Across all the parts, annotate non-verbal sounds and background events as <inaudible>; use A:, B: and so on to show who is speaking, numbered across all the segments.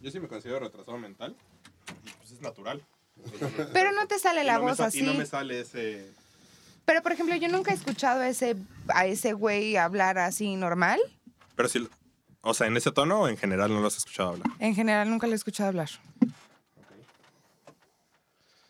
A: Yo sí me considero retrasado mental. Y pues es natural.
B: Pero no te sale
A: Y
B: la
A: no me
B: voz
A: sa-
B: así.
A: Y no me sale ese.
B: Pero, por ejemplo, yo nunca he escuchado a ese, a ese güey hablar así normal.
C: Pero sí, o sea, en ese tono o en general no lo has escuchado hablar.
B: En general, nunca lo he escuchado hablar.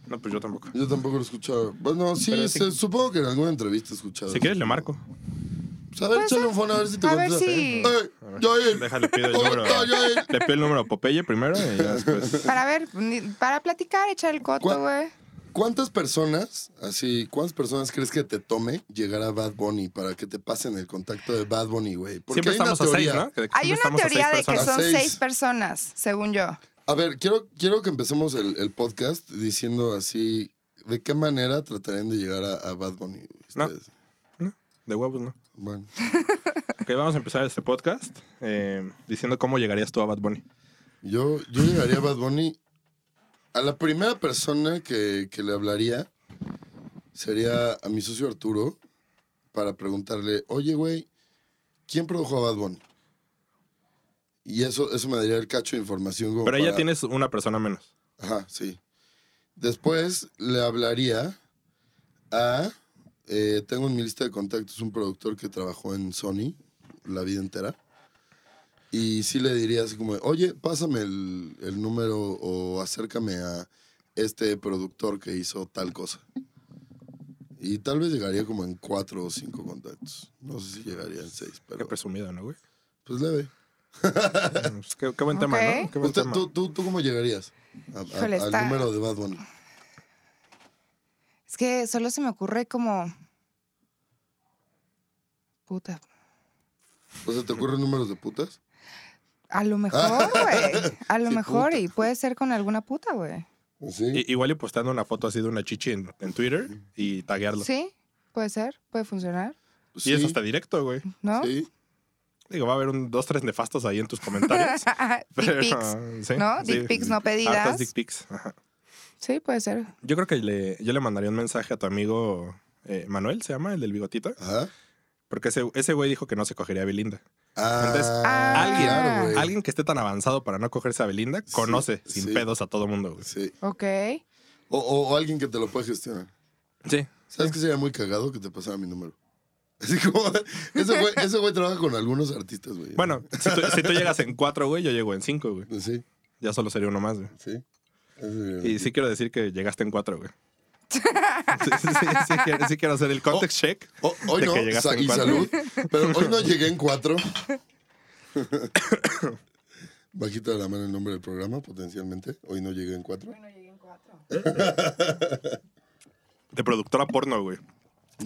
C: No, pues yo tampoco.
D: Yo tampoco lo escuchaba. Bueno, sí,
C: Pero sí-
D: se- supongo que en alguna entrevista he escuchado.
C: Si quieres, le marco.
D: O sea, a ver,
B: Puede
D: échale
B: ser.
D: un fono a ver si te
B: A ver
D: contesta. ¿eh?
B: si-
D: ¡Ey, Yair!
C: Déjale, pido
D: <laughs>
C: el
D: ¿Cómo
C: número.
D: está, Yair?
C: Le pido el número a Popeye primero y ya después.
B: Para ver, ni- para platicar, echar el coto,
D: ¿Cuál?
B: güey.
D: ¿Cuántas personas, así, cuántas personas crees que te tome llegar a Bad Bunny para que te pasen el contacto de Bad Bunny, güey? Porque
C: Siempre
D: hay una
C: estamos a
D: teoría.
C: seis, ¿no? Que de que
B: Hay
C: siempre
B: una
C: estamos a
B: teoría de
C: seis
B: que
C: personas.
B: son
D: Seis.
B: seis personas, según yo.
D: A ver, quiero, quiero que empecemos el, el podcast diciendo así, ¿de qué manera tratarían de llegar a, a Bad Bunny? güey,
C: No.
D: ustedes?
C: De huevos, ¿no?
D: Bueno,
C: Ok, vamos a empezar este podcast eh, diciendo cómo llegarías tú a Bad Bunny.
D: yo, yo llegaría a Bad Bunny. A la primera persona que, que le hablaría sería a mi socio Arturo para preguntarle, oye, güey, ¿quién produjo a Bad Bunny? Y eso, eso me daría el cacho de información. como
C: Pero ahí ya
D: para-
C: tienes una persona menos.
D: Ajá, sí. Después le hablaría a. eh, tengo en mi lista de contactos un productor que trabajó en Sony la vida entera. Y sí le diría así como, oye, pásame el, el número o acércame a este productor que hizo tal cosa. Y tal vez llegaría como en cuatro o cinco contactos. No sé si llegaría en seis,
C: Qué
D: pero
C: presumido, ¿no, güey?
D: pues leve.
C: Mm, pues qué, qué buen tema,
B: Ok.
C: ¿no? Qué buen
D: Usted-
C: tema.
D: tú, tú, tú cómo llegarías a- a-
B: Híjole,
D: al
B: está-
D: número de Bad Bunny?
B: Es que solo se me ocurre como. Puta.
D: O sea, ¿te ocurren números de putas?
B: A lo mejor,
D: <laughs>
B: güey. A lo
D: Sí,
B: mejor,
D: puta.
B: y puede ser con alguna puta, güey.
D: Sí.
C: I- igual y postando una foto así de una chichi en, en Twitter y taguearlo.
B: Sí, puede ser, puede funcionar,
C: Y es hasta directo, güey.
B: ¿no?
D: Sí.
C: Digo, va a haber un, dos, tres nefastos ahí en tus comentarios.
B: <laughs> <laughs> Dick
C: pero, <laughs>
B: pics.
C: sí,
B: ¿no?
C: sí.
B: Dick pics no
C: Hartas
B: pedidas.
C: dick pics. Ajá.
B: Sí, puede ser.
C: Yo creo que le, yo le mandaría un mensaje a tu amigo eh, Manuel, se llama, el del bigotito.
D: Ajá.
C: Porque ese, ese güey dijo que no se cogería a Belinda.
D: Ah,
C: Entonces,
B: Ah.
C: alguien,
D: claro, güey.
C: alguien que esté tan avanzado para no cogerse a Belinda
D: Sí,
C: conoce sin
D: sí.
C: pedos a todo mundo. güey.
D: Sí.
B: Ok.
D: O, o- o alguien que te lo pueda gestionar.
C: Sí.
D: ¿Sabes qué sería muy cagado que te pasara mi número? <laughs> Así como, ese güey, ese güey trabaja con algunos artistas, güey.
C: Bueno, si tú, si tú llegas en cuatro, güey, yo llego en cinco, güey.
D: Sí,
C: Ya solo sería uno más, güey.
D: sí. Ese sería-
C: Y sí quiero decir que llegaste en cuatro,
B: <laughs>
C: güey. Sí, sí, sí, sí quiero, sí quiero hacer el context check.
D: O- hoy
C: de que
D: no,
C: llegaste
D: sa-
C: en
D: y
C: cuatro.
D: salud. Pero
C: <laughs>
D: hoy no llegué en cuatro. <coughs> Bajita de la mano el nombre del programa, potencialmente. Hoy no llegué en cuatro.
C: De productora porno, güey.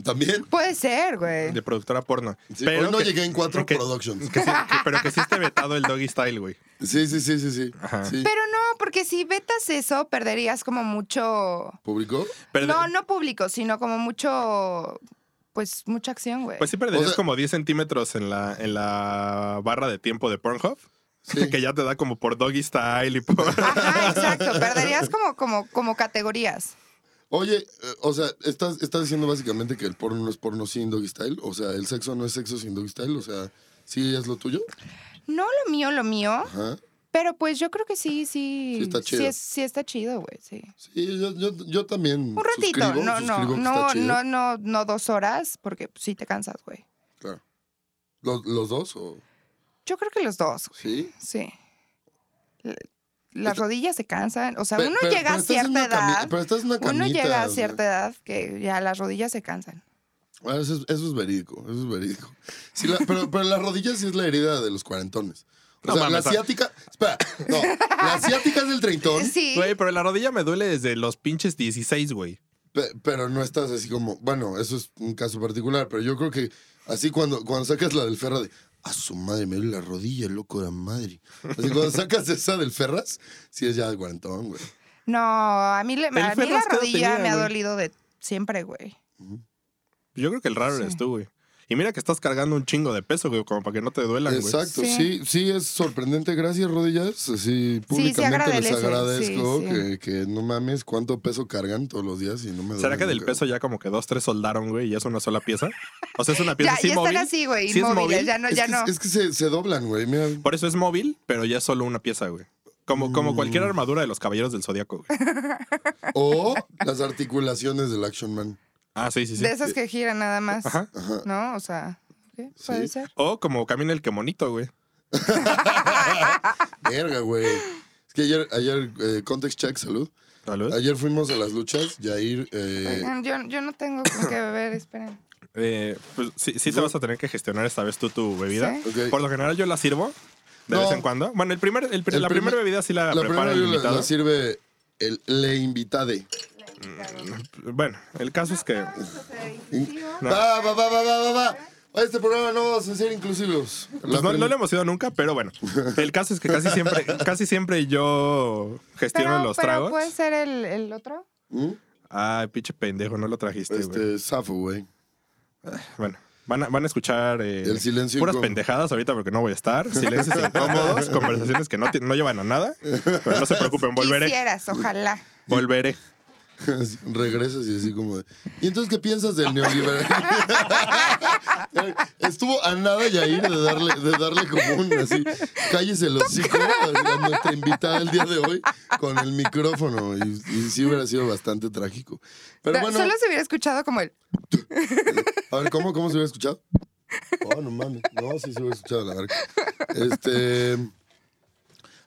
D: También.
B: Puede ser, güey.
C: De productora porno.
D: Sí, hoy no llegué en cuatro
C: que-
D: productions.
C: que sí- que- pero que sí esté vetado el doggy style, güey.
D: Sí, sí, sí, sí, sí.
C: Ajá.
D: sí.
B: Pero no, porque si vetas eso, perderías como mucho.
D: ¿Publicó?
C: Pero-
B: No, no público, sino como mucho. Pues mucha acción, güey.
C: Pues sí perderías
D: O sea-
C: como 10 centímetros en la, en la barra de tiempo de Pornhub.
D: Sí.
C: <laughs> Que ya te da como por doggy style y
B: <laughs>
C: por... <laughs>
B: Ajá, exacto. Perderías como, como, como categorías.
D: Oye, eh, o sea, ¿estás, estás diciendo básicamente que el porno no es porno sin doggy style. O sea, el sexo no es sexo sin doggy style. O sea, ¿sí es lo tuyo?
B: No lo mío, lo mío,
D: Ajá.
B: pero pues yo creo que sí, sí.
D: Sí está chido.
B: Sí, es- sí está chido, güey, sí.
D: Sí, yo, yo, yo también.
B: Un ratito,
D: Mm, suscribo,
B: no, no,
D: suscribo que
B: no,
D: está chido.
B: no, no, no dos horas, porque pues, sí te cansas, güey.
D: Claro. ¿Los, los dos o
B: Yo creo que los dos, güey,
D: sí?
B: sí. L- Las rodillas se cansan, o sea,
D: Pe-
B: uno
D: pero-
B: llega
D: pero
B: a
D: estás en
B: cierta
D: una cami-
B: edad,
D: Pero estás en una camita.
B: uno llega a
D: o sea.
B: cierta edad que ya las rodillas se cansan.
D: Bueno, ah, eso, es, eso es verídico, eso es verídico. Sí, la- pero, pero la rodilla sí es la herida de los cuarentones. O
C: No
D: sea,
C: mames,
D: la
C: ah.
D: asiática. Espera, no. La asiática es del treintón,
B: Sí,
C: Güey, pero la rodilla me duele desde los pinches 16, güey.
D: Pe- pero no estás así como, bueno, eso es un caso particular, pero yo creo que así cuando, cuando sacas la del Ferra de, a su madre, me duele la rodilla, loco de la madre. Así cuando sacas esa del Ferras, sí es ya de cuarentón, güey.
B: no, a mí, le-
C: El
B: a mí la
C: Ferras que yo
B: rodilla
C: tenía,
B: me ha
C: güey.
B: dolido de siempre, güey.
C: Yo creo que el raro eres tú, güey. Y mira que estás cargando un chingo de peso, güey, como para que no te duela, güey.
D: Exacto,
B: Sí.
D: sí. sí, es sorprendente. Gracias, rodillas. Así públicamente les
B: agradece,
D: agradezco
B: sí, sí.
D: Que, que no mames cuánto peso cargan todos los días y no me
C: ¿Será
D: duele
C: que del
D: nunca.
C: peso ya como que dos, tres soldaron, güey, y ya es una sola pieza? O sea, es una pieza
B: Ya,
C: así
B: ya
C: móvil.
B: están así, güey,
C: Sí es
B: inmóviles,
C: móvil.
B: Ah, ya no,
D: es
B: ya
D: que,
B: no.
D: Es que se, se doblan, güey. Mira,
C: Por eso es móvil, pero ya es solo una pieza, güey. Como, como cualquier
D: Mm.
C: armadura de los caballeros del zodiaco. güey.
D: O las articulaciones del Action Man.
C: Ah, sí, sí, sí.
B: De esas que giran nada más.
C: Ajá.
D: Ajá.
B: ¿No? O sea, ¿qué? puede
D: Sí.
B: ser.
C: O como camina el que monito, güey.
D: Verga, güey. Es que ayer, ayer eh, Context Check, salud.
C: Salud.
D: Ayer fuimos a las luchas, Jair. Eh,
B: Oigan, Yo, yo no tengo con qué beber, esperen.
C: Eh, pues sí, sí te
D: Yo-
C: vas a tener que gestionar esta vez tú tu bebida.
B: Sí.
D: Ok.
C: Por lo general yo la sirvo de
D: No.
C: vez en cuando. Bueno, el primer, el pri-
D: El
C: la
D: primer-
C: primera bebida sí la,
D: la
C: Ah, prepara
D: primera
C: el
D: la,
C: invitado.
D: la sirve el le invitade.
C: bueno, el caso es que... No.
D: Va, va, va, va, va, va, va. A este programa no vamos a ser inclusivos. La
C: Pues no,
D: prim-
C: no lo hemos ido nunca, pero
D: <laughs>
C: bueno. El caso es que casi siempre, casi siempre yo gestiono
B: Pero,
C: los
B: pero
C: tragos.
B: puede ser el, el otro.
D: ¿Mm?
C: Ay, pinche pendejo, no lo trajiste, güey.
D: Este, Safo, güey. <laughs>
C: Bueno, van a, van a escuchar eh,
D: El silencio
C: puras
D: incómodo.
C: pendejadas ahorita porque no voy a
D: <laughs>
C: estar. Silencios incómodos, conversaciones que no, ti- no llevan a nada. Pero no se preocupen, volveré.
B: Quisieras, ojalá.
C: Volveré.
D: Así, Regresas y así como de, ¿Y entonces qué piensas del neoliberalismo? <laughs> Estuvo a nada Yair de darle, de darle como un así. Cállese el hocico a nuestra invitada el día de hoy con el micrófono. Y, y sí hubiera sido bastante trágico. Pero
B: Pero
D: bueno,
B: Solo se hubiera escuchado como el.
D: a ver, ¿cómo, cómo se hubiera escuchado? Oh, no mames. No, sí se hubiera escuchado, la verdad. Este.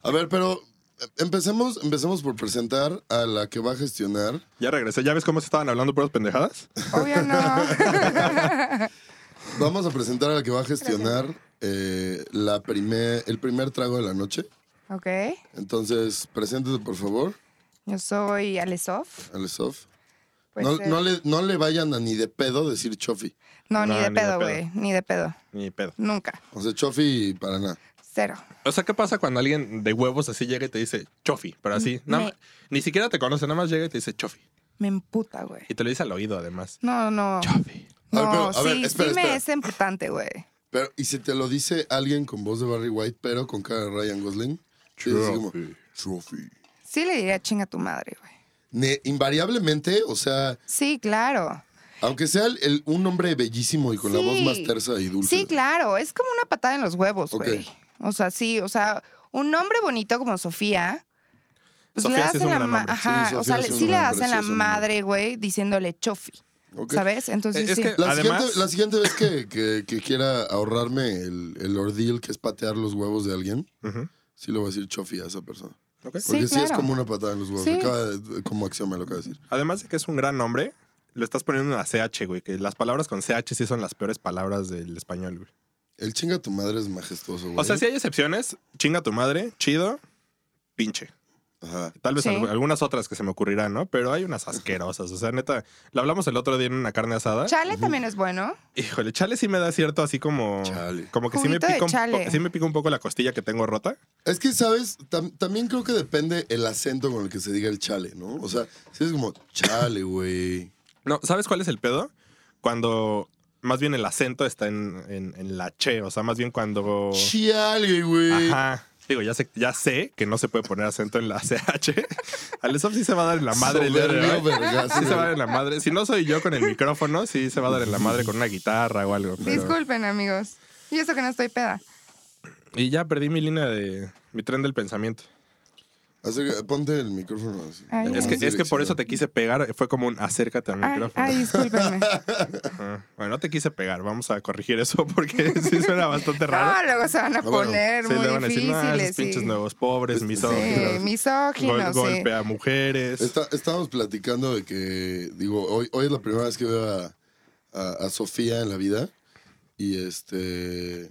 D: A ver, pero eh, empecemos, empecemos por presentar a la que va a gestionar.
C: Ya regresé. ¿Ya ves cómo se estaban hablando puras pendejadas?
B: Obvio
D: <laughs>
B: no.
D: Vamos a presentar a la que va a gestionar eh, la primer, el primer trago de la noche.
B: ok.
D: Entonces, preséntate, por favor,
B: Yo soy Alesov.
D: al Sof.
B: Pues,
D: no,
B: eh,
D: no le, no le vayan a ni de pedo decir Chofi.
B: no, ni
C: No,
B: de pedo, güey. Ni de pedo.
C: Ni pedo.
B: Nunca.
D: O sea, Chofi para nada.
B: Cero.
C: O sea, ¿qué pasa cuando alguien de huevos así llega y te dice chofi? Pero así,
B: Mm, Me-
C: nada- ni siquiera te conoce, nada más llega y te dice chofi.
B: Me emputa, güey.
C: Y te lo dice al oído, además.
B: No, no.
C: Chofi.
D: A ver,
B: No,
D: pero, a ver,
B: sí,
D: espera,
B: sí me
D: espera.
B: es importante, güey.
D: Pero, ¿y si te lo dice alguien con voz de Barry White, pero con cara de Ryan Gosling? Sí, así como, Chofi.
B: Sí le diría chinga tu madre, güey.
D: Ne- invariablemente, o sea,
B: Sí, claro.
D: aunque sea el- el- un hombre bellísimo y con la voz
B: Sí.
D: más tersa y dulce.
B: Sí, claro. Es como una patada en los huevos,
D: Ok.
B: güey. O sea, sí, o sea, un hombre bonito como Sofía. Pues le
C: Sofía sí es
B: hacen
C: un
B: la
C: gran
B: ma-
C: hombre.
B: Ajá,
D: Sí,
B: o
D: Sofía
B: sea,
D: es
B: le-
D: un
B: sí le
D: gran
B: hacen la
D: precioso hombre.
B: madre, güey, diciéndole chofi.
D: Ok.
B: ¿Sabes? Entonces
C: Eh, es
B: sí.
C: que-
D: La,
C: Además-
D: siguiente, la siguiente vez que, que- que quiera ahorrarme el, el ordeal que es patear los huevos de alguien,
C: Ujú.
D: sí le voy a decir chofi a esa persona.
C: Ok.
B: Sí,
D: Porque sí, es
B: claro.
D: como una patada en los huevos.
B: Sí.
D: Acaba de- como axioma lo acaba de decir.
C: Además de que es un gran nombre, le estás poniendo una CH, güey. Que las palabras con CH sí son las peores palabras del español, güey.
D: El chinga tu madre es majestuoso, güey. ¿eh?
C: O sea, sí hay excepciones. Chinga tu madre, chido, pinche.
D: Ajá.
C: Tal vez
B: Sí.
C: algu- algunas otras que se me ocurrirán, ¿no? Pero hay unas asquerosas. O sea, neta, lo hablamos el otro día en una carne asada.
B: Chale también es bueno.
C: Híjole, chale sí me da cierto así como...
D: Chale.
C: Como que sí me,
B: Juguito de
C: pica un
B: chale.
C: po- sí me pica un poco la costilla que tengo rota.
D: Es que, ¿sabes? Tam- también creo que depende el acento con el que se diga el chale, ¿no? O sea, si es como chale, güey.
C: No, ¿sabes cuál es el pedo? Cuando más bien el acento está en, en- en la che, o sea, más bien cuando...
D: Chale, güey.
C: Oh. Ajá. Digo, ya sé, ya sé que no se puede poner acento en la <laughs> CH. Alessop sí se va a dar en la madre. el día de
D: Soberbio,
C: hoy.
D: vergazo.
C: Sí se va a dar en la madre. Si no soy yo con el micrófono, sí se va a dar en la madre con una guitarra o algo. pero-
B: Disculpen, amigos. Y eso que no estoy peda.
C: Y ya perdí mi línea de... Mi tren del pensamiento.
D: Acerca- ponte el micrófono así.
B: Ay,
C: Es que, es que por eso te
D: Direccional.
C: quise pegar. Fue como un acércate al
B: Ay,
C: micrófono.
B: ay, discúlpenme.
C: Ah, Bueno, no te quise pegar. Vamos a corregir eso <laughs> porque sí suena bastante <laughs> raro.
B: No, luego se van a
D: Ah, bueno,
B: poner
C: Sí,
B: muy
C: le van a decir, "No, esos
B: difíciles.
C: pinches
B: sí.
C: nuevos pobres, misóginos.
B: Sí, misóginos,
C: Gol-
B: sí.
C: Golpe a mujeres.
D: Está- estábamos platicando de que, digo, hoy, hoy es la primera vez que veo a, a- a Sofía en la vida. Y este.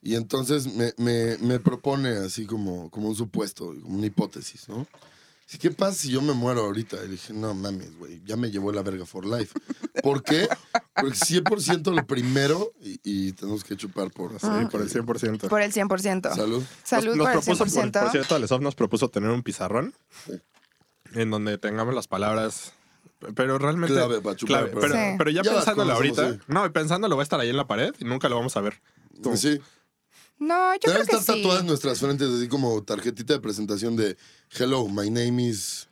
D: Y entonces me, me- me propone así como, como un supuesto, como una hipótesis, ¿no? Así, ¿Qué pasa si yo me muero ahorita? Y le dije, no mames, güey, ya me llevó la verga for life. ¿Por qué? Porque 100% lo primero y, y tenemos que chupar por,
C: Sí, por el 100%.
B: Por el 100%.
D: Salud.
B: Salud
C: nos,
B: por el
C: nos propuso,
B: 100%.
C: por, por cierto, Alesov nos propuso tener un pizarrón en donde tengamos las palabras, pero realmente...
D: Clave pa' chupar,
C: clave,
D: pero-
C: pero,
B: Sí.
C: pero ya,
D: Ya las
C: pensándolo
D: conocemos,
C: ahorita,
D: sí.
C: no, y pensándolo va a estar ahí en la pared y nunca lo vamos a ver. Tú.
D: Sí.
B: No, yo
D: Deben
B: creo que
D: estar
B: sí.
D: tatuadas nuestras frentes, así como tarjetita de presentación de Hello, my name is.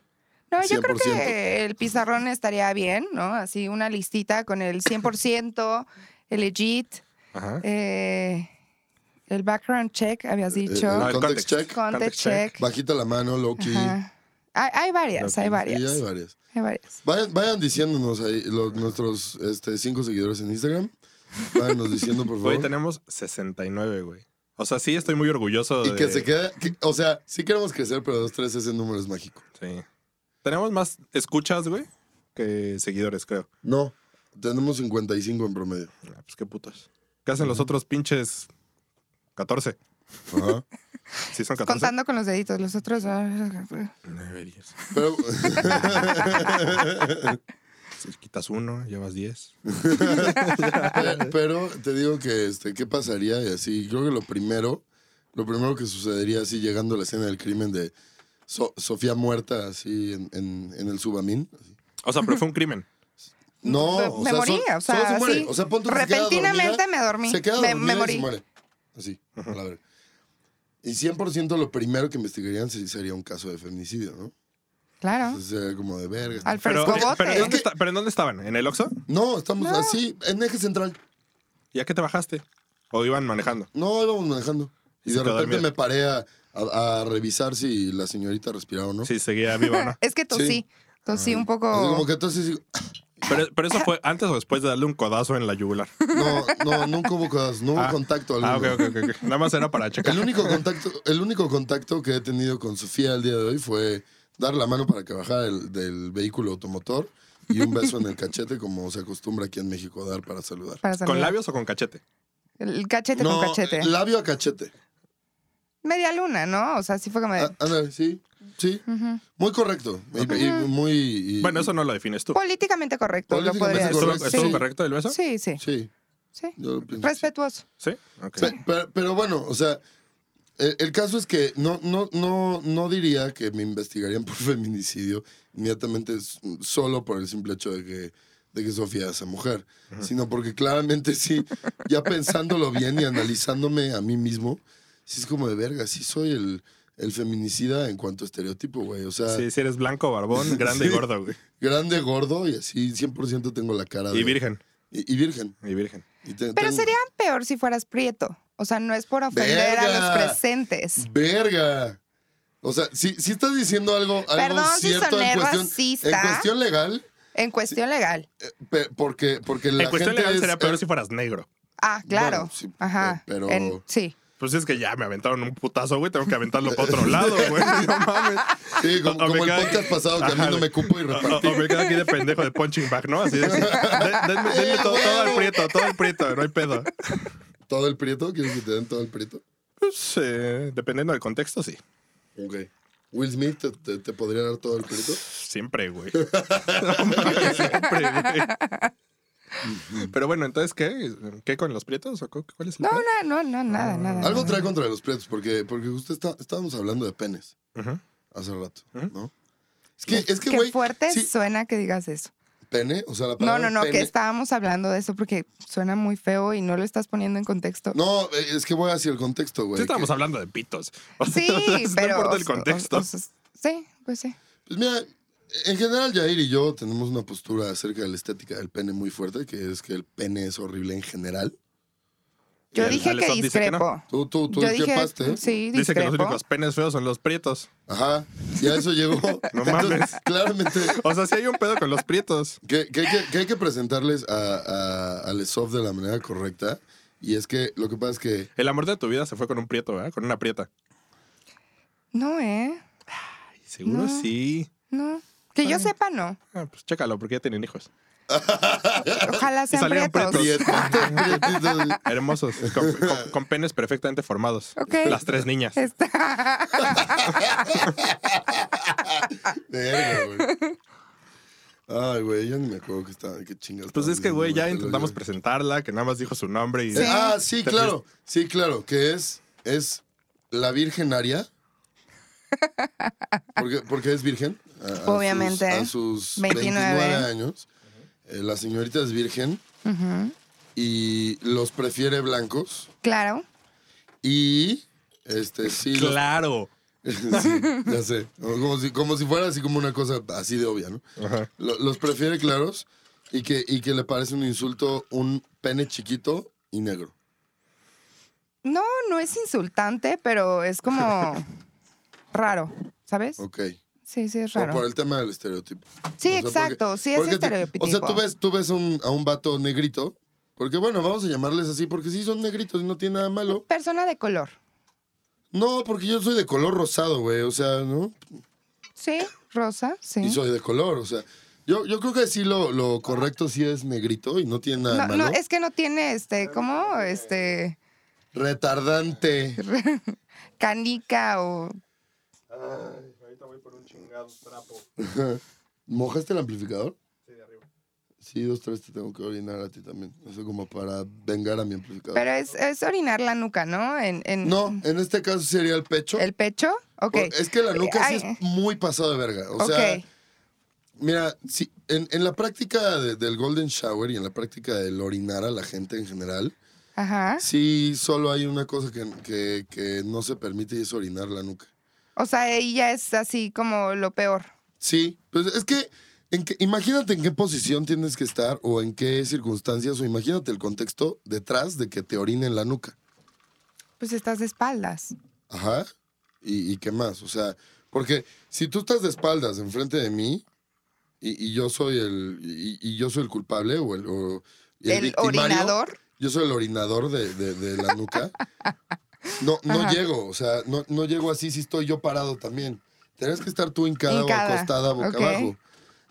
B: No, yo creo
D: 100%.
B: que el pizarrón estaría bien, ¿no? Así una listita con el 100%, el legit,
C: Ajá.
B: eh, El background check, habías dicho.
D: Eh,
C: No,
D: el
C: Ah, el context.
D: context
B: context
D: check.
C: context check.
B: check.
D: Bajita la mano, Loki.
B: Ajá. Hay, hay varias, hay
D: Y hay
B: varias.
D: varias.
B: Hay varias.
D: Vayan, vayan diciéndonos ahí, los- nuestros este, cinco seguidores en Instagram. Váyanos
C: <laughs>
D: diciendo, por
C: Hoy
D: favor.
C: tenemos 69, güey. O sea, sí estoy muy orgulloso de...
D: Y que se quede. que- o sea, sí queremos crecer, pero dos, tres, ese número es mágico.
C: Sí. Tenemos más escuchas, güey, que seguidores, creo.
D: No, tenemos 55 en promedio.
C: Ah, pues qué putos. ¿Qué hacen los otros pinches 14?
D: Ajá.
C: <laughs> Sí, son 14.
B: Contando con los deditos, los otros. ah,
C: Nueve, diez.
D: Pero, <laughs>
C: Si quitas uno, llevas 10.
D: Pe- <laughs> Pero te digo que, este, ¿qué pasaría? Y así, creo que lo primero, lo primero que sucedería así llegando a la escena del crimen de So- Sofía muerta así en, en- en el subamín. así.
C: O sea, pero fue un crimen.
D: No,
B: Pues, Me-
D: o
B: me
D: sea,
B: morí,
D: sol-
B: o sea,
D: solo se muere.
B: sí.
D: O sea, pon tú que se queda
B: Repentinamente
D: dormida,
B: me dormí.
D: Se queda
B: me,
D: dormida
B: me
D: y
B: morí.
D: se muere. Así, a la verga. Y 100% lo primero que investigarían sí sería un caso de feminicidio, ¿no?
B: Claro.
D: Entonces sería como de verga.
B: Al
C: Pero,
B: frescobote.
C: pero ¿en dónde esta- pero ¿en dónde estaban? ¿En el Oxxo?
D: No, estamos
B: No.
D: así, en eje central.
C: ¿Ya que te bajaste? ¿O iban manejando?
D: No, íbamos manejando. Y
C: Y
D: de
C: se quedó
D: repente
C: dormida.
D: me paré a, a- a revisar si la señorita respiraba o no.
C: Sí, seguía viva, ¿no?
B: Es que tosí.
D: Sí.
B: Tosí un
D: Así
B: poco.
D: como que entonces digo,
C: Pero, pero eso fue antes o después de darle un codazo en la yugular.
D: no, no, nunca hubo cosas, no hubo
C: Ah.
D: contacto alguno.
C: Ah, ok, ok, ok, ok. <laughs> Nada más era para checar.
D: El único contacto, el único contacto que he tenido con Sofía el día de hoy fue dar la mano para que bajara el- del vehículo automotor y un beso en el cachete como se acostumbra aquí en México a dar para saludar.
B: para
C: ¿Con
B: saludar.
C: labios o con cachete?
B: El cachete
D: no, eh,
B: con cachete.
D: labio a cachete.
B: Media luna, ¿no? O sea, sí fue como de.
D: Ah, ándale, sí, sí,
B: Ujú.
D: muy correcto y, y muy. y-
C: Bueno, eso no lo defines tú.
B: Políticamente correcto, lo
D: Políticamente
B: podría
C: ¿Estuvo,
D: correcto,
B: decir.
C: estuvo
D: sí.
C: correcto el beso?
B: Pues, Sí, sí,
D: sí,
B: Pues sí.
D: yo lo pienso.
B: Respetuoso.
C: ¿Sí? Ok.
D: Pe- Pero, pero bueno, o sea, el, el caso es que no, no, no, no diría que me investigarían <laughs> por feminicidio inmediatamente s- solo por el simple hecho de que, de que Sofía es mujer, sino porque claramente sí, ya pensándolo bien y analizándome a mí mismo, sí es como de verga, sí soy el, el feminicida en cuanto a estereotipo, güey. O sea,
C: Sí, si eres blanco,
D: <laughs>
C: barbón, grande y
D: Sí.
C: gordo, güey.
D: grande, gordo y así 100% tengo la cara de...
C: Y virgen.
D: Y, y virgen.
C: Y virgen.
D: Y te-
B: Pero
D: tengo-
B: sería peor si fueras prieto. O sea, no es por ofender
D: Verga.
B: a los presentes.
D: Verga. O sea, si, si estás diciendo algo, algo
B: Perdón si
D: cierto
B: soné
D: en, cuestión,
B: racista.
D: en cuestión legal,
B: En cuestión legal.
D: eh, pe- porque, porque la
C: en cuestión
D: gente
C: legal
D: es,
C: sería peor
D: eh,
C: si fueras negro.
B: Ah, claro.
D: Bueno, sí,
B: Ajá.
D: pe- pero- ¿eh?
B: En- sí.
C: Pues es que ya me aventaron un putazo, güey. Tengo que aventarlo para
D: <laughs>
C: otro lado, güey. No mames.
D: Sí, como,
C: <laughs> o- o
D: como
C: me
D: el
C: cae-
D: podcast pasado que a mí
C: Ajá,
D: no me
C: güey.
D: cupo y
C: O, o-
D: repartí.
C: o me quedo aquí de pendejo de punching back, ¿no? Así es. De- denme denme todo, todo al prieto, todo al prieto. No hay pedo.
D: ¿Todo el prieto? ¿Quieres que te den todo el prieto?
C: Pues, eh, dependiendo del contexto, sí.
D: Ok. Will Smith te, te- te podría dar todo el prieto.
C: Siempre,
D: <laughs>
C: güey. No mames, siempre, güey. Pero bueno, entonces, ¿qué? ¿Qué con los prietos? ¿O cu- ¿Cuál es el
B: No,
C: pedo?
B: no, no, no, nada, nada.
D: Ah. Algo
B: nada.
D: trae contra los prietos, porque, porque usted está, estábamos hablando de penes
C: Ujú.
D: hace rato,
C: Ujú.
D: ¿no? Es que, es que,
B: Qué
D: güey,
B: fuerte
D: sí,
B: suena que digas eso.
D: pene, o sea, la
B: No, no,
D: palabra
B: no, que
D: pene-
B: estábamos hablando de eso porque suena muy feo y no lo estás poniendo en contexto.
D: No, <laughs> eh, es que voy hacia el contexto, güey.
C: Sí, estábamos
D: que-
C: hablando de pitos. <laughs> O sea,
B: Sí,
C: No
B: pero.
C: importa el
B: o- o-
C: contexto.
B: o- sí, pues sí.
D: Pues mira, en general Jair y yo tenemos una postura acerca de la estética del pene muy fuerte, que es que el pene es horrible en general.
B: Yo
C: Y el
B: dije que
C: Alessandro dice que no.
B: discrepo.
D: Tú, tú, tú
B: Yo dije,
D: discrepaste. ¿eh?
B: sí,
C: Dice que los
B: discrepo.
C: únicos penes feos son los prietos.
D: Ajá, y a eso llegó.
C: <laughs> No mames.
D: Claramente,
C: O sea, si hay un pedo con los prietos.
D: que, que hay, que, que hay que presentarles a, a, a Lesov de la manera correcta. Y es que lo que pasa es que
C: El amor de tu vida se fue con un prieto, ¿verdad? Con una prieta.
B: No, ¿eh?
C: Seguro
B: No.
C: sí.
B: No. Que yo sepa,
D: <laughs>
B: no.
C: Ah, pues chécalo, porque ya tienen hijos.
B: Ojalá sean
C: salieron
B: prietos.
C: <laughs>
D: prietitos, prietitos,
B: <laughs>
C: Hermosos. Con, con- con penes perfectamente formados.
B: Ok.
C: Las tres niñas.
B: Está-
D: verga, güey. Ay, güey, ya ni me acuerdo que estaba, qué chingas.
C: Pues
D: estaba
C: es que, güey,
D: diciendo,
C: ya
D: te lo
C: intentamos
D: digo.
C: presentarla, que nada más dijo su nombre y.
B: Sí.
D: Eh, ah, sí,
C: Te
D: claro. Sí, claro, que es, es la Virgen Aria. Porque, porque es virgen. a- a sus-
B: Obviamente.
D: A sus 29,
B: 29.
D: años. Eh, la señorita es virgen
B: Ujú.
D: y los prefiere blancos.
B: Claro.
D: Y, este, sí. los-
C: Claro.
D: <laughs> sí, ya sé. Como si, como si fuera así como una cosa así de obvia, ¿no?
C: Ajá.
D: Lo- los prefiere claros y que, y que le parece un insulto un pene chiquito y negro.
B: No, no es insultante, pero es
D: <laughs>
B: como raro, ¿sabes?
D: Ok.
B: Sí, sí, es
D: Pero por
B: raro.
D: el tema del estereotipo.
B: Sí,
D: O sea,
B: exacto,
D: porque-
B: sí es
D: porque te-
B: estereotipo.
D: O sea, tú ves, tú ves un- a un vato negrito, porque bueno, vamos a llamarles así, porque sí son negritos y no tiene nada malo.
B: Persona de color.
D: No, porque yo soy de color rosado, güey, o sea, ¿no?
B: Sí, rosa, sí.
D: Y soy de color, o sea. Yo, yo creo que sí lo, lo correcto sí es negrito y no tiene nada
B: No,
D: malo.
B: no, es que no tiene este, ¿cómo? Este,
D: Retardante.
B: canica o.
A: Ahorita voy por un chingado trapo.
D: ¿Mojaste el amplificador?
A: Sí, de arriba.
D: Sí, dos, tres, te tengo que orinar a ti también. Eso como para vengar a mi amplificador.
B: Pero es, es orinar la nuca, ¿no? En, en
D: No, en este caso sería el pecho.
B: el pecho. Ok.
D: Por- Es que la nuca sí
B: Ay.
D: es muy pasado de verga. O
B: ok.
D: sea, mira, sí, en, en la práctica de- del golden shower y en la práctica del orinar a la gente en general,
B: Ajá.
D: sí solo hay una cosa que, que- que no se permite y es orinar la nuca.
B: O sea, ahí ya es así como lo peor.
D: Sí, pues es que, en que- imagínate en qué posición tienes que estar o en qué circunstancias o imagínate el contexto detrás de que te orinen la nuca.
B: Pues estás de espaldas.
D: Ajá. ¿Y, y qué más? O sea, porque si tú estás de espaldas enfrente de mí y, y yo soy el y, y yo soy el culpable o el, o- y
B: El,
D: victimario,
B: orinador.
D: Yo soy el orinador de, de- de la
B: <laughs>
D: nuca. No, no
B: Ajá.
D: llego, o sea, no, no llego así si estoy yo parado también. Tienes que estar tú hincada,
B: Hincada,
D: o acostada boca
B: ok.
D: abajo.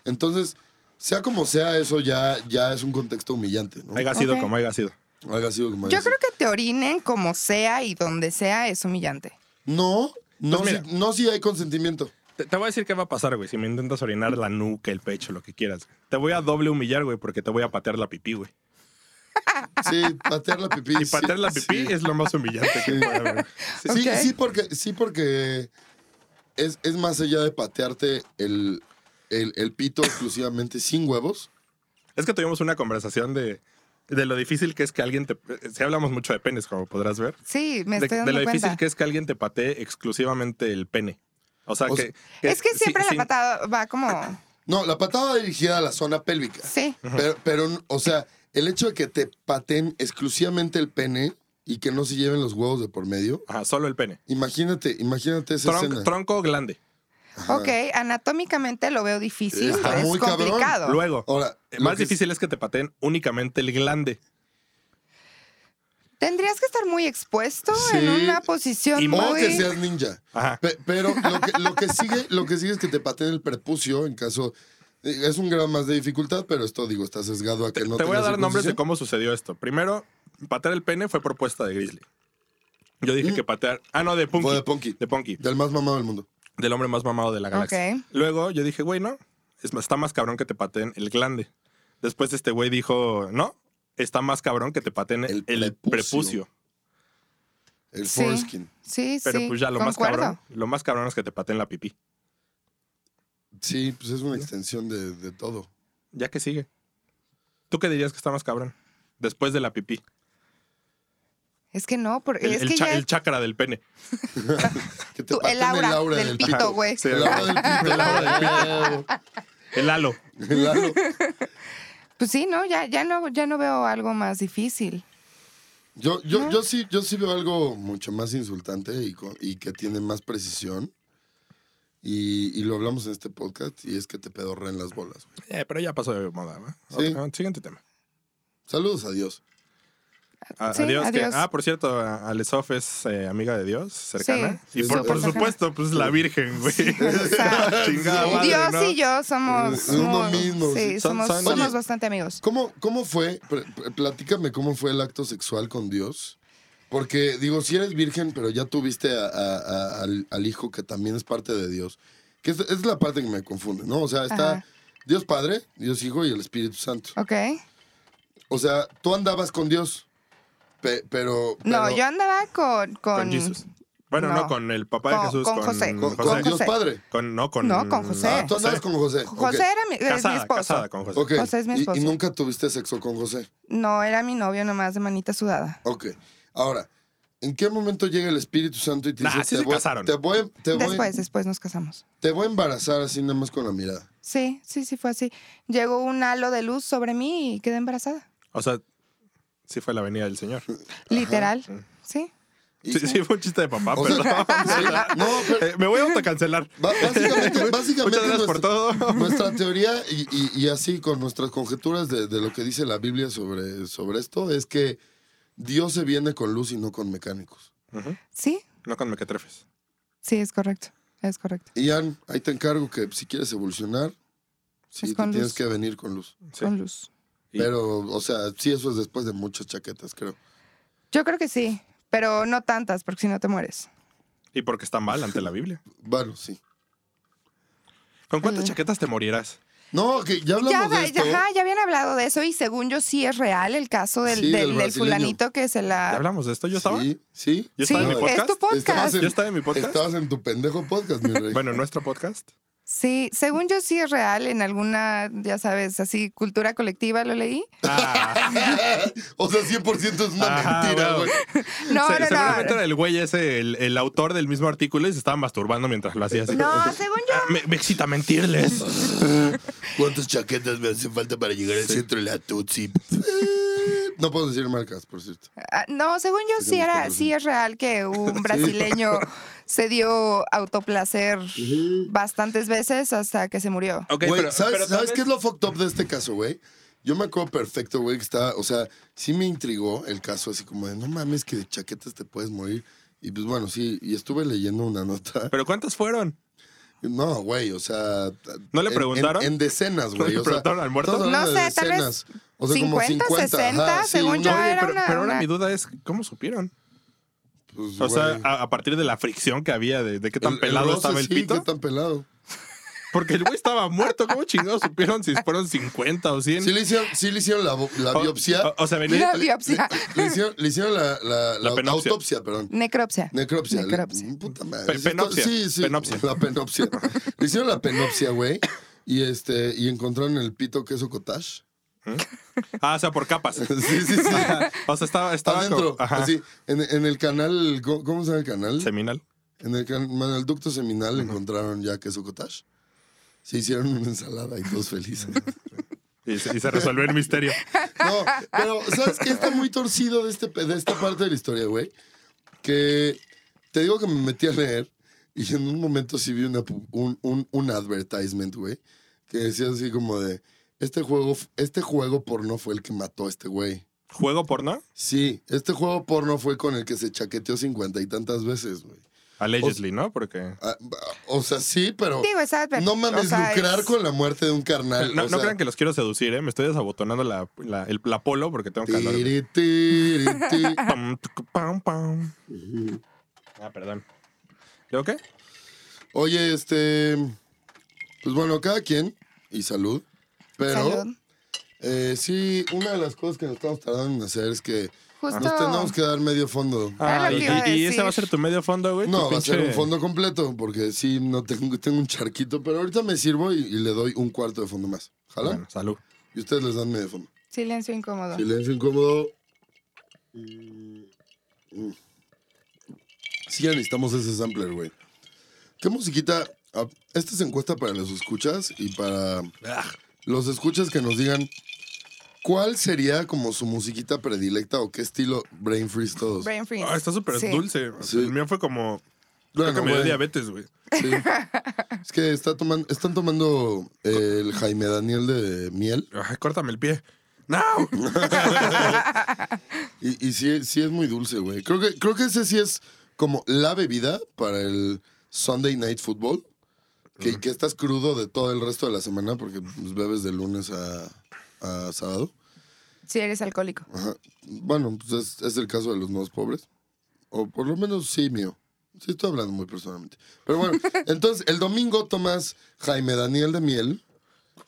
D: Entonces, sea como sea, eso ya, ya es un contexto humillante, ¿no?
C: Haya sido
B: Ok.
C: como haya sido.
D: Haga así o como
B: Yo
D: así.
B: creo que te orinen como sea y donde sea es humillante.
D: No, no,
C: Pues mira.
D: si- no si hay consentimiento.
C: Te, te voy a decir qué va a pasar, güey. Si me intentas orinar la nuca, el pecho, lo que quieras. güey. Te voy a doble humillar, güey, porque te voy a patear la pipí, güey.
D: Sí, patear la pipí.
C: Y
D: Ah, sí,
C: patear la pipí
D: sí.
C: es lo más humillante que puede haber, güey.
D: <laughs> Sí,
B: Ok.
D: sí, porque, sí, porque es, es más allá de patearte el, el- el pito exclusivamente sin huevos.
C: Es que tuvimos una conversación de, de lo difícil que es que alguien te. eh, Si hablamos mucho de penes, como podrás ver.
B: Sí, me
C: de,
B: estoy
C: de
B: dando
C: lo
B: cuenta.
C: difícil que es que alguien te patee exclusivamente el pene. O sea,
D: O
C: que,
D: sea,
B: es que
C: si-
B: siempre
C: sin-
B: la patada va como.
D: No, la patada va dirigida a la zona pélvica.
B: Sí.
D: Pero, pero, o sea, el hecho de que te pateen exclusivamente el pene y que no se lleven los huevos de por medio,
C: Ajá, solo el pene.
D: imagínate, imagínate esa
C: Tron-
D: escena.
C: tronco o glande.
D: Ajá.
B: Ok, anatómicamente lo veo difícil.
D: Está
B: pero
D: muy
B: es
D: cabrón.
B: complicado.
C: Luego,
D: Ahora,
C: eh,
D: lo
C: más
D: que es-
C: difícil es que te pateen únicamente el glande.
B: Tendrías que estar muy expuesto
D: Sí.
B: en una posición
C: Y
D: O
B: muy.
D: que seas ninja.
C: Ajá.
D: Pe- pero lo que, lo que sigue, lo que sigue es que te pateen el prepucio en caso. eh, Es un grado más de dificultad, pero esto, digo, está sesgado a que no
C: te voy a
D: tengas
C: dar nombres de
D: circuncisión.
C: cómo sucedió esto. Primero, patear el pene fue propuesta de Grizzly. Yo dije
D: Mm.
C: que patear. Ah, no, de Punky.
D: Fue de Punky.
C: De Punky,
D: Del más mamado del mundo.
C: del hombre más mamado de la galaxia.
B: Ok.
C: Luego yo dije, güey, no. es más- está más cabrón que te pateen el glande. Después este güey dijo, no. Está más cabrón que te pateen el,
D: El
C: prepucio.
D: prepucio. El
B: Sí.
D: foreskin.
B: Sí,
C: Pero
B: sí.
C: pues ya lo
B: concuerdo.
C: más cabrón. Lo más cabrón es que te pateen la pipí.
D: Sí, pues es una extensión de, de todo.
C: Ya que sigue. ¿Tú qué dirías que está más cabrón? Después de la pipí.
B: Es que no, porque
C: El,
B: es
C: el
B: que
C: cha-
B: ya
C: el chakra del pene.
D: Que te
B: tú- el
D: pateen
B: aura, del,
D: pito.
B: pito, güey.
C: Sí,
D: El aura del pito.
C: El aura
B: <laughs>
C: El
D: <laughs>
C: halo.
D: El halo.
B: Pues sí, no, ya, ya no, ya no veo algo más difícil.
D: Yo, yo, yo sí, yo sí veo algo mucho más insultante y, co- y que tiene más precisión. Y, y lo hablamos en este podcast, y es que te pedorren las bolas. güey.
C: Eh, pero ya pasó de moda, ¿va?
D: Sí.
C: Ok, siguiente tema.
D: Saludos a Dios.
C: A-
B: Sí,
C: adiós. que-
B: adiós.
C: ah, por cierto, a- Alessof es eh, amiga de Dios, cercana.
B: Sí,
C: y por,
D: súper
C: por
B: cercana.
C: supuesto, pues la Virgen, güey.
B: O sea,
C: <laughs> Chingada madre,
B: Dios
C: Ah, ¿no? Eh,
B: y yo somos.
D: Uno
B: somos-
D: mismo,
B: Sí,
D: sí.
C: Son-
B: somos,
C: son-
B: somos
D: Oye.
B: bastante amigos.
D: ¿Cómo, cómo fue? Pl- pl- Platícame cómo fue el acto sexual con Dios. Porque, digo, si eres virgen, pero ya tuviste a- a- a- al, al hijo que también es parte de Dios. Que es, es la parte que me confunde, ¿no? O sea, está
B: Ajá.
D: Dios Padre, Dios Hijo y el Espíritu Santo.
B: Ok.
D: O sea, tú andabas con Dios, pe- pero,
B: No,
D: pero
B: yo andaba con. Con,
C: Con Jesús. Bueno, no.
B: no.
C: con el papá de
B: Con-
C: Jesús.
B: con José.
D: con,
C: Con,
D: con
B: José.
D: Dios Padre.
C: Con- no, con,
B: No, con José.
D: Ah, tú andabas con José. ok.
B: Eh, José era mi, es mi
C: Eh, Casada,
B: esposo.
C: casada con José.
D: Ok.
B: José es mi
D: Y-
B: esposo.
D: y nunca tuviste sexo con José.
B: No, era mi novio nomás de manita sudada.
D: Ok. Ahora, ¿en qué momento llega el Espíritu Santo y te
C: Nah,
D: dice,
C: sí
D: te,
C: se
D: voy,
C: casaron.
D: te voy- te voy-
B: Después, después nos casamos.
D: te voy a embarazar así nada más con la mirada?
B: Sí, sí, sí fue así. Llegó un halo de luz sobre mí y quedé embarazada.
C: O sea, sí fue la venida del Señor.
B: Literal. Sí.
C: Sí, sí, fue un chiste de papá,
D: O
C: perdón.
D: sea, sí, <laughs> no,
C: <laughs>
B: <laughs>
D: pero
C: Eh, me voy a autocancelar.
D: ba- básicamente, básicamente
C: Muchas gracias por
D: nuestra-
C: todo.
D: <laughs> Nuestra teoría y, y- y así con nuestras conjeturas de, de lo que dice la Biblia sobre, sobre esto es que Dios se viene con luz y no con mecánicos.
C: Ujú.
B: Sí,
C: No con mequetrefes.
B: sí, es correcto. Es correcto.
D: Ian, ahí te encargo que si quieres evolucionar, sí,
B: Es
D: te
B: con
D: tienes
B: luz.
D: que venir con luz.
C: Sí.
B: Con luz.
C: Y-
D: Pero, o sea, sí, eso es después de muchas chaquetas, creo.
B: Yo creo que sí, pero no tantas, porque si no te mueres.
C: Y porque está mal ante la Biblia.
D: Bueno, sí.
C: ¿Con cuántas
B: Ajá.
C: chaquetas te morirás?
D: No, que ya
B: Ya,
D: hablamos de
B: va-
D: esto.
B: ya, ajá, ya habían hablado de eso y según yo sí es real el caso del,
D: Sí,
B: del-
D: del
B: del
D: brasileño.
B: fulanito que se
C: ¿Ya
B: la...
C: hablamos de esto? ¿Yo estaba?
D: Sí, sí.
C: ¿Yo
B: Sí,
C: estaba en mi
D: no,
B: es
C: podcast?
B: tu podcast.
D: Estabas en-
C: ¿Yo estaba en mi podcast?
D: Estabas en tu pendejo podcast, mi
C: <laughs>
D: rey.
C: Bueno, nuestro
B: <laughs>
C: podcast.
B: Sí, según yo sí es real en alguna, ya sabes, así cultura colectiva lo leí.
C: Ah,
D: o sea, 100% es una
C: Ajá,
D: mentira,
C: bueno.
D: güey.
B: No,
C: se-
B: no, no.
C: seguramente era el güey ese, el, el autor del mismo artículo, y se estaba masturbando mientras lo hacía así.
B: No, según yo.
C: Ah, me, me excita mentirles.
D: ¿Cuántas chaquetas me hacen falta para llegar al centro de la Tutsi? Eh, No puedo decir marcas, por cierto.
B: ah, No, según yo sí
D: Digamos que
B: era,
D: no.
B: sí es real que un brasileño se dio autoplacer bastantes veces hasta que se murió.
C: Ok,
D: Güey,
C: pero-
D: ¿sabes,
C: pero
D: sabes
C: tal
D: qué es
C: vez-
D: lo fucked up de este caso, güey? Yo me acuerdo perfecto, güey, que estaba, o sea, sí me intrigó el caso, así como de, no mames, que de chaquetas te puedes morir. Y pues bueno, sí, y estuve leyendo una nota.
C: ¿Pero cuántas fueron?
D: No, güey, o sea.
C: ¿No le
D: en-
C: preguntaron?
D: En, en decenas, güey.
C: le
D: o sea,
C: preguntaron al muerto?
D: estamos hablando
B: No
D: de
B: sé, tal vez
D: decenas. O sea, como
B: 50,
D: 50,
B: 60,
D: ajá, sí,
B: según yo,
D: uno,
B: era
C: pero,
B: una-
C: pero ahora
B: una-
C: mi duda es, ¿cómo supieron?
D: pues,
C: O sea,
D: güey,
C: a, a partir de la fricción que había, de, de qué tan
D: el- el
C: pelado
D: roce,
C: estaba el
D: sí,
C: pito.
D: qué tan pelado.
C: Porque el güey estaba muerto. ¿Cómo chingados supieron si fueron 50 o 100?
D: Sí le hicieron, sí le hicieron la, bo- la
C: O-
D: biopsia.
C: O, <laughs> o sea,
B: <laughs>
C: venía.
B: La biopsia.
D: Le, le hicieron, le hicieron la, la, la
C: penopsia.
D: autopsia, perdón.
B: Necropsia.
D: Necropsia. le- mm,
B: Necropsia.
D: puta madre.
C: Pe- penopsia.
D: Sí, sí.
C: Penopsia.
D: La penopsia. le hicieron la penopsia, güey. Y este, y encontraron el pito queso cottage. <laughs>
C: Ah, o sea, por capas.
D: Sí, sí, sí.
C: <laughs> O sea, estaba, estaba
D: Adentro.
C: como- ajá,
D: Así. En, en el canal. ¿Cómo cómo se llama el canal?
C: seminal.
D: En el, can- en el ducto seminal encontraron ya queso cottage. Se hicieron una ensalada y todos felices.
C: Y se, y se resolvió el misterio.
D: No, pero ¿sabes qué está muy torcido de, este, de esta parte de la historia, güey? Que te digo que me metí a leer y en un momento sí vi una pu- un, un, un advertisement, güey, que decía así como de, este juego, f- este juego porno fue el que mató a este güey.
C: <laughs> ¿Juego porno?
D: Sí, este juego porno fue con el que se chaqueteó cincuenta y tantas veces, güey.
C: Allegedly, ¿no? Porque.
D: Ah, ba- O sea, sí, pero...
B: Digo, es adver-
D: No mames,
B: o sea,
D: lucrar
B: es-
D: con la muerte de un carnal.
C: No,
D: Ah, o
C: no
D: sea,
C: crean que los quiero seducir, ¿eh? Me estoy desabotonando la, la- el, la polo porque tengo calor.
D: tiri, tiri, tiri.
C: Pam, tucu, pam, pam. Ah, perdón. ¿Yo qué?
D: Oye, este. Pues bueno, cada quien. Y salud. Pero
B: Salud.
D: eh, sí, una de las cosas que nos estamos tardando en hacer es que
B: Justo.
D: nos tenemos que dar medio fondo.
B: Ah,
C: Ah,
B: lo
C: y,
B: que iba a
C: y- y
B: decir.
C: ese va a ser tu medio fondo, güey.
D: No,
C: tu
D: va a ser
C: pinche-
D: un fondo completo, porque sí, no tengo, tengo un charquito, pero ahorita me sirvo y, y le doy un cuarto de fondo más. ¿Jala?
C: Bueno, Ah. salud.
D: Y ustedes les dan medio fondo.
B: Silencio incómodo.
D: Silencio incómodo. Mm. Sí, ya necesitamos ese sampler, güey. ¿Qué musiquita? Ah, Esta es encuesta para los escuchas y para
C: Ah,
D: los escuchas que nos digan cuál sería como su musiquita predilecta o qué estilo Brain Freeze todos.
B: Brain freeze.
C: Ah, está súper
B: Sí.
C: dulce. O sea,
D: Sí.
C: El mío fue como.
D: Bueno,
C: creo que me dio
D: güey,
C: diabetes, güey.
D: sí. Es que está tomando, están tomando eh, el Jaime Daniel de miel
C: Ay, córtame el pie.
D: <laughs>
C: ¡No!
D: y, y sí, sí es muy dulce, güey. Creo que, creo que ese sí es como la bebida para el Sunday Night Football. Que, que estás crudo de todo el resto de la semana porque pues, bebes de lunes a, a sábado.
B: Si eres alcohólico.
D: Ajá. Bueno, pues es, es el caso de los nuevos pobres. O por lo menos sí, mío. Sí, estoy hablando muy personalmente.
B: <laughs>
D: Pero bueno, entonces el domingo tomas Jaime Daniel de miel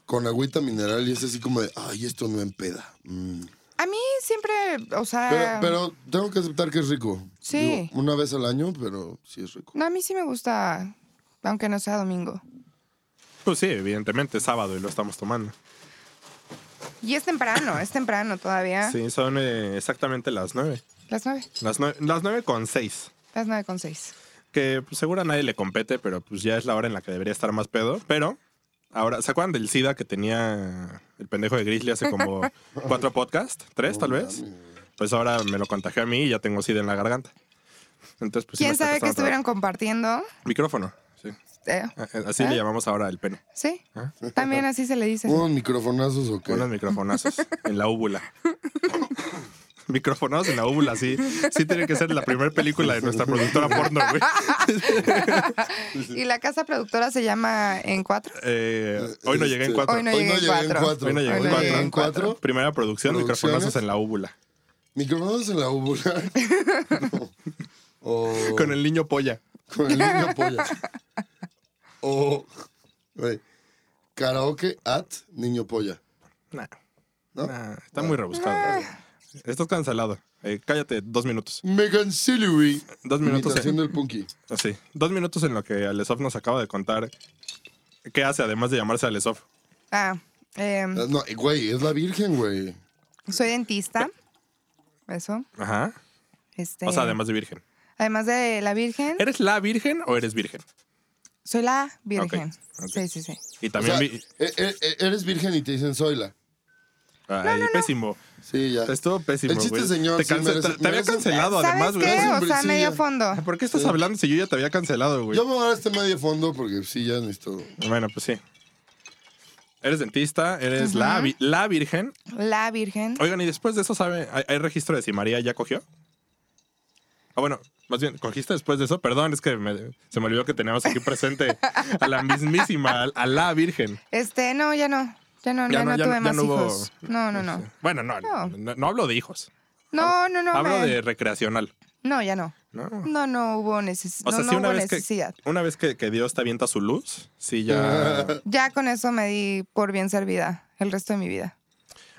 D: con agüita mineral y es así como de, ay, esto no empeda. Mm.
B: A mí siempre, o sea...
D: Pero, pero tengo que aceptar que es rico.
B: Ah. Sí.
D: Digo, una vez al año, pero sí es rico.
B: No, a mí sí me gusta, aunque no sea domingo.
C: Pues sí, evidentemente, es sábado y lo estamos tomando.
B: Y es temprano, es temprano todavía.
C: Sí, son eh, exactamente las nueve.
B: Las nueve,
C: Las nueve, las nueve con seis.
B: las nueve con seis.
C: Que pues, seguro a nadie le compete, pero pues ya es la hora en la que debería estar más pedo. Pero, ahora, ¿se acuerdan del SIDA que tenía el pendejo de Grizzly hace como cuatro podcasts? ¿Tres, tal vez? Pues ahora me lo contagió a mí y ya tengo SIDA en la garganta. Entonces, pues, sí
B: ¿Quién
C: me está
B: sabe qué
C: costando
B: estuvieron
C: trabajo.
B: compartiendo?
C: Micrófono, sí.
B: Eh,
C: A- a- Así
B: ¿Eh?
C: le llamamos ahora el pene.
B: sí,
C: ¿Ah?
B: también así se le dice.
D: ¿Unos microfonazos o qué?
C: Unos microfonazos en la úvula. Microfonazos en la úvula, sí. Sí tiene que ser la primera película de nuestra productora porno, güey.
B: Y la casa productora se llama En Cuatro.
C: Eh, hoy no llegué en
D: Este,
C: cuatro.
B: Hoy no
D: Hoy no
B: llegué en
D: llegué en
B: cuatro.
D: cuatro.
C: Hoy no llegué
B: Hoy
C: en
B: no
C: cuatro.
B: llegué en
D: cuatro.
C: Primera producción,
D: Producciones.
C: microfonazos en la úvula.
D: ¿Microfonazos en la óvula?
B: <laughs>
D: No. O...
C: Con el niño polla.
D: Con el niño polla. O... güey, karaoke at niño polla.
C: Nah,
D: ¿No?
C: nah, está muy rebuscado. Estás cancelado. Eh, cállate dos minutos.
D: Megan Sillery.
C: Dos minutos. eh. en-
D: Imitación del punky.
C: Sí, dos minutos en lo que Alesov nos acaba de contar qué hace además de llamarse Alesov.
B: Ah, eh,
D: No, güey, es la virgen, güey.
B: soy dentista. Eso.
C: Ajá.
B: Este,
C: O sea, además de virgen.
B: además de la Virgen,
C: ¿Eres la virgen o eres virgen?
B: soy la Virgen.
C: Ok, ok.
B: Sí, sí, sí.
C: Y
D: O
C: también
D: sea,
C: vi-
D: e- e- e- eres virgen y te dicen soyla.
C: Ay, pésimo.
D: Sí, ya.
C: Estuvo pésimo,
D: El chiste,
C: güey.
D: señor,
C: Te,
D: sí
C: cance-
D: merece-
C: te- te había
D: merece-
C: cancelado
B: ¿Sabes
C: Ah, además,
B: qué?
C: güey.
B: O sea,
D: Sí,
B: medio
D: ya.
B: fondo.
C: ¿Por qué estás hablando si yo ya te había cancelado, güey?
D: Yo me voy a dar este medio fondo porque sí, ya necesito.
C: Bueno, pues sí. Eres dentista, eres la, vi- la virgen.
B: La Virgen.
C: Oigan, y después de eso, ¿sabe? ¿Hay, hay registro de si María ya cogió? Ah, bueno, más bien, ¿cogiste después de eso? Perdón, es que me- se me olvidó que teníamos aquí presente a la mismísima, a, a la virgen.
B: Este, no, ya no. Ya no, ya no, tuve más hijos. No, no, no.
C: Este, Bueno, no,
B: No.
C: no, no hablo de hijos.
B: No, no, no.
C: hablo
B: me-
C: de recreacional.
B: No, ya no.
C: ¿no?
B: No, no hubo, neces-
C: O sea,
B: no, no
C: sí, una
B: hubo
C: vez,
B: necesidad.
C: que, una vez que, que Dios te avienta su luz, sí ya...
B: <laughs>
D: <laughs>
B: Ya con eso me di por bien servida el resto de mi
C: Ah,
B: vida.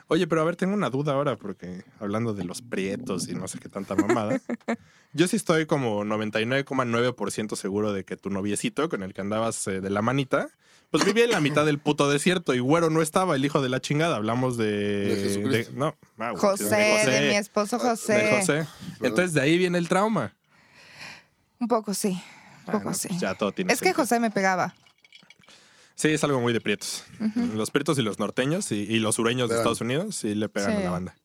C: Oye, pero a ver, tengo una duda ahora, porque hablando de los prietos y no sé qué tanta mamada, yo sí estoy como 99,9% seguro de que tu noviecito con el que andabas eh, de la manita, pues vivía en la mitad del puto desierto y güero no estaba, el hijo de la chingada. Hablamos de.
D: De Jesucristo.
C: no, ah, güey,
B: José, de, mi esposo José.
C: de José. Entonces de ahí viene el trauma.
B: Un poco sí, un
C: Ah,
B: poco
C: no,
B: sí.
C: pues ya todo tiene
B: Es que
C: sentido.
B: José me pegaba.
C: Sí, es algo muy de prietos. Los prietos y los norteños y, y los sureños de
D: Pegan.
C: Estados Unidos sí le pegan a
B: Sí.
C: la banda.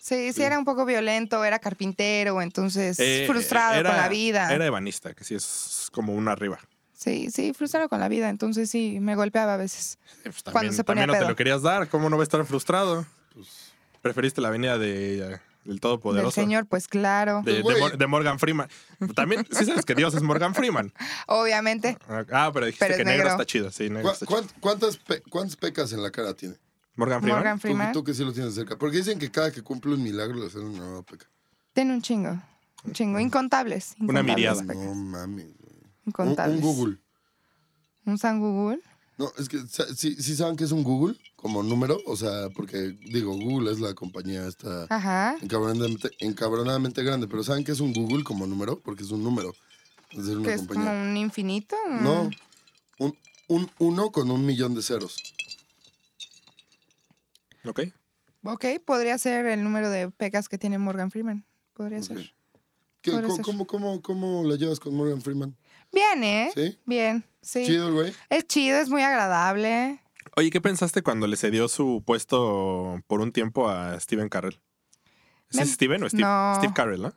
B: Sí, sí, era un poco violento, era carpintero, entonces
C: Eh,
B: frustrado
C: era-
B: con la vida.
C: Era ebanista, que sí es como un arriba.
B: Sí, sí, frustrado con la vida, entonces sí, me golpeaba a veces.
C: Eh, pues
B: Cuando
C: también,
B: se ponía
C: también no te
B: pedo.
C: lo querías dar, ¿cómo no va a estar frustrado?
D: Pues,
C: Preferiste la venida de, eh, del
B: Del
C: Todopoderoso.
B: señor, pues claro,
C: De, de
D: Güey.
C: Mor- de Morgan Freeman. También, sí sabes que Dios es Morgan Freeman.
B: obviamente.
C: Ah, pero dijiste
B: Pero es
C: que negro.
B: negro.
C: está chido. Sí, negro
D: ¿Cuá-
C: está chido.
D: cuán- cuántas, pe- ¿Cuántas pecas en la cara tiene?
C: Morgan Freeman.
B: Morgan
D: Tú,
B: Freeman
D: tú que sí lo tienes cerca. Porque dicen que cada que cumple un milagro le sale una nueva peca.
B: tiene un chingo, un chingo, incontables.
C: Una
B: incontables
C: miriada.
B: pecas,
D: No mames. güey. Un, un
B: Incontables.
D: Google.
B: Un San Google.
D: No, es que sa- sí, sí saben que es un Google como número. O sea, porque digo, Google es la compañía
B: Ah.
D: esta
B: Ajá.
D: encabronadamente, encabronadamente grande. Pero saben que es un Google como número porque es un número. Es decir, una
B: Que es como
D: compañía.
B: un infinito. un-
D: No, un, un uno con un millón de ceros.
C: Ok.
B: Ok, podría ser el número de pecas que tiene Morgan Freeman. Podría
D: Ok.
B: ser.
D: ¿Qué-
B: Podría
D: cómo,
B: ser.
D: cómo, cómo, cómo la llevas con Morgan Freeman?
B: Bien, ¿eh?
D: ¿Sí?
B: Bien, sí.
D: Chido, el güey.
B: Es chido, es muy agradable.
C: Oye, ¿qué pensaste cuando le cedió su puesto por un tiempo a Steven Carrell? ¿Es
B: Me-
C: Steven o Steve?
B: No.
C: Steve Carrell, ¿no?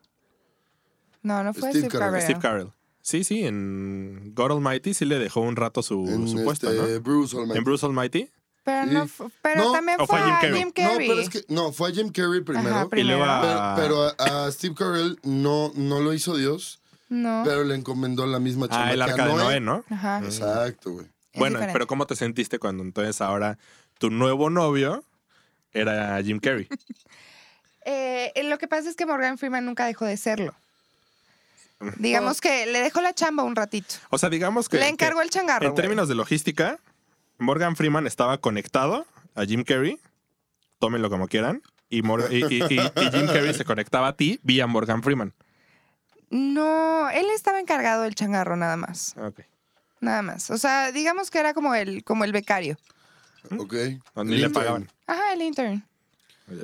B: No, no fue
D: Steve
B: Steve,
D: Carell.
B: Carell.
C: Steve Carrell. Sí, sí, en God Almighty sí le dejó un rato su,
D: En
C: su puesto,
D: este,
C: ¿no?
D: Bruce Almighty.
C: En Bruce Almighty.
B: Pero,
D: Sí.
B: no, fu- pero
D: No,
B: también
C: o
B: fue,
C: fue Jim
B: a
C: Carrey.
B: Jim
D: No,
B: Carrey.
D: pero es que no, fue a Jim Carrey primero.
B: Ajá,
C: Y luego
B: Primero.
C: a...
D: pero pero a, a Steve Carell no, no lo hizo Dios,
B: no.
D: pero le encomendó la misma chamba
C: Ah, el
D: que a
C: arca de Noé,
D: Noé.
C: ¿no?
B: Ajá. es
D: Exacto, güey.
C: Bueno,
B: diferente.
C: pero ¿cómo te sentiste cuando entonces ahora tu nuevo novio era Jim Carrey?
B: Eh, eh, lo que pasa es que Morgan Freeman nunca dejó de serlo. Digamos que le dejó la chamba un ratito.
C: O sea, digamos que...
B: Le encargó
C: que
B: el changarro.
C: En
B: güey.
C: términos de logística, Morgan Freeman estaba conectado a Jim Carrey, tómenlo como quieran, y, Mor- y- y- y- y Jim Carrey se conectaba a ti vía Morgan Freeman.
B: No, él estaba encargado del changarro nada más.
C: Ok.
B: Nada más. O sea, digamos que era como el, como el becario.
D: Ok.
C: No,
D: El
C: Ni le
D: intern.
C: pagaban.
B: Ajá, el intern.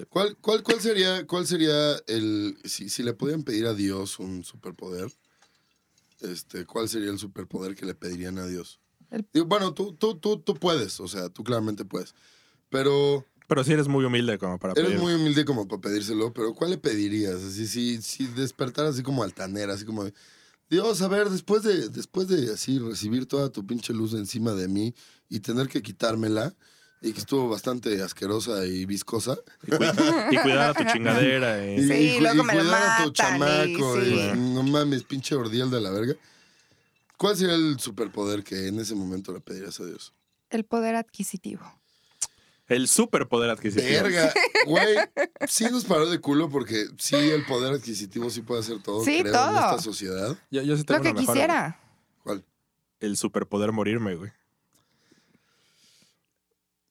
D: ¿Cuál, cuál, cuál sería, cuál sería el. Si, si le pudieran pedir a Dios un superpoder, este, ¿cuál sería el superpoder que le pedirían a Dios?
B: El-
D: Digo, bueno, tú, tú, tú, tú puedes, o sea, tú claramente puedes. Pero
C: Pero sí eres muy humilde como para
D: Eres
C: pedir.
D: muy humilde como para pedírselo, pero ¿cuál le pedirías? Así, si, si despertar así como altanera, así como, de, Dios, a ver, después de, después de así recibir toda tu pinche luz encima de mí y tener que quitármela, y que estuvo bastante asquerosa y viscosa.
C: Y, cuida- y cuidar a tu chingadera. eh.
D: Y,
C: y-
B: Sí,
D: y cu-
B: luego me lo
D: cuidar a
B: matan
D: tu
B: y
D: chamaco, y
B: sí.
D: no mames, pinche ordial de la verga. ¿Cuál sería el superpoder que en ese momento le pedirías a Dios?
B: El poder adquisitivo.
C: El superpoder adquisitivo.
D: Verga,
B: <laughs>
D: güey. Sí nos paró de culo porque sí, el poder adquisitivo sí puede hacer todo,
B: Sí,
D: creo, en
B: todo.
D: esta sociedad.
C: Yo, yo sí tengo
B: Lo que
C: una mejor, güey.
B: quisiera.
D: ¿Cuál?
C: El superpoder morirme, güey.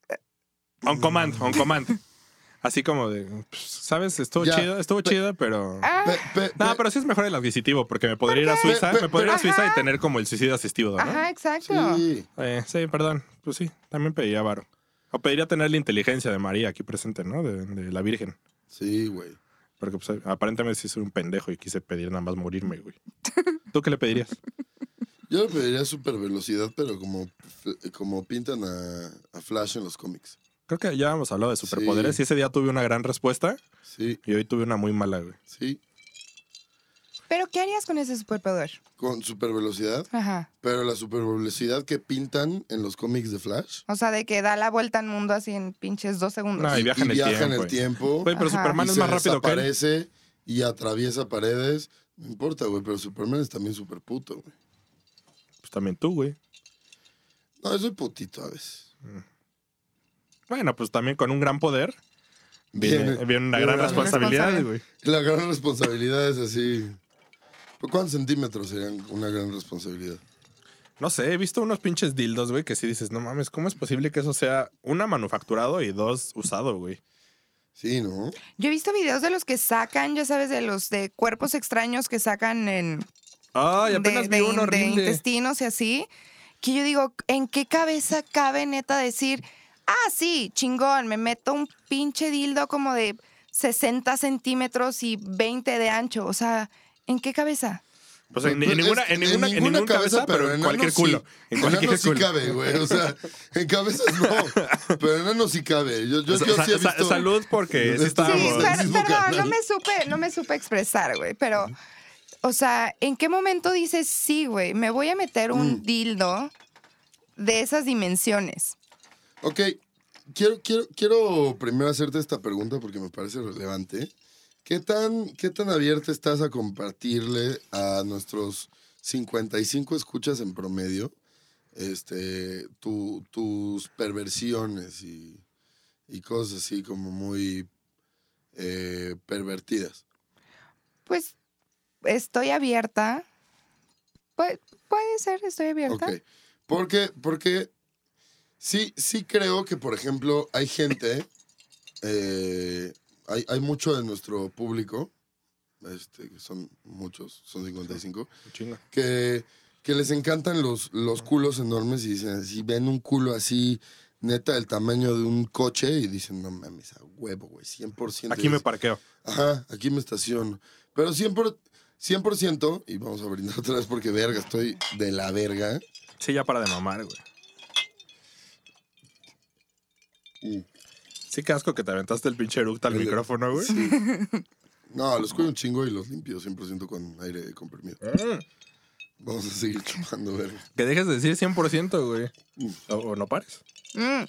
D: Eh,
C: On command,
D: <laughs>
C: on command. Así como de, pues, ¿sabes? Estuvo
D: Ya,
C: chido, estuvo
D: pe-
C: chido, pero...
B: Ah,
D: Pe- pe-
C: No,
D: pe-
C: pero sí es mejor el adquisitivo, porque me podría ir a Suiza,
D: Pe- pe-
C: me podría ir a
B: pero-
C: Suiza y
B: Ajá.
C: tener como el suicidio asistido, ¿no?
B: ajá, exacto.
D: sí.
C: Eh, sí, perdón. Pues sí, también pediría varo. O pediría tener la inteligencia de María aquí presente, ¿no? De, de la Virgen.
D: Sí, güey.
C: Porque pues, aparentemente sí soy un pendejo y quise pedir nada más morirme, güey. ¿Tú qué le pedirías?
D: Yo le pediría super velocidad, pero como, como pintan a, a Flash en los cómics.
C: Creo que ya hemos hablado de superpoderes y
D: Sí.
C: ese día tuve una gran respuesta
D: Sí,
C: y hoy tuve una muy mala, güey.
D: sí.
B: Pero, ¿qué harías con ese superpoder?
D: Con super velocidad,
B: Ajá.
D: pero la super velocidad que pintan en los cómics de Flash.
B: O sea, de que da la vuelta al mundo así en pinches dos segundos.
C: No, Ah, y viaja en el
D: viaja en
C: tiempo.
D: el tiempo.
C: Güey, pero
B: Ajá.
C: Superman
D: y
C: es
D: se
C: más rápido que él.
D: desaparece y atraviesa paredes. No importa, güey, pero Superman es también super puto, güey.
C: Pues también tú, güey.
D: No, yo soy putito a veces.
C: Bueno, pues también con un gran poder viene,
D: Viene-
C: viene una gran
D: viene una gran
C: responsabilidad,
B: responsabilidad.
C: güey.
D: La gran responsabilidad es así. ¿Por cuántos centímetros serían una gran responsabilidad?
C: No sé, he visto unos pinches dildos, güey, que sí dices, no mames, ¿cómo es posible que eso sea una manufacturado y dos usado, güey?
D: Sí, ¿no?
B: Yo he visto videos de los que sacan, ya sabes, de los de cuerpos extraños que sacan en
C: Ay,
B: de,
C: apenas
B: de-
C: vi uno
B: de
C: horrible.
B: intestinos y así. Que yo digo, ¿en qué cabeza cabe neta decir, ah, sí, chingón, me meto un pinche dildo como de 60 centímetros y 20 de ancho? O sea, ¿en qué cabeza?
C: Pues en, en
D: Pues,
C: ninguna,
D: es-
C: en ninguna, en ninguna cabeza, pero en
D: enano
C: cualquier
D: sí.
C: culo. En cualquier
D: enano sí
C: culo.
D: cabe, güey. O sea, en cabezas no. Pero en enano sí cabe. Yo, yo,
C: Sa-
D: yo sí he
C: sa-
D: visto. este
C: salud
D: <laughs>
C: porque sí
D: Sí,
B: Sí,
C: estábamos.
D: claro.
B: per-
D: mismo
B: perdón, no
D: canal.
B: me supe, no me supe expresar, güey, pero, o sea, ¿en qué momento dices, sí, güey, me voy a meter un
D: Mm.
B: dildo de esas dimensiones?
D: Ok, quiero, quiero, quiero primero hacerte esta pregunta porque me parece relevante. ¿Qué tan, ¿Qué tan abierta estás a compartirle a nuestros 55 escuchas en promedio este, tu- tus perversiones y, y cosas así como muy eh, pervertidas?
B: Pues, estoy abierta. Pu- puede ser, estoy abierta.
D: Ok, porque, porque sí, sí creo que, por ejemplo, hay gente, eh, hay, hay mucho de nuestro público, este, que son muchos, son 55,
C: Chinga.
D: que, que les encantan los, los culos enormes y dicen, si ven un culo así, neta, del tamaño de un coche, y dicen, no mames, a huevo, güey, 100%.
C: Aquí me
D: es-
C: parqueo.
D: Ajá, aquí me estaciono. Pero 100%, 100% y vamos a brindar otra vez porque verga, estoy de la verga.
C: Sí, ya para de mamar, güey.
D: Mm.
C: Sí, qué asco que te aventaste el pinche eructa al
D: El-
C: micrófono, güey.
D: No, los cuido un chingo y los limpio 100% con aire comprimido.
C: Mm.
D: Vamos a seguir chupando, verga.
C: Que dejes de decir 100%, güey. O, o no pares.
B: Mm.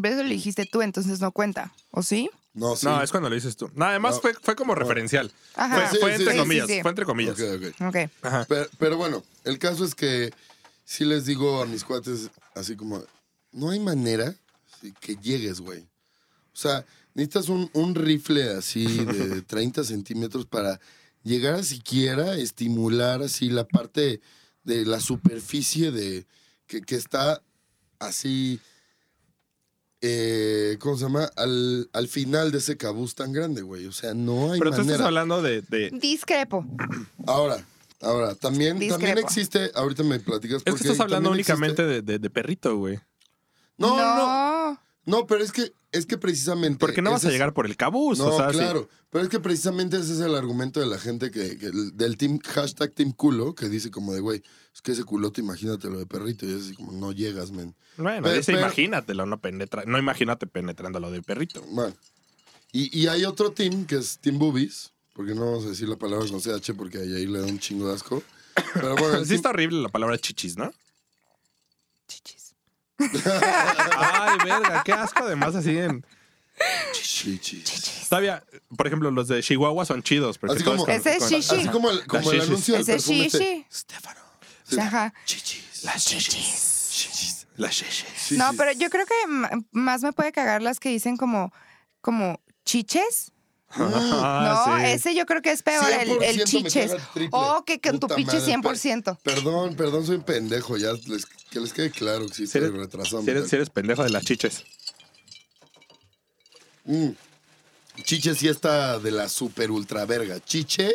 B: Pero eso lo dijiste tú, entonces no cuenta, ¿o sí?
D: No, sí.
C: No, es cuando lo dices tú. No, además
D: No.
C: fue, fue como referencial. Fue,
B: Ajá.
D: Pues Sí,
C: fue
D: sí,
C: entre
D: sí.
C: comillas.
B: Sí, sí, sí.
C: Fue entre comillas.
D: Ok, ok.
B: Ok.
C: Ajá.
D: Pero, pero bueno, el caso es que sí les digo a mis cuates así como, no hay manera sí, que llegues, güey. O sea, necesitas un, un rifle
C: <laughs>
D: así de 30 centímetros para llegar a siquiera estimular así la parte de la superficie de que, que está así, eh, ¿cómo se llama? Al, al final de ese cabuz tan grande, güey. O sea, no hay
C: Pero tú
D: manera.
C: estás hablando de, de-
B: Discrepo.
D: Ahora, ahora, también, también
B: Discrepo.
D: existe, ahorita me platicas
C: Es
D: porque
C: que estás hablando
D: también existe-
C: únicamente de, de- de perrito, güey.
D: No, no, no, No, pero es que, es que precisamente.
C: Porque no vas
D: ese
C: a
D: es-
C: llegar por el cabuz.
D: No,
C: o sea, sí.
D: claro. Pero es que precisamente ese es el argumento de la gente que, que el- del team, hashtag team culo, que dice como de, güey, es que ese culote, imagínatelo de perrito. Y es así como, no llegas, men.
C: Bueno,
D: Pero-
C: dice
D: pero-
C: imagínatelo, no penetra, no imagínate penetrándolo de perrito.
D: Bueno. Y, y hay otro team, que es Team Boobies, porque no vamos a decir la palabra con CH porque ahí, ahí le da un chingo de asco. Pero bueno, el
C: Sí
D: team-
C: está horrible la palabra chichis, ¿no?
B: Chichis.
C: Ay, verga, qué asco además así en...
D: Chichis.
C: Todavía, por ejemplo, los de Chihuahua son chidos. Porque
D: Así
C: todos
D: como-
C: con-
B: Ese es
C: con-
B: shishi.
D: Así como el, como el
C: Las
D: anuncio del
B: Ese es
D: perfume. este.
B: shishi.
C: Stefano.
B: Ajá.
C: Chichis. Las chichis. Chichis. Las chichis.
D: Sí,
B: No,
D: sí.
B: pero yo creo que ma- más me puede cagar las que dicen como, como chiches.
C: Ah,
B: no,
C: sí.
B: ese yo creo que es peor, el,
D: 100%
B: el
D: me
B: chiches.
D: caga triple.
B: O que con tu
D: Puta
B: pinche
D: madre,
B: 100%.
D: Perdón, perdón, soy un pendejo. Ya les- que les quede claro que sí
C: Si
D: estoy
C: eres,
D: retrasado.
C: si eres- si eres pendejo de las chiches.
D: Mm. Chiche sí está de la super ultra verga. Chiche.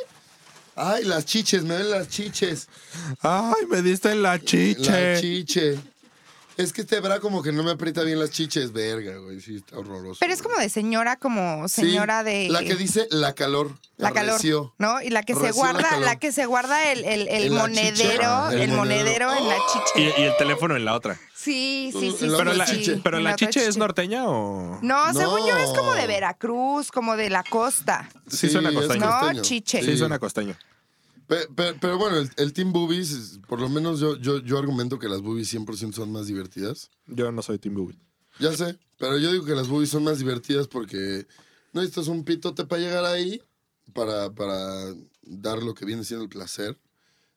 D: Ay, las chiches, me ven las chiches.
C: Ay, me diste la chiche.
D: La chiche. Es que este bra como que no me aprieta bien las chiches, verga, güey. Sí, está horroroso.
B: Pero es
D: güey.
B: como de señora, como
D: Sí,
B: señora de...
D: La que dice la calor.
B: la calor,
D: Arreció.
B: ¿no? Y la que se
D: Recio la
B: guarda,
D: calor.
B: la que se guarda el, el, el
D: En la
B: monedero,
D: chicha.
B: el,
D: El
B: monedero
D: monedero. Oh.
B: en la chicha.
C: Y, y el teléfono en la otra.
B: Sí, sí, sí.
D: En
B: sí,
D: la
C: Pero
D: otra
C: la,
B: sí.
D: chiche.
C: pero
B: En
C: la
B: otra
C: chiche es norteña o.
B: No,
D: No.
B: según yo es como de Veracruz, como de la costa.
C: Sí, suena
D: es
C: costeño.
D: costeño.
B: No, chiche.
C: Sí, suena costeño.
D: Pe- pe- Pero, bueno, el, el Team Boobies, es- por lo menos yo, yo, yo argumento que las boobies 100% son más divertidas.
C: Yo no soy Team Bowie.
D: Ya sé, pero yo digo que las boobies son más divertidas porque no necesitas un pitote para llegar ahí, para, para dar lo que viene siendo el placer.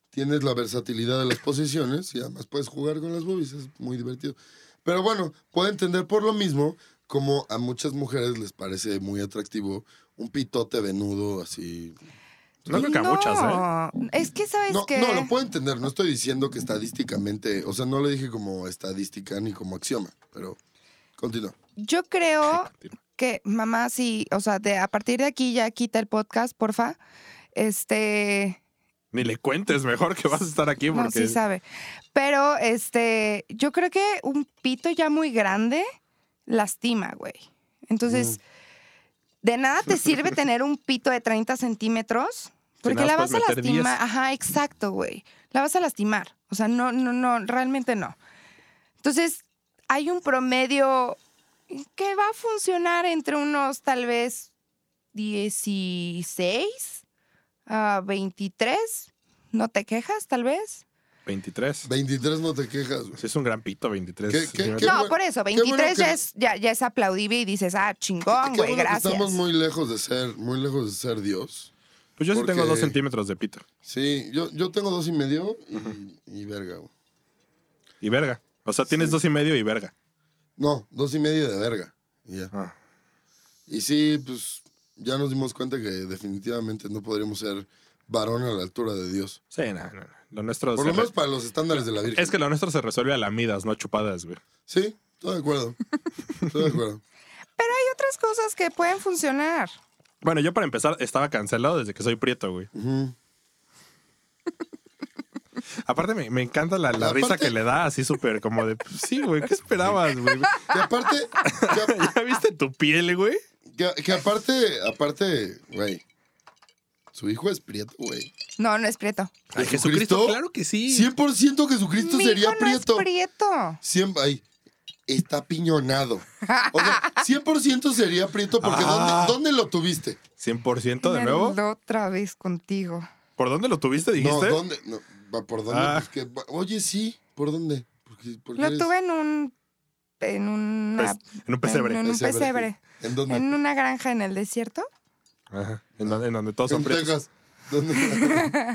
D: Tienes la versatilidad de las posiciones y además puedes jugar con las boobies, es muy divertido. Pero bueno, puedo entender por lo mismo como a muchas mujeres les parece muy atractivo un pitote venudo así.
C: No creo que a muchas, ¿eh?
B: ¿eh? Es que, ¿sabes
D: No,
B: qué?
D: no, lo puedo entender, no estoy diciendo que estadísticamente, o sea, no lo dije como estadística ni como axioma, pero continúa.
B: Yo creo
C: Continúa.
B: que, mamá, sí, o sea, de, a partir de aquí ya quita el podcast, porfa. Este,
C: Ni le cuentes mejor que vas a estar aquí
B: no,
C: porque.
B: sí sabe. Pero, este, yo creo que un pito ya muy grande lastima, güey.
C: Mm.
B: Entonces, de nada
C: <laughs>
B: te sirve tener un pito de 30 centímetros, porque
C: nada
B: la
C: más
B: vas a
C: puedes meter
B: lastimar.
C: 10.
B: Ajá, exacto, güey. La vas a lastimar. O sea, no, no, no, realmente no. Entonces, hay un promedio que va a funcionar entre unos tal vez 16 a 23. ¿No te quejas, tal vez?
C: 23.
D: 23 no te quejas, güey.
C: Sí, es un gran pito, 23.
D: ¿Qué- qué-
C: señor.
D: qué-
B: no,
D: bueno-
B: por eso,
D: qué bueno
B: 23 ya,
D: que-
B: es, ya, ya es aplaudible y dices, ah,
D: Qué
B: chingón, güey,
D: bueno que
B: gracias.
D: Estamos muy lejos de ser, muy lejos de ser Dios.
C: Pues yo sí
D: porque-
C: tengo dos centímetros de pito.
D: Sí, yo, yo tengo dos y medio y, y verga, güey.
C: Y verga. O sea, tienes dos y medio y verga.
D: No, dos y medio de verga. Y ya.
C: Ah.
D: Y sí, pues ya nos dimos cuenta que definitivamente no podríamos ser varón a la altura de Dios.
C: Sí, no, no, no. Lo nuestro
D: Por
C: se
D: lo menos
C: re-
D: para los estándares de la Virgen.
C: Pues Es que lo nuestro se resuelve a lamidas, no a chupadas, güey.
D: Sí, estoy de acuerdo. Estoy
C: <laughs>
D: de acuerdo.
B: Pero hay otras cosas que pueden funcionar.
C: Bueno, yo para empezar estaba cancelado desde que soy prieto, güey.
D: Ujú.
C: Aparte, me, me encanta la, la
D: Aparte-
C: risa que le da, así súper como de, pues, sí, güey, ¿qué esperabas,
D: <laughs>
C: güey?
D: Que aparte, que a-
C: ¿Ya viste tu piel, güey?
D: que- que aparte, aparte, güey. Su hijo es prieto, güey.
B: No, no es prieto.
C: Ay,
D: ¿Jesucristo?
C: claro que sí.
D: 100% Jesucristo
B: Mi
D: sería
B: hijo no
D: prieto.
B: es prieto.
D: Siempre, ay, está piñonado. O sea, 100% sería prieto porque
C: Ah.
D: ¿dónde, ¿dónde lo tuviste?
C: 100% de nuevo.
B: Mierda, Otra vez contigo.
C: ¿Por dónde lo tuviste, dijiste?
D: No, ¿dónde? No, va, ¿Por dónde?
C: Ah.
D: Pues que va- oye, sí, ¿por dónde? Porque, porque
B: Lo
D: eres-
B: tuve en un... En una...
C: Pes- Pues, en un pesebre.
B: En un pesebre.
D: ¿En dónde?
B: En una granja en el desierto.
C: Ajá. En, donde, en donde todos son
D: En
C: prietos.
D: Texas.
B: <laughs>
D: ¿Dónde?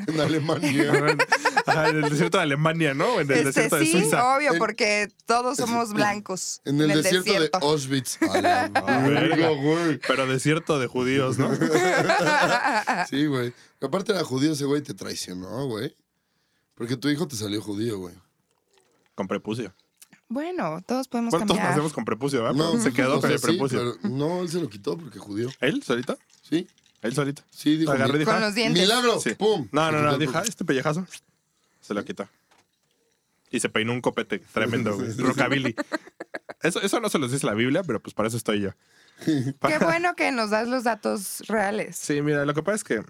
D: en Alemania.
C: <laughs> Ajá, en el desierto de Alemania, ¿no? En el
B: Este,
C: desierto de
B: sí,
C: Suiza.
B: obvio,
D: En-
B: porque todos somos blancos.
D: En el, desierto, de
B: <laughs>
D: Auschwitz. A la verga, güey.
C: Pero desierto de judíos,
D: <laughs>
C: ¿no?
B: Ah.
D: Sí, güey. Aparte era judío ese güey, te traicionó, güey. Porque tu hijo te salió judío, güey.
C: Con prepucio.
B: Bueno, todos podemos
C: Bueno, todos
B: cambiar.
C: nacemos con prepucio, ¿verdad? Pero Ah, pues, se quedó
D: o
C: con
D: sea,
C: el
D: sí,
C: prepucio.
D: pero no, él se lo quitó porque judío.
C: ¿Él solito?
D: Sí,
C: ¿Él solito?
D: sí, dijo.
C: Agarré y dije,
B: Con
C: ah,
B: los dientes.
D: Milagro,
C: Sí.
D: pum.
C: No, no, no, dijo, "Ah,
D: deja.
C: este pellejazo.
D: <laughs>
C: Se lo quitó. Y se peinó un copete tremendo, güey. Rockabilly. Eso, eso no se los dice la Biblia, pero pues para eso
D: <laughs>
C: estoy yo.
B: Qué bueno que nos das los datos reales.
C: Sí, mira, lo que pasa es que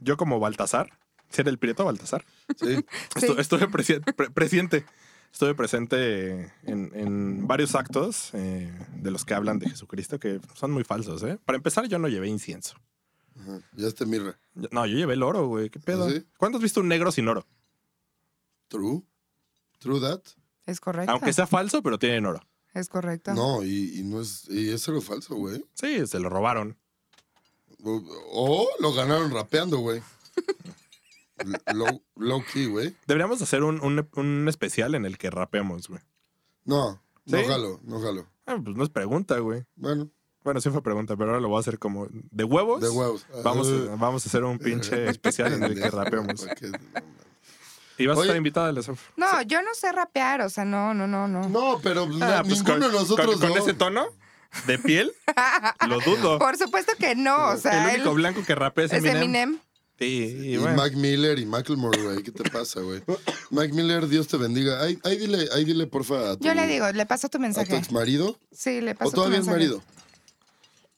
C: yo como Baltasar, si era el Prieto Baltasar,
D: Sí.
B: Sí.
C: estu- estuve presi- pre- presente. Estuve presente en, en varios actos eh, de los que hablan de Jesucristo que son muy falsos, ¿eh? Para empezar, yo no llevé incienso.
D: Ajá. Ya está mirra.
C: Yo- No, yo llevé el oro, güey. ¿Qué pedo?
D: ¿Sí?
C: ¿Cuándo has visto un negro sin oro?
D: True. True that.
B: Es correcto.
C: Aunque sea falso, pero tienen oro.
B: Es correcto.
D: No, y, y no es. Y es cero falso, güey.
C: Sí, se lo robaron.
D: O, o lo ganaron rapeando, güey. <laughs> low, low key, güey.
C: Deberíamos hacer un, un- un especial en el que rapeamos, güey.
D: No, no
C: ¿Sí?
D: jalo, no jalo.
C: Ah, pues no es pregunta, güey.
D: Bueno,
C: Bueno, sí fue pregunta, pero ahora lo voy a hacer como de huevos.
D: de huevos.
C: Vamos, a-
D: Ah,
C: vamos a hacer
D: <laughs>
C: un pinche especial en el que rapeamos.
D: ¿para qué?
C: Y vas
D: Oye.
C: a estar invitada, Lesa.
B: No, yo no sé rapear, o sea, no, no, no, no.
D: No, pero
C: Ah,
D: no-
C: pues
D: ninguno de nosotros.
C: con
D: no.
C: ese tono de piel, lo
D: <laughs>
C: dudo.
B: Por supuesto que no, o sea,
C: el único
B: él
C: blanco que rapea es
B: es
C: Eminem.
B: Eminem.
C: Sí, y
D: Y
C: bueno.
D: Mac Miller y Macklemore, güey. ¿Qué te pasa, güey? Mac Miller, Dios te bendiga. Ahí, ahí dile, ahí dile, porfa, a tu,
B: Yo le digo, le paso tu
D: a tu
B: mensaje.
D: Mm. ex marido.
B: Sí, le paso
D: ¿O
B: tu
D: todavía es
B: mensaje.
D: marido?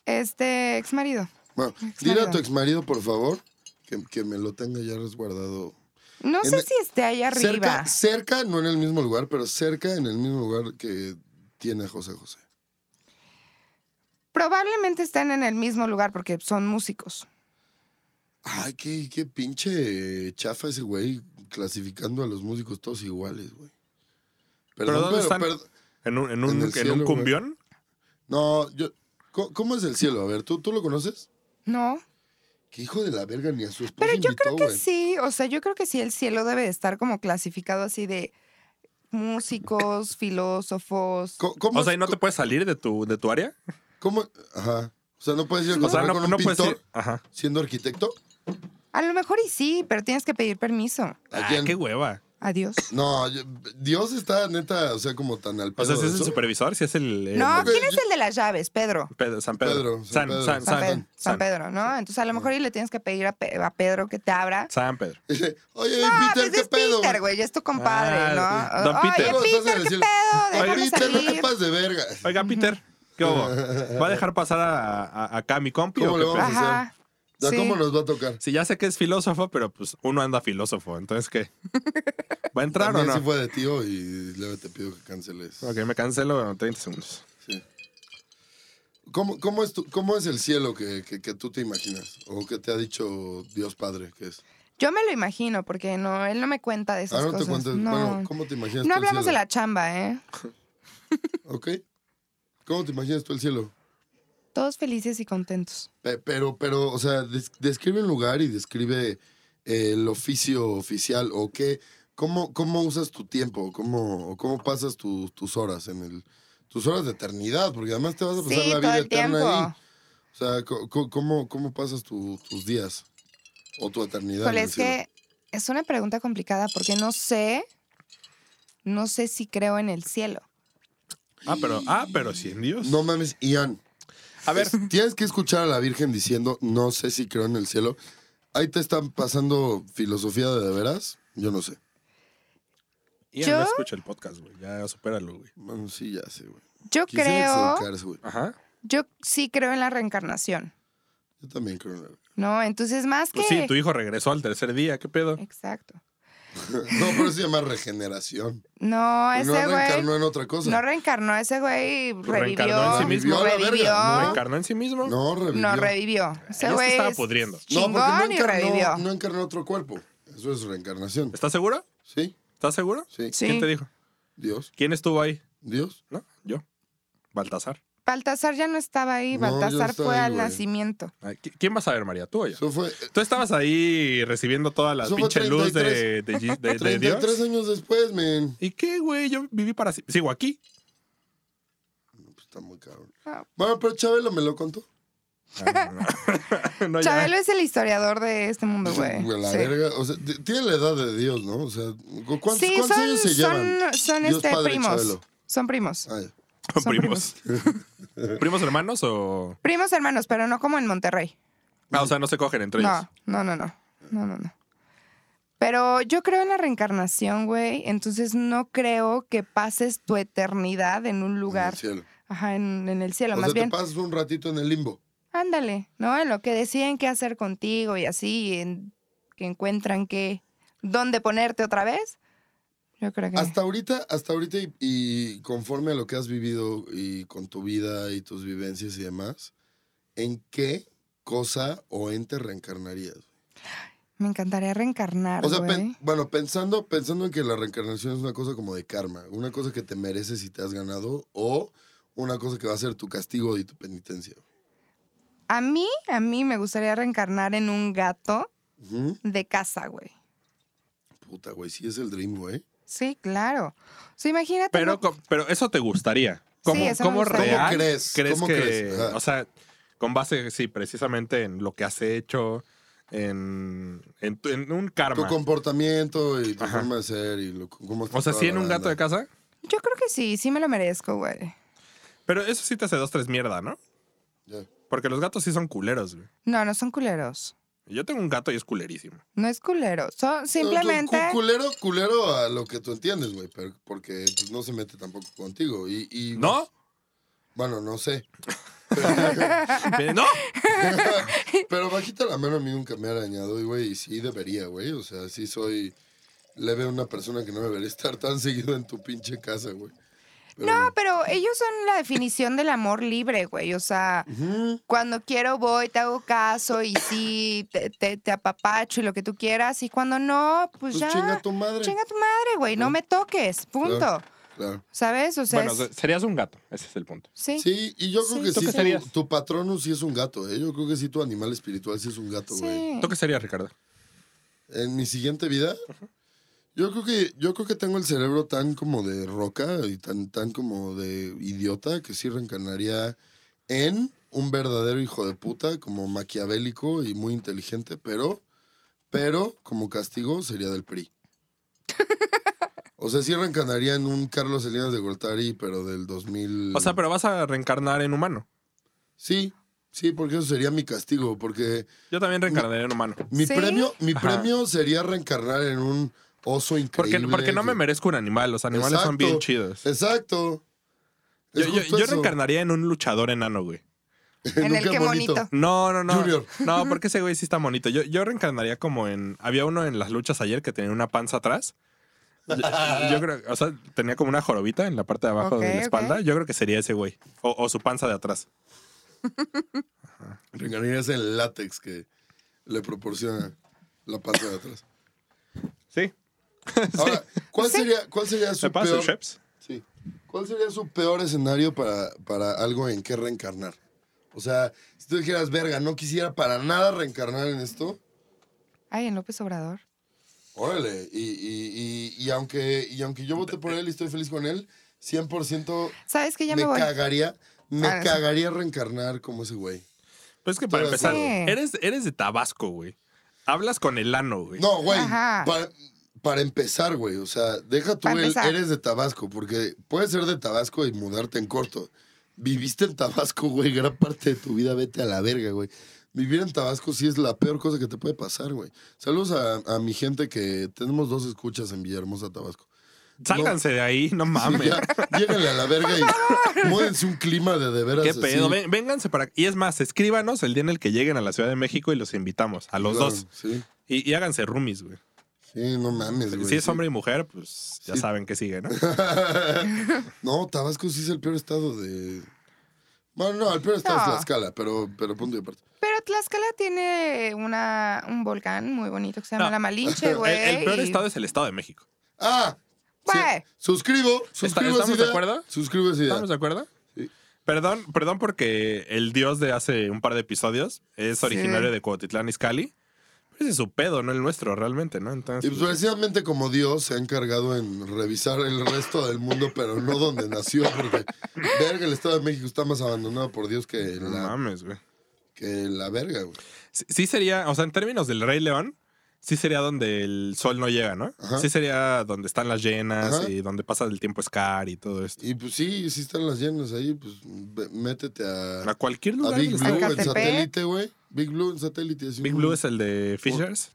B: Este, ex marido.
D: Bueno, dile
B: Exmarido.
D: a tu ex marido, por favor, que, que me lo tenga ya resguardado.
B: No
D: En-
B: sé si esté ahí arriba.
D: Cerca, cerca, no en el mismo lugar, pero cerca en el mismo lugar que tiene a José José.
B: Probablemente estén en el mismo lugar porque son músicos.
D: Ay, qué, qué pinche chafa ese güey clasificando a los músicos todos iguales, güey.
C: ¿Pero
D: Perdón,
C: dónde están?
D: perd-
C: En un, en
D: En
C: un,
D: el
C: en
D: cielo,
C: un
D: güey.
C: cumbión.
D: no, yo. ¿cómo, cómo es el cielo? A ver, ¿tú, ¿tú lo conoces?
B: No,
D: Qué hijo de la verga, ni a su esposa
B: pero yo
D: invitó,
B: creo que
D: güey.
B: sí. O sea, yo creo que sí el cielo debe de estar como clasificado así de
D: <coughs>
B: músicos, filósofos.
D: Co- ¿Cómo,
C: O sea,
D: es-
C: ¿y no te puedes salir de tu, de tu área?
D: cómo- Ajá. O sea, no puedes ir a
C: O sea,
D: cotorrear
C: no,
D: con un
C: no puedes
D: pintor
C: ir- Ajá.
D: siendo arquitecto.
B: A lo mejor y sí, pero tienes que pedir permiso.
C: Ah,
D: Allá en-
C: qué hueva.
B: Adiós.
D: No, yo- Dios está neta, o sea, como tan al
C: O
D: pedo
C: sea, si
D: de
C: es el
D: eso.
C: supervisor, si es el... el-
B: No,
D: ok,
B: ¿quién es
D: Eh, yo-
B: el de las llaves? Pedro.
C: Pedro- San Pedro.
D: Pedro, San
C: San,
D: Pedro.
C: San,
B: San, Pedro,
C: San,
B: San Pedro, ¿no? Entonces a lo mejor y le tienes que pedir a, Pe- a Pedro que te abra.
C: San Pedro.
D: Dice, Oye,
B: Ah,
D: Peter,
B: pues
D: ¿qué
B: es
D: pedo?
B: Peter, güey, ya es tu compadre,
C: Ah,
B: ¿no?
C: don Peter.
B: Oye,
D: Estás en
B: Peter,
D: el
B: ¿qué
D: cielo.
B: pedo?
D: Oye,
B: Déjame
D: Peter, no te
B: salir.
D: pases ¿eh? de verga.
C: Oiga, Peter, ¿qué
D: <laughs>
C: hubo? ¿Va a dejar pasar a, a- acá a mi compi o
D: ¿Cómo
C: qué
D: le vamos
C: pedo?
D: a hacer?
B: Ajá.
D: Ya,
B: Sí.
D: ¿Cómo nos va a tocar?
C: Sí, ya sé que es filósofo, pero pues uno anda filósofo, entonces ¿qué? ¿Va a entrar o
D: También
C: no?
D: sí fue de tío y luego te pido que canceles.
C: Ok, me cancelo en 30 segundos.
D: Sí. ¿Cómo, cómo es tu- cómo es el cielo que, que- que tú te imaginas? ¿O que te ha dicho Dios Padre que es?
B: Yo me lo imagino, porque no, él no me cuenta de esas
D: Ah, no
B: cosas.
D: te cuentes.
B: no.
D: Bueno, ¿cómo te imaginas
B: No
D: tú el
B: hablamos de
D: cielo?
B: la chamba, ¿eh?
D: ¿Ok? ¿Cómo te imaginas tú el cielo?
B: Todos felices y contentos.
D: Pe- Pero, pero, o sea, des- describe un lugar y describe eh, el oficio oficial o qué, cómo, cómo usas tu tiempo, cómo, o cómo pasas tu- tus horas en el, tus horas de eternidad, porque además te vas a pasar
B: Sí,
D: la
B: todo
D: vida
B: el
D: eterna
B: tiempo.
D: ahí. O sea, co- co- cómo, cómo pasas tu- tus días o tu eternidad.
B: Híjole,
D: en el
B: es que es una pregunta complicada, porque no sé, no sé si creo en el cielo.
C: Ah, pero, ah, pero sí en Dios.
D: cielo. No mames, Ian.
C: A ver,
D: Es- tienes que escuchar a la Virgen diciendo, no sé si creo en el cielo. Ahí te están pasando filosofía de de veras. Yo no sé.
C: Ian
B: ¿Yo?
C: no escucha el podcast, güey. Ya supéralo, güey.
D: Bueno, sí, ya sé, güey.
B: Yo
D: Quisiera
B: creo,
D: explicarse, güey.
C: Ajá.
B: yo sí creo en la reencarnación,
D: Yo también creo en la verga.
B: ¿no? Entonces, más que...
C: Pues sí, tu hijo regresó al tercer día, ¿qué pedo?
B: Exacto.
D: <laughs> No, pero se llama regeneración.
B: No,
D: no
B: ese güey...
D: reencarnó en otra cosa.
B: No reencarnó, ese güey revivió.
C: Reencarnó en sí mismo.
D: Revivió
C: ¿No
B: Revivió.
C: encarnó en sí mismo?
D: No, revivió.
B: No revivió. Ese
C: se
B: güey
C: estaba
B: es
C: pudriendo.
D: este No,
B: Chingón
D: porque no
B: y
D: encarnó,
B: revivió.
D: no encarnó otro cuerpo. Eso es reencarnación.
C: ¿Estás seguro?
D: Sí,
C: ¿Estás seguro?
D: sí.
B: Sí.
C: ¿Quién te dijo?
D: Dios,
C: ¿Quién estuvo ahí?
D: Dios.
C: ¿No? Yo. Baltasar.
B: Baltasar ya no estaba ahí.
D: No, ya no
B: Baltasar
D: estaba
B: fue
D: ahí,
B: al
D: güey.
B: nacimiento.
C: Ah, ¿qui- ¿Quién vas a ver, María? ¿Tú o yo?
D: Eso fue eh,
C: Tú estabas ahí recibiendo toda la
D: Eso fue
C: pinche luz de,
D: 33.
C: de, Gi- de- de
D: 33
C: Dios.
D: años después, men.
C: ¿Y qué, güey? Yo viví para... si- Sigo
B: <laughs>
C: aquí.
D: No, pues está muy cabrón.
B: Ah.
D: Bueno, pero Chabelo me lo contó.
C: Ah, No, <laughs> ya.
B: Chabelo es el historiador de este mundo, güey.
D: Güey, la
B: Sí.
D: verga. O sea, t- tiene la edad de Dios, ¿no? O sea, ¿cu- ¿cuántos,
B: Sí,
D: cuántos
B: son,
D: años se llevan?
B: son, son
D: Dios
B: este,
D: Padre,
B: primos.
D: Chabelo.
B: Son primos.
D: Ah, ya.
C: Son
B: Son
D: <laughs>
C: primos. ¿Primos hermanos o...?
B: Primos hermanos, pero no como en Monterrey.
C: Ah, o sea, no se cogen entre ellos.
B: No, no, no, no. No, no, no. Pero yo creo en la reencarnación, güey. Entonces no creo que pases tu eternidad en un
D: en
B: lugar.
D: el cielo.
B: Ajá, en, en el cielo.
D: O
B: Más
D: sea,
B: bien,
D: te pasas un ratito en el limbo.
B: ándale, ¿no? En lo que deciden qué hacer contigo y así, y en, que encuentran qué, dónde ponerte otra vez. Yo creo que.
D: Hasta ahorita, hasta ahorita y, y conforme a lo que has vivido y con tu vida y tus vivencias y demás, ¿en qué cosa o ente reencarnarías?
B: Me encantaría reencarnar,
D: O sea,
B: güey.
D: pen- bueno, pensando, pensando en que la reencarnación es una cosa como de karma, una cosa que te mereces y te has ganado, o una cosa que va a ser tu castigo y tu penitencia.
B: A mí, a mí me gustaría reencarnar en un gato
D: Ujú.
B: de casa, güey.
D: Puta, güey, sí es el dream, güey.
B: Sí, claro. O sea, imagínate.
C: Pero,
B: güey,
C: co- pero eso te gustaría. ¿Cómo,
B: eso me
C: cómo
B: gustaría.
C: real
D: ¿Cómo crees?
C: crees,
D: ¿Cómo
C: que,
D: crees? Ajá.
C: o sea, con base, sí, precisamente en lo que has hecho, en, en, tu- en un
D: Tu
C: karma.
D: comportamiento y tu
C: Ajá.
D: forma de ser y lo, cómo has
C: O sea,
D: tratado
C: sí
D: a
C: en
D: la
C: un gato
D: banda.
C: de casa,
B: Yo creo que sí, sí me lo merezco, güey.
C: pero eso sí te hace dos, tres mierda, ¿no?
D: Ya.
C: Porque los gatos sí son culeros, güey.
B: No, no son culeros.
C: Yo tengo un gato y es culerísimo.
B: No es culero. Son simplemente.
D: Cu- Culero, culero a lo que tú entiendes, güey, pero- porque pues, no se mete tampoco contigo. Y, y- pues,
C: <laughs> ¿No?
D: Bueno, no sé. <laughs>
C: Mire,
B: <laughs>
C: ¡No!
D: Pero bajita la mano a mí nunca me ha arañado, y, güey, y sí debería, güey. O sea, sí soy leve a una persona que no debería estar tan <laughs> seguido en tu pinche casa, güey. Pero-
B: No, pero ellos son la definición del amor libre, güey. O sea,
D: Ujú. pues,
B: cuando quiero voy, te hago caso y sí, te, te- te apapacho y lo que tú quieras. Y cuando no, pues,
D: Pues
B: ya.
D: chinga tu madre.
B: Chinga tu madre, güey. No me toques. Punto.
D: Claro. Claro.
B: ¿Sabes? O sea,
C: Bueno,
B: es-
C: serías un gato, ese es el punto.
B: sí.
D: Sí, y yo creo
B: Sí.
D: que
C: ¿Tú qué
D: sí, tu,
C: serías?
D: tu patronus sí es un gato, ¿eh? Yo creo que sí, tu animal espiritual sí es un gato, güey.
B: Sí.
D: <laughs>
C: ¿Tú qué serías, Ricardo?
D: en mi siguiente vida. Yo creo que yo creo que tengo el cerebro tan como de roca y tan tan como de idiota que sí reencarnaría en un verdadero hijo de puta, como maquiavélico y muy inteligente, pero pero como castigo sería del PRI. O sea, sí reencarnaría en un Carlos Salinas de Gortari, pero del 2000.
C: O sea, pero vas a reencarnar en humano.
D: Sí, sí, porque eso sería mi castigo, porque
C: Yo también reencarnaré en humano.
D: mi
B: ¿Sí?
D: premio mi
C: Ajá.
D: premio sería reencarnar en un oso
C: Porque,
D: increíble.
C: porque no me
D: que-
C: merezco un animal, los animales son
D: Exacto.
C: bien chidos.
D: Exacto.
C: Yo,
D: Es
C: yo-
D: justo
C: yo
D: eso.
C: reencarnaría en un luchador enano, güey.
B: En el
D: Nunca
B: que
D: bonito.
B: bonito.
C: No, no, no.
D: Junior.
C: No, porque ese güey sí está bonito. Yo, yo reencarnaría como en. Había uno en las luchas ayer que tenía una panza atrás. Yo, yo creo, o sea, tenía como una jorobita en la parte de abajo de
B: Ok,
C: la
B: ok.
C: espalda. Yo creo que sería ese güey. O, o su panza de atrás.
D: Reencarnarías en el látex que le proporciona la panza
C: <laughs>
D: de atrás.
C: Sí.
D: Ahora, ¿cuál sería, cuál sería
C: ¿Me
D: su
C: pasa,
D: peor?
C: Sheps?
D: Sí. ¿Cuál sería su peor escenario para, para algo en que reencarnar? O sea, si tú dijeras, verga, no quisiera para nada reencarnar en esto,
B: Ay, en López Obrador.
D: órale. Y, y- y- y aunque, y aunque yo voté por él y estoy feliz con él, 100%
B: ¿Sabes que ya
D: me
B: me, voy?
D: cagaría, me
B: Ah, no.
D: cagaría reencarnar como ese güey.
C: Pues es que para
D: Estoy de
C: empezar,
B: acuerdo.
C: eres, eres de Tabasco, güey. Hablas con el ano, güey.
D: No, güey.
B: Ajá.
D: Para, para empezar, güey. O sea, deja tú
B: Para
D: el
B: empezar.
D: eres de Tabasco, porque puedes ser de Tabasco y mudarte en corto. Viviste en Tabasco, güey, gran parte de tu vida, vete a la verga, güey. Vivir en Tabasco sí es la peor cosa que te puede pasar, güey. Saludos a, a mi gente que tenemos dos escuchas en Villahermosa, Tabasco.
C: Sálganse de ahí, no mames.
D: Ya, lléguenle a la verga y muédense un clima de de veras.
C: Qué
D: así.
C: pedo. Ven- vénganse para. Y es más, escríbanos el día en el que lleguen a la Ciudad de México y los invitamos, a los
D: Claro,
C: dos.
D: Sí,
C: Y, y háganse roomies, güey.
D: sí, no mames, güey.
C: Si es
D: sí.
C: hombre y mujer, pues ya
D: Sí.
C: saben que
D: <laughs>
C: sigue, ¿no?
D: No, Tabasco sí es el peor estado de. Bueno, no, el peor estado
B: No.
D: es Tlaxcala, pero, pero punto y aparte.
B: Pero Tlaxcala tiene una, un volcán muy bonito que se llama
C: No.
B: La
D: <laughs>
B: Malinche,
C: El,
B: güey.
C: el peor
B: y-
C: estado es el Estado de México.
D: ¡Ah! Sí.
B: Güey.
D: Suscribo, suscribo
C: ¿Estamos
D: esa
C: de
D: idea.
C: acuerdo?
D: Suscribo esa idea.
C: ¿Estamos de acuerdo?
D: Sí.
C: Perdón, perdón porque el dios de hace un par de episodios es
B: Sí.
C: originario de Cuautitlán Izcalli. Pero ese es su pedo, no el nuestro, realmente, ¿no?
D: Y
C: Entonces,
D: pues, precisamente como Dios se ha encargado en revisar el resto del mundo, pero no donde nació, porque verga, el Estado de México está más abandonado por Dios que
C: no
D: la,
C: mames, güey.
D: que la verga, güey.
C: Sí, sí sería, o sea, en términos del Rey León, sí sería donde el sol no llega, ¿no?
D: Ajá.
C: Sí sería donde están las llenas
D: Ajá.
C: y donde pasa el tiempo Scar y todo esto.
D: Y pues sí, sí están las llenas ahí, pues ve- métete a,
C: A cualquier
D: a
C: lugar.
D: Big
C: del
D: Blue
C: estado.
D: en
B: Zacatepec.
D: satélite, güey. Big Blue en satélite. así
C: Big
D: un-
C: Blue es el de Fishers.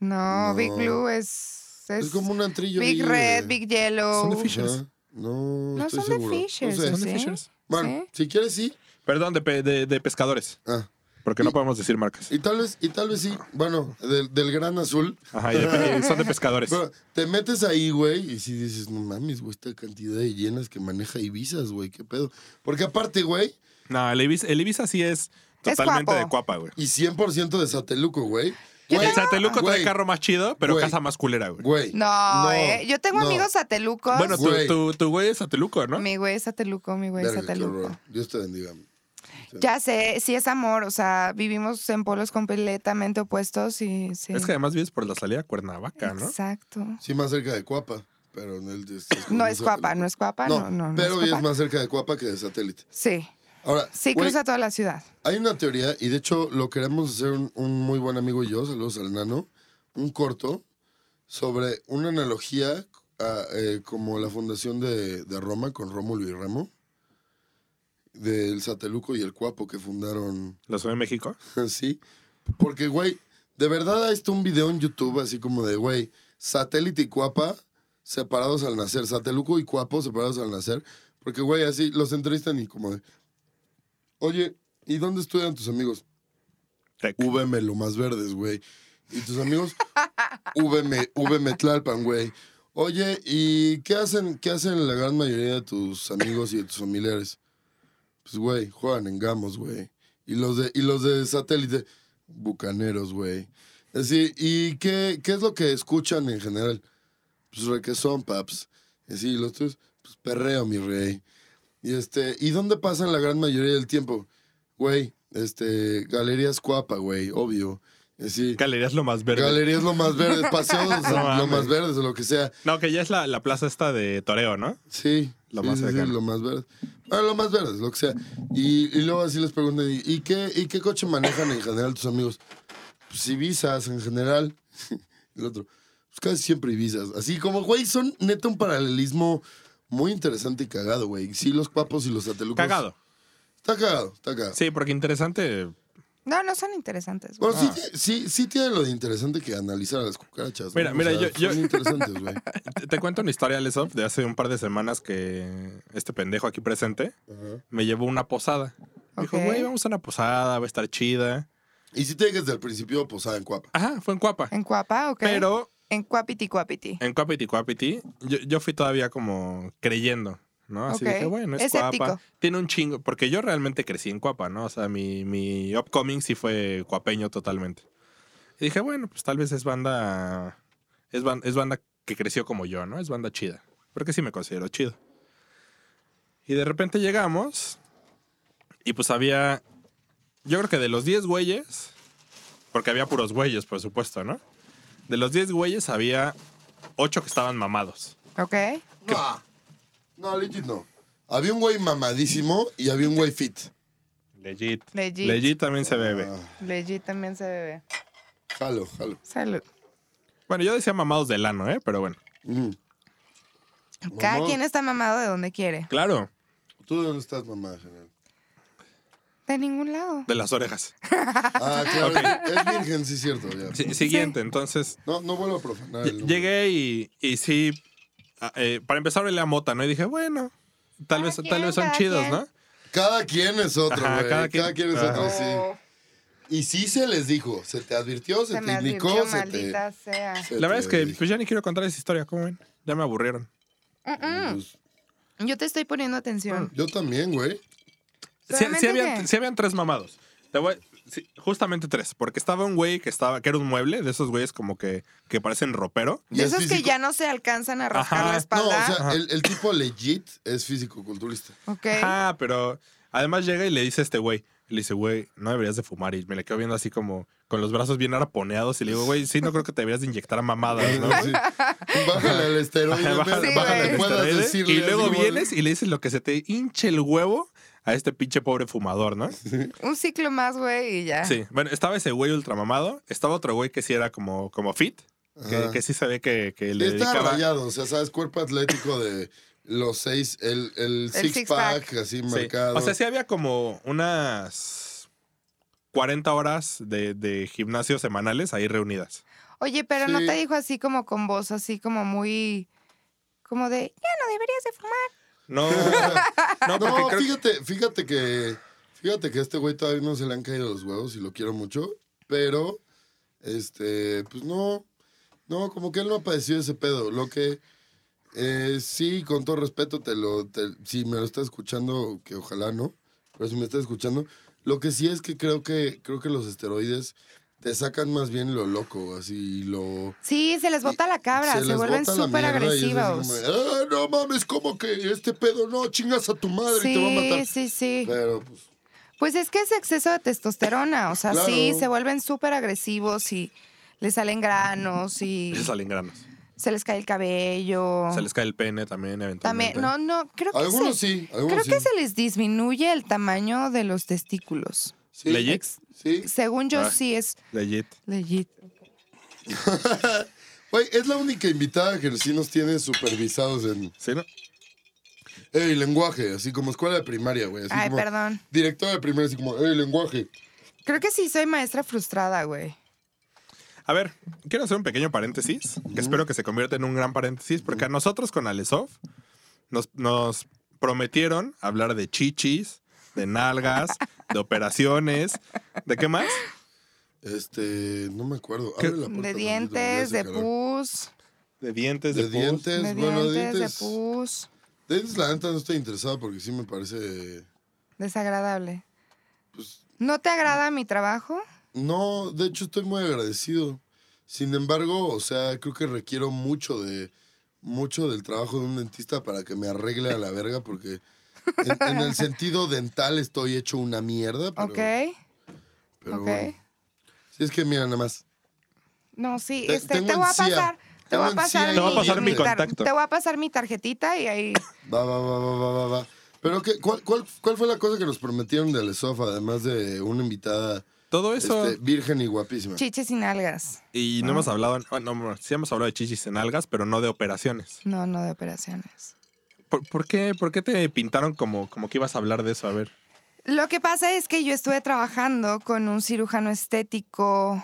B: No,
D: No.
B: Big Blue es.
D: Es,
B: es
D: como un antrillo.
B: Big
D: ahí
B: Red,
D: de-
B: Big Yellow.
C: Son de
D: Ajá.
C: Fishers.
D: No,
B: No
D: estoy
B: son de
D: seguro. No
B: Fishers,
D: sé.
B: ¿o
C: ¿Son de
B: sí?
C: Fishers?
D: Bueno,
B: ¿Sí?
D: si quieres sí.
C: Perdón, de, pe- de- de pescadores.
D: Ah,
C: Porque no podemos decir marcas.
D: y tal vez, y tal vez sí. Bueno, del, del gran azul.
C: Ajá, y de pe- y son de
D: <laughs>
C: pescadores.
D: Pero te metes ahí, güey, y si dices, no mames, güey, esta cantidad de llenas que maneja Ibizas, güey, qué pedo. Porque aparte, güey,
C: No, el Ibiza, el Ibiza sí es totalmente
B: guapo.
C: de cuapa, güey.
D: y 100% de Sateluco, güey. Güey,
C: El Sateluco trae
D: güey,
C: carro más chido, pero
D: Güey.
C: casa más culera, güey.
D: Güey.
B: No, eh, yo tengo
D: no.
B: amigos satelucos.
C: Bueno, tu,
D: Güey.
C: tu, tu güey es Sateluco, ¿no?
B: Mi güey es sateluco, mi güey es
D: Verga, qué
B: sateluco.
D: horror. Dios te bendiga.
B: Ya sé, sí es amor, o sea, vivimos en polos completamente opuestos y sí.
C: Es que además vives por la salida a Cuernavaca, ¿no?
B: Exacto.
D: Sí, más cerca de Cuapa, pero en el de- este,
B: <clears throat> No es cuapa, no es cuapa, no, no, no.
D: pero
B: es
D: es,
B: cuapa.
D: más cerca de Cuapa que de Satélite.
B: Sí,
D: Ahora,
B: sí
D: güey,
B: cruza toda la ciudad.
D: Hay una teoría, y de hecho lo queremos hacer un, un muy buen amigo y yo, saludos al nano, un corto sobre una analogía a, eh, como la fundación de, de Roma con Rómulo y Remo, del Sateluco y el Cuapo que fundaron
C: La Ciudad de México.
D: <laughs> así. Porque, güey, de verdad ahí está un video en YouTube así como de, güey, Satélite y Cuapa separados al nacer, Sateluco y Cuapo separados al nacer. Porque, güey, así los entrevistan y como de, oye, ¿y dónde estudian tus amigos?
C: Tec.
D: VM lo más verdes, güey. Y tus amigos, VM, VM Tlalpan, güey. Oye, ¿y qué hacen, qué hacen la gran mayoría de tus amigos y de tus familiares? Pues, güey, juegan en Gamos, güey. Y los de, y los de satélite, bucaneros, güey. Así, ¿y qué, qué es lo que escuchan en general? Pues requesón, paps. Así, los tuyos, pues perreo, mi rey. Y este, ¿y dónde pasan la gran mayoría del tiempo? Güey, este, Galerías Cuapa, güey, obvio. Así,
C: Galerías lo más verde.
D: Galerías Lo
C: <laughs>
D: Más Verdes, Paseos Lo
C: mames.
D: Más Verdes o lo que sea.
C: no, que ya es la, la plaza esta de Toreo, ¿no?
D: Sí,
C: Lo
D: sí,
C: más
D: sí, sí,
C: cercano.
D: Lo Más Verdes. Bueno, Lo Más Verdes, lo que sea. Y, y luego así les preguntan, ¿y, y qué, ¿y qué coche manejan en general tus amigos? Pues Ibizas en general. <laughs> El otro, pues casi siempre Ibizas. Así como, güey, son neta un paralelismo muy interesante y cagado, güey. Sí, los papos y los satelucos.
C: Cagado.
D: Está cagado, está cagado.
C: Sí, porque interesante.
B: No, no son interesantes. güey.
D: Bueno,
C: Ah.
D: sí, ti- sí, sí tiene lo de interesante que analizar a las cucarachas. ¿no?
C: Mira, mira, yo- yo-
D: Son interesantes,
C: <laughs>
D: güey.
C: Te, te cuento una historia, Lesov, de hace un par de semanas que este pendejo aquí presente
D: Ajá.
C: me llevó a una posada. Me Dijo,
B: Ok.
C: güey, vamos a una posada, va a estar chida.
D: Y sí tiene que desde el principio pues, posada en Cuapa.
C: Ajá, fue en Cuapa.
B: ¿En Cuapa o qué?
C: Pero
B: En Cuapiti Cuapiti.
C: en Cuapiti Cuapiti, yo, yo fui todavía como creyendo, ¿no? Así
B: Ok.
C: dije, bueno, es,
B: Escéptico.
C: Cuapa. Tiene un chingo, porque yo realmente crecí en Cuapa, ¿no? O sea, mi, mi upcoming sí fue cuapeño totalmente. Y dije, bueno, pues tal vez es banda, es, ban- es banda que creció como yo, ¿no? Es banda chida, porque sí me considero chido. Y de repente llegamos y pues había, yo creo que de los 10 güeyes, porque había puros güeyes, por supuesto, ¿no? De los 10 güeyes había 8 que estaban mamados.
B: ¿Ok?
D: No, no, legit no. Había un güey mamadísimo y había un güey fit.
C: Legit.
B: Legit.
C: Legit también se bebe.
D: Ah,
B: Legit también se bebe.
D: jalo, jalo.
B: Salud.
C: Bueno, yo decía mamados de lano, ¿eh? Pero bueno.
D: Mm.
B: Cada
D: Mamá,
B: quien está mamado de donde quiere.
C: Claro,
D: ¿Tú de dónde estás, mamá,
B: <laughs>
D: general?
B: De ningún lado.
C: de las orejas.
D: Ah, claro.
C: Ok.
D: Es virgen, sí, cierto.
C: <laughs>
D: Ya.
C: Sí, siguiente, entonces.
D: No, no vuelvo a profanar. Ah, el
C: ll-
D: nombre.
C: Llegué y, y sí. a- eh, para empezar, olía a mota, ¿no? Y dije, bueno, tal vez,
B: Cada
C: tal vez son
B: quien, cada
C: chidos,
B: quien.
C: ¿no?
D: Cada quien es otro,
C: Ajá,
D: güey.
C: cada
D: Cada,
C: quien-
D: quien es
C: Ajá.
D: otro, sí.
B: Oh,
D: Y sí se les dijo. Se te advirtió, se,
B: se
D: te
B: me
D: indicó,
B: advirtió,
D: se te...
B: maldita sea.
D: se
C: La verdad es
D: te
C: que
D: dijo.
C: pues, ya ni quiero contar esa historia, ¿cómo ven? Ya me aburrieron.
B: Mm,
D: Pues,
B: mm. Yo te estoy poniendo atención.
D: yo también, güey.
C: Sí, sí
B: Solamente
C: habían,
B: que-
C: sí habían tres mamados. Te voy- sí, justamente tres, porque estaba un güey que estaba, que era un mueble, de esos güeyes como que, que parecen ropero.
D: Y
B: De
D: es
B: esos que
D: físico-
B: ya no se alcanzan a rascar
C: Ajá. No,
B: la
D: No, o
B: espalda.
D: sea, el, el tipo legit es físico-culturista.
B: ok.
C: Ajá, pero además llega y le dice a este güey. Le dice, güey, no deberías de fumar. Y me le quedo viendo así como con los brazos bien araponeados. Y le digo, güey, sí, no creo que te deberías de inyectar mamadas, ¿no?
D: Eh, Sí. Bájale al esteroide.
C: Ajá,
D: mira,
C: bájale-
B: Sí,
C: bájale
B: güey.
C: el
D: puedas
C: esteroide,
D: decirle
C: y
D: así
C: luego
D: como-
C: vienes y le dices lo que se te hinche el huevo a este pinche pobre fumador, ¿no?
B: Un ciclo más, güey, y ya.
C: Sí. Bueno, estaba ese güey ultramamado. Estaba otro güey que sí era como, como fit. Que,
D: Ajá.
C: que sí se ve que, que
D: Sí,
C: le
D: está
C: dedicaba...
D: rayado, o sea, sabes, cuerpo atlético de los seis, el, el six, pack,
B: six-pack.
D: así
C: Sí.
D: marcado.
C: O sea, sí había como unas 40 horas de, de gimnasio semanales ahí reunidas.
B: Oye, pero no
D: Sí.
B: te dijo así como con voz, así como muy, como de, ya no deberías de fumar.
C: <laughs> No, no, porque
D: No,
C: creo que-
D: fíjate, fíjate que. Fíjate que a este güey todavía no se le han caído los huevos y lo quiero mucho. Pero, este, pues no. No, como que él no ha padecido ese pedo. Lo que eh, sí, con todo respeto, te lo. te- si me lo está escuchando, que ojalá no. Pero si me está escuchando. Lo que sí es que creo que, creo que los esteroides te sacan más bien lo loco, así lo.
B: Sí, se les bota la cabra, se,
D: les
B: vuelven
D: bota la
B: súper
D: mierda y es así
B: agresivos.
D: como, "Ah, no mames, como que este pedo no chingas a tu madre y te va a
B: Sí,
D: matar.
B: sí, sí.
D: Pero pues,
B: Pues es que es exceso de testosterona, o sea, sí,
D: Claro.
B: se vuelven súper agresivos y le salen granos y
C: les salen granos.
B: se les cae el cabello.
C: Se les cae el pene también, eventualmente.
B: También, no, no, creo que
D: algunos
B: se-
D: sí, algunos
B: Creo
D: sí.
B: que se les disminuye el tamaño de los testículos.
D: Sí,
C: Legit.
D: sí.
B: Según yo,
C: Ah.
B: sí es
C: Legit.
B: legit.
D: Güey, es la única invitada que sí nos tiene supervisados en
C: ¿Sí, no?
D: ey, lenguaje, así como escuela de primaria, güey. así
B: Ay,
D: como
B: perdón.
D: Directora de primaria, así como, ey, lenguaje.
B: Creo que sí soy maestra frustrada, güey.
C: A ver, quiero hacer un pequeño paréntesis, que espero que se convierta en un gran paréntesis, porque a nosotros con Alesov nos, nos prometieron hablar de chichis, de nalgas, de operaciones, ¿de qué más?
D: Este, no me acuerdo.
C: ¿Qué?
D: Abre la puerta,
B: De
D: tantito, ya
B: dientes,
D: hace
B: de
D: calor.
B: pus,
C: De dientes, de,
D: De
C: pus.
D: dientes,
B: de
D: bueno, de
B: dientes, de
D: dientes.
B: pus.
D: De dientes, la neta no estoy interesado porque sí me parece.
B: Desagradable.
D: Pues,
B: ¿No te agrada mi trabajo?
D: No, de hecho estoy muy agradecido. Sin embargo, o sea, creo que requiero mucho de mucho del trabajo de un dentista para que me arregle a la verga porque en, en el sentido dental estoy hecho una mierda, pero,
B: ok,
D: pero
B: ok.
D: bueno. Si es que mira nada más.
B: No, sí,
D: Te-
B: este,
D: tengo
B: te voy a
D: encía.
B: pasar. Te
D: Tengo
B: voy a pasar,
D: encía
C: Te voy a
D: y-
C: pasar mi
D: dientes.
B: tar-
C: contacto.
B: Te voy a pasar mi tarjetita y ahí.
D: Va, va, va, va, va, va, va. Pero qué, cuál, cuál, cuál fue la cosa que nos prometieron de Alesofa, además de una invitada
C: Todo eso.
D: este, virgen y guapísima.
B: Chiches sin algas.
C: Y no hemos hablado, bueno, no, sí hemos hablado de chichis en nalgas, pero no de operaciones.
B: No, no de operaciones.
C: ¿Por, por qué, por qué te pintaron como, como que ibas a hablar de eso? A ver.
B: Lo que pasa es que yo estuve trabajando con un cirujano estético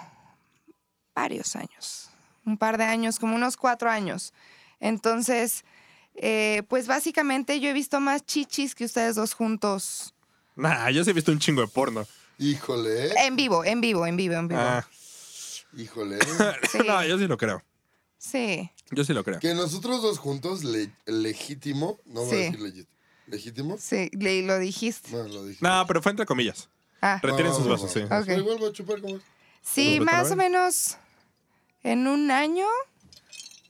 B: varios años, un par de años, como unos cuatro años. Entonces, eh, pues básicamente yo he visto más chichis que ustedes dos juntos.
C: Nah, yo sí he visto un chingo de porno.
D: Híjole, ¿eh?
B: En vivo, en vivo, en vivo, en vivo.
C: Ah,
D: híjole.
B: Sí.
C: <laughs> no, yo sí lo creo.
B: Sí,
C: Yo sí lo creo.
D: Que nosotros dos juntos, le- legítimo, no voy a
B: Sí.
D: decir legit- legítimo,
B: sí, le- lo dijiste.
D: No, lo dije.
C: No, pero fue entre comillas.
B: Ah,
C: Retiren
D: No,
C: sus
D: no,
C: vasos, sí.
D: no.
B: Ok.
D: Pero igual voy a chupar como.
B: sí,
C: Vete a
B: más o
C: ver.
B: menos en un año,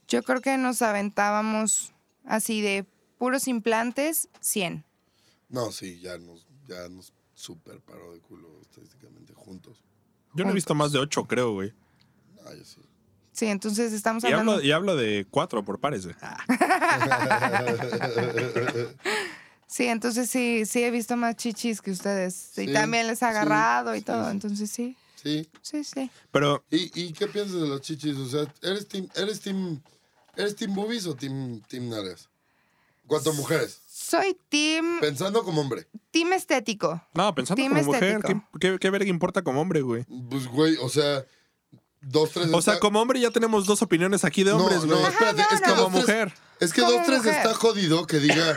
B: yo creo que nos aventábamos así de puros implantes, 100.
D: No, sí, ya nos, ya nos super paró de culo estadísticamente juntos.
C: Yo no he visto más de ocho, creo, güey.
D: Ah, yo sí.
B: Sí, entonces estamos
C: Y
B: hablando. Ah.
C: hablo, y hablo de cuatro por pares, güey.
B: Sí, entonces sí, sí he visto más chichis que ustedes.
D: Sí,
B: y también les ha
D: sí,
B: agarrado y
D: sí,
B: todo.
D: sí.
B: Entonces sí,
D: Sí.
B: sí, sí.
C: Pero
D: ¿Y, ¿Y qué piensas de las chichis? O sea, ¿eres team, eres team, eres team boobies o team, team nalgas? En Cuanto a mujeres.
B: Soy team,
D: Pensando como hombre.
B: team estético.
C: No, pensando
B: Team
C: como mujer, ¿qué,
B: estético.
C: qué, qué verga importa como hombre, güey?
D: Pues, güey, o sea, dos, tres.
C: O sea,
D: Pues está-
C: como hombre ya tenemos dos opiniones aquí de
D: No,
C: hombres,
D: no,
C: güey.
D: espérate,
B: Ajá, no,
D: es que
B: no.
D: dos,
C: como
D: tres-
C: mujer.
D: Es que
B: Como
D: 2-3
B: mujer.
D: está jodido que diga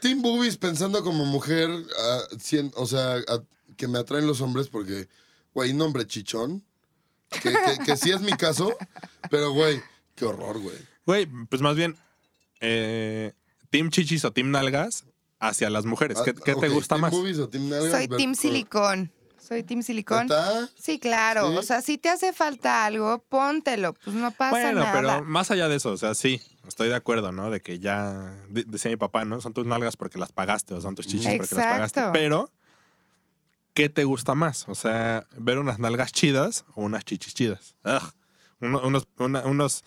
D: Team Boobies pensando como mujer, ah, cien- o sea, a- que me atraen los hombres porque, güey, un hombre chichón, que, que- que sí es mi caso, pero, güey, qué horror, güey.
C: Güey, pues más bien, eh, Team Chichis o Team Nalgas hacia las mujeres. ¿Qué,
D: Ah,
C: qué
D: ok,
C: te gusta
D: team
C: más?
D: Boobies o team nalgas,
B: Soy
D: ver-
B: team silicón. Soy team silicón.
D: ¿Está?
B: Sí, claro.
D: Sí.
B: O sea, si te hace falta algo, póntelo. Pues no pasa
C: Bueno,
B: nada.
C: pero más allá de eso, o sea, sí, estoy de acuerdo, ¿no? De que ya, de- decía mi papá, ¿no? Son tus nalgas porque las pagaste o son tus chichis porque las pagaste.
B: Exacto.
C: Pero, ¿qué te gusta más? O sea, ver unas nalgas chidas o unas chichis chidas. Ugh. Uno- unos, una- unos,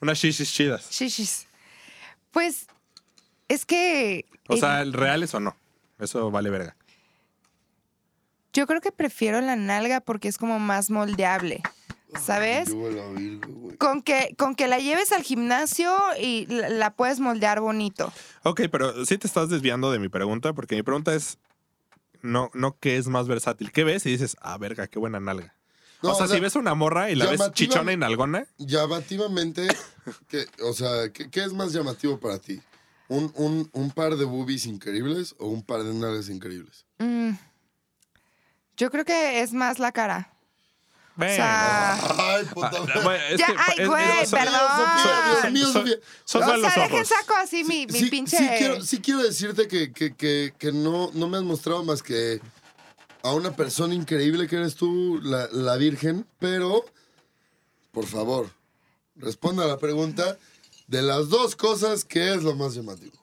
C: unas chichis chidas.
B: Chichis. Pues es que
C: O
B: eh,
C: sea, ¿reales o no? Eso vale verga.
B: yo creo que prefiero la nalga porque es como más moldeable. ¿Sabes?
D: Yo voy a la virgo, güey.
B: Con que, con que la lleves al gimnasio y la, la puedes moldear bonito.
C: Ok, pero sí te estás desviando de mi pregunta, porque mi pregunta es, no, no qué es más versátil. ¿Qué ves? Y dices, ah, verga, qué buena nalga.
D: No,
C: o sea,
D: o sea,
C: si ves a una morra y la ves
D: llamativa-
C: chichona y nalgona,
D: Llamativamente, que, o sea, ¿qué, qué es más llamativo para ti? ¿Un, un, un par de boobies increíbles o un par de
C: <laughs>
D: nalgas increíbles?
B: Mm. Yo creo que es más la cara.
C: bueno.
B: sea,
D: Ay, puta
C: Ah,
D: madre.
C: bueno, es
B: Ya,
C: que-
B: ay,
C: es-
B: güey,
C: es- son-
B: perdón.
C: son-
D: Dios mío,
C: son-
D: Sofía.
C: son
B: o
C: solo los
B: sea, dejen
C: ojos.
B: saco así mi, mi
D: Sí-
B: pinche.
D: Sí quiero, sí quiero decirte que, que, que, que no, no me has mostrado más que a una persona increíble que eres tú, la, la Virgen, pero, por favor, responda a la pregunta de las dos cosas, ¿qué es lo más llamativo?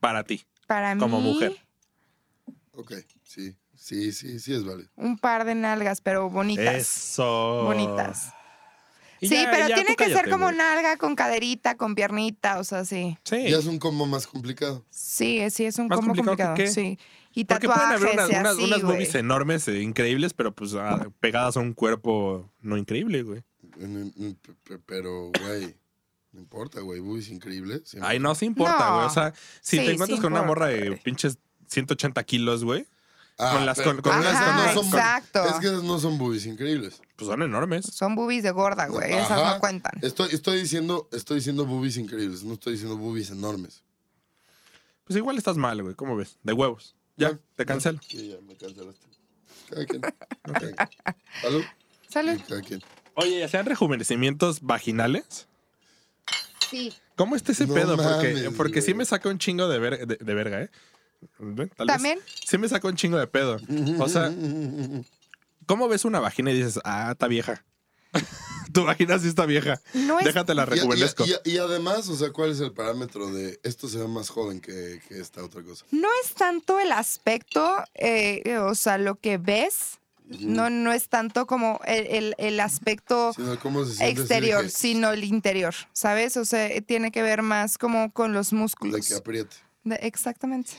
C: Para ti.
B: Para
C: como
B: mí,
C: mujer.
D: Ok, sí, sí, sí, sí es válido.
B: un par de nalgas, pero bonitas.
C: Eso.
B: Bonitas.
C: Y
B: sí,
C: ya-
B: pero
C: ya
B: tiene
C: tú
B: que ser
C: cállate,
B: como
C: güey.
B: nalga con caderita, con piernita, o sea, sí.
C: Sí.
D: Ya es un combo más complicado.
B: Sí, es- sí, es un
C: Más
B: combo
C: complicado que
B: complicado.
C: qué.
B: Sí. Y
C: Porque pueden
B: tatuajes
C: haber unas,
B: y
C: unas,
B: así,
C: unas
B: güey.
C: boobies enormes, eh, increíbles, pero pues ah, pegadas a un cuerpo no increíble, güey.
D: En- en- pe- pe- Pero, güey, no importa, güey, boobies increíbles. siempre.
C: Ay, no, sí importa,
B: No.
C: güey. O sea, si
B: Sí,
C: te encuentras
B: sí
C: con una
B: importa,
C: morra de
B: güey.
C: pinches 180 kilos, güey,
D: Ah,
C: con las-
D: pero-
C: con- con
D: pero
C: las-
D: esas
C: con
D: no
C: las-
D: son-
B: exacto.
D: Es que esas no son boobies increíbles.
C: pues son enormes.
B: Son boobies de gorda, güey. Esas
D: Ajá.
B: no cuentan.
D: Estoy, estoy diciendo, estoy diciendo boobies increíbles, no estoy diciendo boobies enormes.
C: Pues igual estás mal, güey. ¿Cómo ves? De huevos. Ya,
D: Bueno,
C: te cancelo.
D: Sí, Ah, ya me cancelaste. Cada quien. Cada
C: <laughs>
D: quien. ¿Salud?
B: Salud.
D: Cada quien.
C: Oye, ¿ya sean rejuvenecimientos vaginales?
B: Sí.
C: ¿Cómo está ese
D: No
C: pedo? porque
D: mames,
C: porque sí
D: güey.
C: me saca un chingo de, ver- de, de verga, ¿eh? Ven, tal vez.
B: ¿También?
C: Sí me saca un chingo de pedo. O
D: <laughs>
C: sea, ¿cómo ves una vagina y dices, ah, está vieja? <laughs> tu vagina sí está vieja.
B: No es.
C: Déjate la
D: Y- y-
C: rejuvenezco.
D: Y, y además, o sea, ¿cuál es el parámetro de esto se ve más joven que, que esta otra cosa?
B: No es tanto el aspecto, eh, o sea, lo que ves. No, no es tanto como el, el- el aspecto
D: Sino cómo se siente decir
B: exterior,
D: que-
B: sino el interior, ¿sabes? O sea, tiene que ver más como con los
D: De
B: músculos.
D: que apriete.
B: De- exactamente.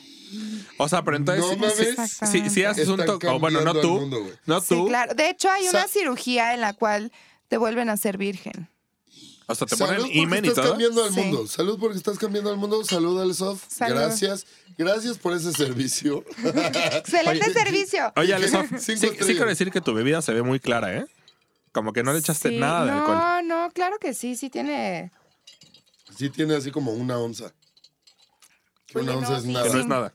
C: O sea, pero entonces
D: No
C: sí-
D: mames.
C: sí, sí,
B: Exactamente.
C: sí haces un
D: Están
C: toque. O bueno, no
D: cambiando
C: tú.
D: al mundo, güey.
C: no
B: Sí,
C: tú.
B: claro. De hecho, hay una
D: Sa-
B: cirugía en la cual te vuelven a ser virgen.
C: O sea, te
D: Salud
C: ponen
D: porque
C: imen y
D: estás
C: todo.
D: cambiando al
B: Sí.
D: mundo. Salud porque estás cambiando al mundo. Salud, Alsof.
B: Salud.
D: Gracias. Gracias por ese servicio. Ah,
B: ¡Excelente
C: Oye. <laughs>
B: servicio!
C: Oye, Alexa,
D: Cinco
C: sí, sí
D: estrellas.
C: quiero decir que tu bebida se ve muy clara, ¿eh? Como que no le echaste
B: Sí,
C: nada de alcohol.
B: No, no, claro que sí, sí tiene.
D: Sí tiene así como una onza. Que
B: Oye,
D: una
B: no,
D: onza es
B: sí,
C: Que
D: nada.
C: no es nada.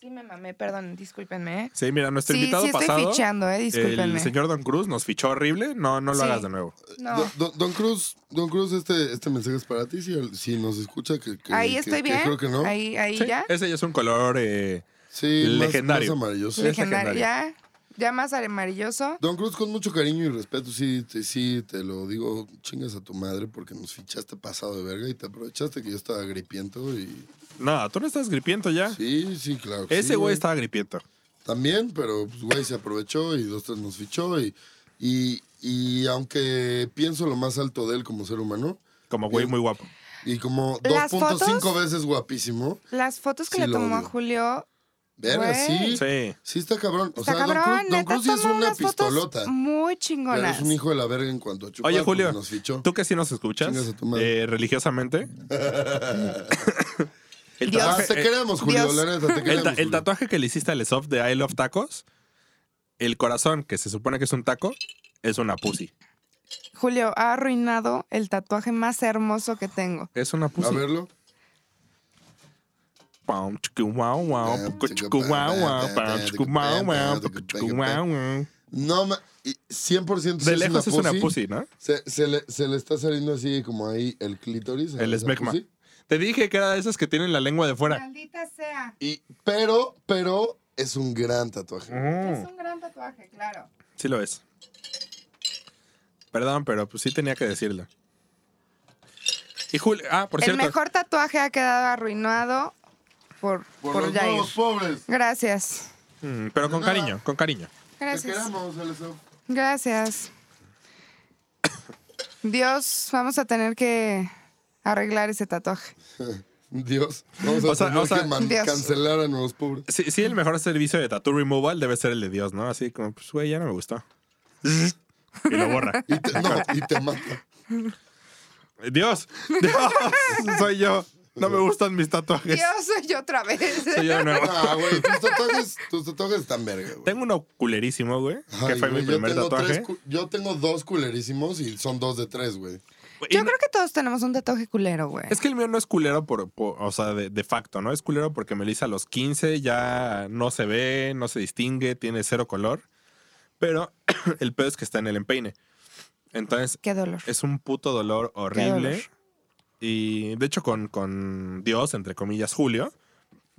B: Sí, me mamé, perdón, discúlpenme. ¿eh?
C: Sí, mira, nuestro
B: Sí,
C: invitado
B: sí estoy
C: pasado.
B: fichando, eh, discúlpenme.
C: El señor Don Cruz nos fichó horrible. No, no lo
B: Sí.
C: hagas de nuevo.
B: No.
D: Don, don- don Cruz, Don Cruz, este, este mensaje es para ti. Si, si nos escucha, que, que-
B: ahí
D: que-
B: estoy
D: que
B: bien.
D: creo que no.
B: Ahí, ahí
C: Sí,
B: ya.
C: ese ya es un color. eh,
D: Sí, más-
C: Legendario.
D: más amarilloso.
C: Sí, es
B: Legendario.
C: legendario.
B: Ya, ya más amarilloso.
D: Don Cruz, con mucho cariño y respeto, sí te, sí, te lo digo, chingas a tu madre porque nos fichaste pasado de verga y te aprovechaste que yo estaba gripiento y...
C: No, tú no estás gripiento ya.
B: Ah.
D: Sí, sí, claro. que
C: ese
D: sí,
C: güey estaba gripiento.
D: También, pero pues, güey se aprovechó y dos, tres nos fichó y, y, y aunque pienso lo más alto de él como ser humano
C: Como güey muy guapo.
D: y como
B: Las
D: 2.5
B: fotos-
D: veces guapísimo,
B: Las fotos que
D: Sí
B: le
D: lo
B: tomó a
D: odio.
B: Julio.
D: verga,
B: Güey.
D: sí, sí.
C: Sí.
D: está cabrón. O
B: Está
D: sea,
B: cabrón,
D: Don Cruz, Don
B: neta,
D: Cruz sí es
B: tomó
D: una
B: unas
D: pistolota.
B: fotos muy
D: Pero
B: chingonas.
D: es un hijo de la verga en cuanto a chupar
C: Oye,
D: porque
C: Julio,
D: nos fichó.
C: tú que sí nos escuchas
D: Chingas a tu madre.
C: eh,
B: <laughs>
C: religiosamente. el
B: Dios.
D: Ah,
C: tatuaje-
D: te
C: eh,
D: queremos, Julio,
B: Dios.
D: la neta, te
C: El,
D: queremos.
C: ta- el
D: Julio.
C: tatuaje que le hiciste a Lesoft de I Love Tacos, el corazón, que se supone que es un taco, es una pussy.
B: Julio ha arruinado el tatuaje más hermoso que tengo.
C: Es una
D: A
C: pussy.
D: verlo.
C: Pam, chucu, guau, guau,
D: Pam,
C: pucu,
D: chucu,
C: chucu, guau,
D: pam,
C: guau,
D: pam,
C: pam,
D: pam,
C: chucu,
D: pam,
C: guau, guau,
D: pam,
C: pucu,
D: pam,
C: chucu,
D: pam,
C: guau,
D: pam.
C: guau.
D: No, ma- y 100% sí
C: De lejos es una
D: pussy.
C: pussy, ¿no?
D: Se, se le, se le está saliendo así como ahí el clítoris. a
C: El
D: esa
C: esmegma.
D: pussy.
C: Te dije que era de esas que tienen la lengua de fuera.
B: Maldita sea.
D: Y, pero, pero es un gran tatuaje.
C: Mm,
B: un gran tatuaje, claro.
C: sí lo es. Perdón, pero pues sí tenía que decirlo. Y Julio, ah, por
B: el
C: cierto.
B: mejor tatuaje ha quedado arruinado por, por,
D: los
B: Yair.
D: nuevos pobres.
B: Gracias.
C: Mm, pero con cariño, con cariño.
D: Te
B: Gracias.
D: queremos, Alessandro.
B: Gracias. Dios, vamos a tener que arreglar ese tatuaje.
D: Dios. Vamos a
C: O sea,
D: tener
C: o sea,
D: que man-
B: Dios.
D: cancelar a nuevos pobres.
C: Sí, sí, el mejor servicio de tattoo removal debe ser el de Dios, ¿no? Así como, pues, güey, ya no me gustó. Y lo
D: <laughs>
C: borra.
D: Y te, no, y te mata.
C: Dios, Dios, <laughs> soy yo. No me gustan mis tatuajes.
B: Yo soy yo otra vez.
C: Soy yo de nuevo.
D: <laughs>
C: <laughs>
D: Ah, güey, tus tatuajes, tus tatuajes están verga, güey.
C: Tengo uno culerísimo, güey. que
D: Ay,
C: fue mi
D: güey, yo
C: primer
D: tengo tres
C: tatuaje.
D: cu- yo tengo dos culerísimos y son dos de tres, güey.
C: Y
B: Yo creo que todos tenemos un tatuaje culero, güey.
C: Es que el mío no es culero por, por- o sea, de, de facto, ¿no? Es culero porque me lo hice a los 15, ya no se ve, no se distingue, tiene cero color. Pero <clears throat> el pedo es que está en el empeine. Entonces,
B: Qué dolor.
C: es un puto dolor horrible. Y de hecho, con, con Dios, entre comillas, Julio,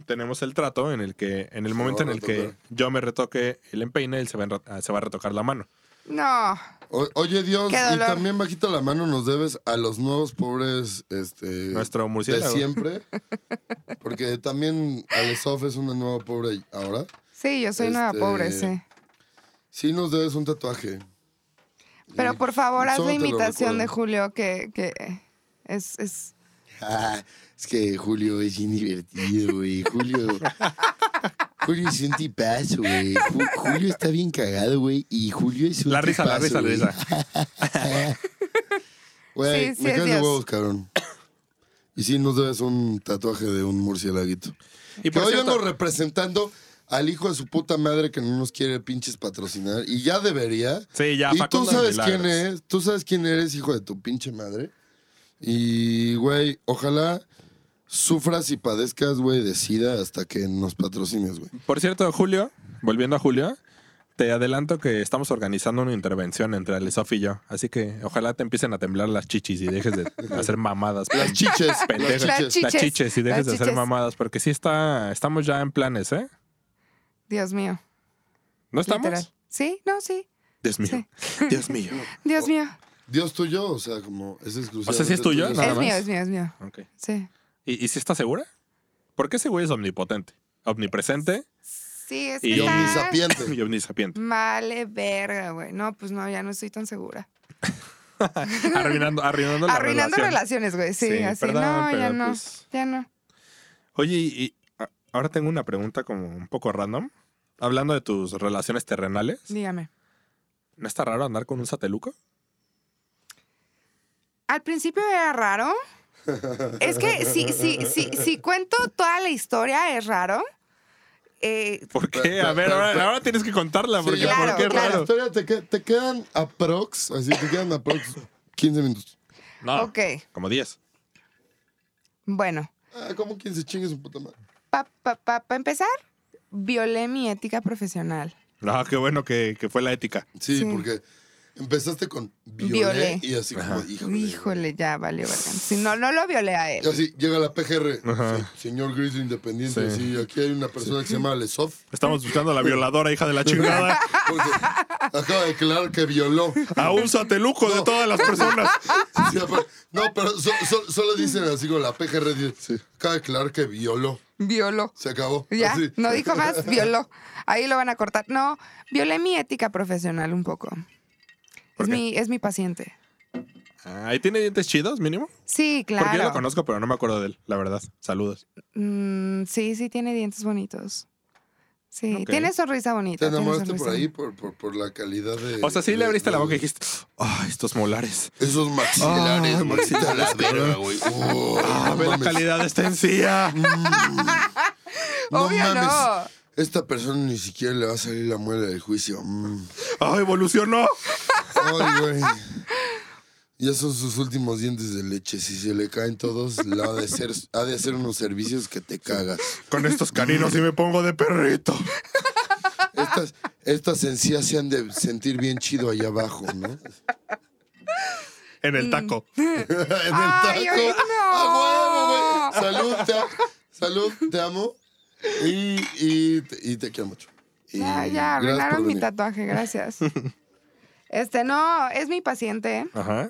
C: tenemos el trato en el que, en el
D: Se
C: momento
D: va
C: en
D: a
C: el que
D: retocar.
C: yo me retoque el empeine, él se va, a enro- se va a retocar la mano.
B: No.
D: O- oye, Dios,
B: Qué
D: y
B: dolor.
D: también bajito la mano nos debes a los nuevos pobres, este...
C: Nuestro
D: de
C: murciélago.
D: siempre. Porque también Alesov es una nueva pobre ahora.
B: Sí, yo soy nueva
D: Este,
B: pobre, sí.
D: Sí nos debes un tatuaje.
B: Pero
D: Y
B: por favor, haz
D: solo
B: la
D: te lo
B: imitación de
D: recuerdo.
B: Julio, que, que es, es...
D: Ah, es que Julio es bien divertido, güey. Julio. Julio es un tipazo, güey. Ju- Julio está bien cagado, güey. Y Julio es un
C: La risa, la risa,
D: tipazo,
C: la
D: güey.
C: risa.
D: Güey,
B: Sí, sí,
D: me
B: es
D: caen de
B: Dios.
D: huevos, cabrón. Y sí, nos debes un tatuaje de un murcielaguito.
C: Y
D: Que
C: por
D: hoy
C: cierto,
D: vengo representando al hijo de su puta madre que no nos quiere pinches patrocinar. Y ya debería.
C: Sí, ya,
D: Y tú
C: Facundo de
D: sabes
C: Milagros.
D: quién es. Tú sabes quién eres, hijo de tu pinche madre. Y, güey, ojalá sufras y padezcas, güey, de sida hasta que nos patrocines, güey.
C: Por cierto, Julio, volviendo a Julio, te adelanto que estamos organizando una intervención entre Alisof y yo. Así que ojalá te empiecen a temblar las chichis y dejes de
B: <laughs>
C: hacer mamadas. <laughs>
D: Las chiches. las
C: Pendejas.
B: Las
D: chiches.
B: chiches.
C: Las chiches y dejes
B: Las
C: de hacer
B: chiches.
C: mamadas, porque sí está, estamos ya en planes, ¿eh?
B: Dios mío.
C: ¿No estamos?
B: literal. Sí, no, sí.
C: Dios mío. <laughs> Dios mío. Oh,
B: Dios mío.
D: Dios tuyo, o sea, como es exclusivo.
C: O sea, sí es tuyo, nada
B: Es
C: más.
B: mío, es mío, es mío.
C: Ok.
B: Sí.
C: ¿Y, ¿Y si está segura? Porque ese güey es omnipotente, omnipresente
B: Sí, es
C: Y
B: que
D: Y
C: yo <laughs>
B: está-
D: omnisapiente.
C: y omnisapiente.
B: Vale, verga, güey. No, pues no, ya no estoy tan segura.
C: Arruinando, arruinando la
B: Arruinando
C: relación.
B: relaciones, güey. Sí,
C: Sí,
B: así.
C: perdón,
B: no, ya
C: pero,
B: no.
C: pues,
B: Ya no.
C: Oye, y y a- ahora tengo una pregunta como un poco random. Hablando de tus relaciones terrenales,
B: Dígame.
C: ¿no está raro andar con un sateluco?
B: Al principio era raro. Es que si, si, si, si cuento toda la historia, es raro. Eh,
C: ¿Por qué?
D: Pero-
C: A ver,
D: pero-
C: ahora,
D: pero-
C: ahora tienes que contarla, porque
D: Sí,
B: claro,
C: ¿por qué es
B: claro.
C: raro?
D: Espera, te, que- te quedan aprox, así te quedan aprox 15 minutos.
C: No,
B: Ok,
C: como 10.
B: bueno.
D: Ah, como 15 chingues su puta madre.
B: Para empezar, violé mi ética profesional.
C: No, qué bueno que, que fue la ética.
D: Sí,
B: Sí.
D: porque empezaste con violé,
B: Violé.
D: y así como,
C: Ajá.
D: híjole.
B: Híjole, ya valió verga. Si no, no lo violé a
D: Y
B: él.
D: así llega la PGR,
C: Ajá.
D: sí, señor Grizzly Independiente,
C: Sí.
D: sí. aquí hay una persona que se llama Lesov,
C: Estamos buscando a la violadora, hija de la chingada,
D: porque acaba de declarar que violó.
C: a un sateluco de todas las personas.
D: Sí, apa- no, pero so- so- solo dicen así con la PGR, dice, acaba de declarar que violó,
B: Violó.
D: se acabó.
B: Ya,
D: Así.
B: no dijo más, violó. Ahí lo van a cortar. No, violé mi ética profesional un poco.
C: ¿Por
B: Es
C: qué?
B: mi, es mi paciente.
C: Ah, ¿y tiene dientes chidos, mínimo?
B: Sí, claro.
C: Porque yo lo conozco, pero no me acuerdo de él, la verdad. Saludos.
B: Mm, sí, sí, tiene dientes bonitos. Sí,
C: Ok.
B: tiene sonrisa bonita.
D: Te
B: tiene
D: enamoraste por
B: sonrisa
D: ahí
B: bonita.
D: por, por, por la calidad de...
C: O sea, sí le
D: de-
C: abriste la
D: de-
C: boca y dijiste, ¡ah, estos molares!
D: Esos maxilares,
C: Ah,
D: maxilares, a la verga, güey. Oh,
C: ¡Ah,
D: no
C: ve la
D: mames.
C: calidad de esta encía!
B: Obvio, no.
D: Esta persona ni siquiera le va a salir la muela del juicio. Mm.
C: ¡Ah, evolucionó!
D: Ay, güey. Ya son sus últimos dientes de leche. Si se le caen todos, la ha de hacer, ha de hacer unos servicios que te cagas.
C: Con estos caninos y me pongo de perrito.
D: Estas, estas encías se han de sentir bien chido allá abajo, ¿no?
C: En el taco.
D: en el taco.
B: Ay, ay, no.
D: ¡A huevo, güey! Salud, te, a- salud, te amo. Y, y, te- y te quiero mucho. Y
B: Ya, ya,
D: gracias por
B: arruinaron mi
D: venir.
B: tatuaje,
D: <laughs>
B: gracias. Este, no, es mi paciente
C: Ajá.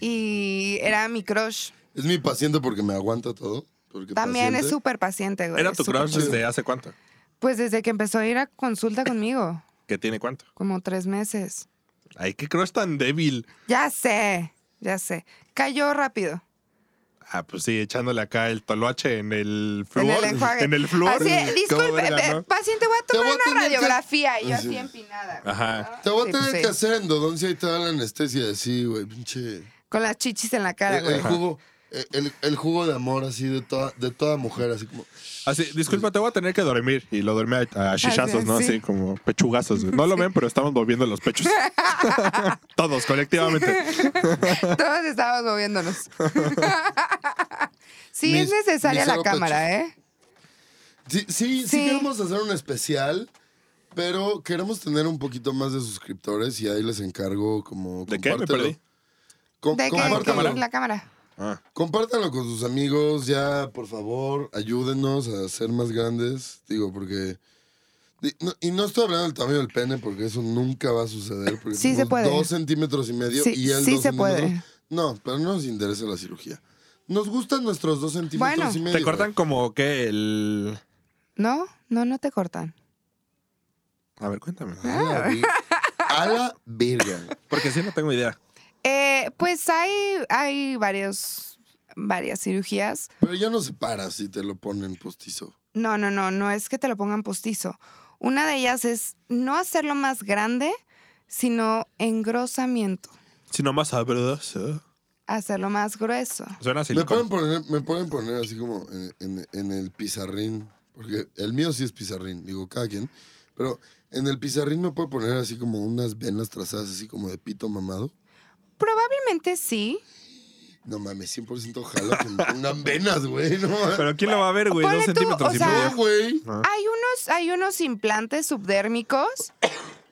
B: y era mi crush.
D: Es mi paciente porque me aguanta todo. Porque
B: También es
D: paciente.
B: súper paciente, güey.
C: ¿Era tu
B: súper
C: crush
B: paciente.
C: desde hace cuánto?
B: Pues desde que empezó a ir a consulta conmigo,
C: ¿Qué tiene cuánto?
B: como tres meses.
C: Ay, qué crush tan débil.
B: Ya sé, ya sé. Cayó rápido.
C: Ah, pues sí, echándole acá el toloache en el
B: En
C: flúor. <laughs>
B: el enjuague.
C: En el flúor.
B: Así,
C: ¿Cómo
B: disculpe,
C: verga,
B: ve-
C: no?
B: paciente, voy a
D: Te
B: tomar
D: voy a
B: una
D: tener que-
B: radiografía. Y yo
D: Sí.
B: así empinada. güey.
C: Ajá.
D: Te voy a
B: Sí,
D: tener
B: pues,
D: que
B: sí.
D: hacer endodoncia y te da la anestesia. Sí, güey, pinche.
B: Con las chichis en la cara,
D: <laughs> El, el
B: güey.
D: jugo, eh, el, el jugo de amor así de toda, de toda mujer, así como.
C: Así, disculpa, te voy a tener que dormir. Y lo dormí a, a chichazos, ¿no?
B: sí.
C: Así como pechugazos. güey. No lo ven, pero estamos moviendo los
B: <laughs>
C: pechos. Todos, colectivamente.
B: Todos estábamos moviéndonos. <laughs> sí,
D: Mis-
B: es necesaria
D: mis
B: la
D: solo
B: cámara, ¿eh?
D: Sí, sí, sí
B: Sí.
D: queremos hacer un especial, pero queremos tener un poquito más de suscriptores y ahí les encargo como.
C: ¿De qué? Me
D: compártelo.
C: perdí.
D: Com-
B: ¿De qué?
D: compártelo.
B: ¿Qué- La cámara.
C: Ah,
D: Compártanlo con sus amigos, ya, por favor, ayúdenos a ser más grandes. Digo, porque. di- no- y no estoy hablando del tamaño del pene, porque eso nunca va a suceder. Porque
B: Sí se
D: somos
B: puede.
D: Dos centímetros y medio
B: Sí,
D: y él
B: sí
D: dos
B: se puede.
D: centímetros. No, pero no nos interesa la cirugía. Nos gustan nuestros dos centímetros
B: Bueno.
D: y medio.
C: ¿Te cortan como que el.
B: No, no, no te cortan.
C: A ver, cuéntame.
D: A
B: Ah.
D: la, vi- a la verga.
C: Porque sí, no tengo idea.
B: Eh, pues hay, hay varios, varias cirugías.
D: Pero ya no se para si te lo ponen postizo.
B: No, no, no, no es que te lo pongan postizo. Una de ellas es no hacerlo más grande, sino engrosamiento.
C: Si no más sabroso.
B: Hacerlo más grueso.
C: Suena así.
D: Me pueden, poner, me pueden poner así como en, en- en el pizarrín, porque el mío sí es pizarrín, digo, cada quien. Pero en el pizarrín me puedo poner así como unas venas trazadas, así como de pito mamado.
B: Probablemente sí.
D: No mames, 100% jalo
C: <laughs>
D: que me pongan venas, güey. No mames.
C: Pero ¿quién lo va a ver, güey?
B: Ponle
C: Dos
B: tú,
C: centímetros
B: o
C: y
B: sea- ¿eh?
D: No,
C: medio.
D: güey.
B: Hay unos, hay unos implantes subdérmicos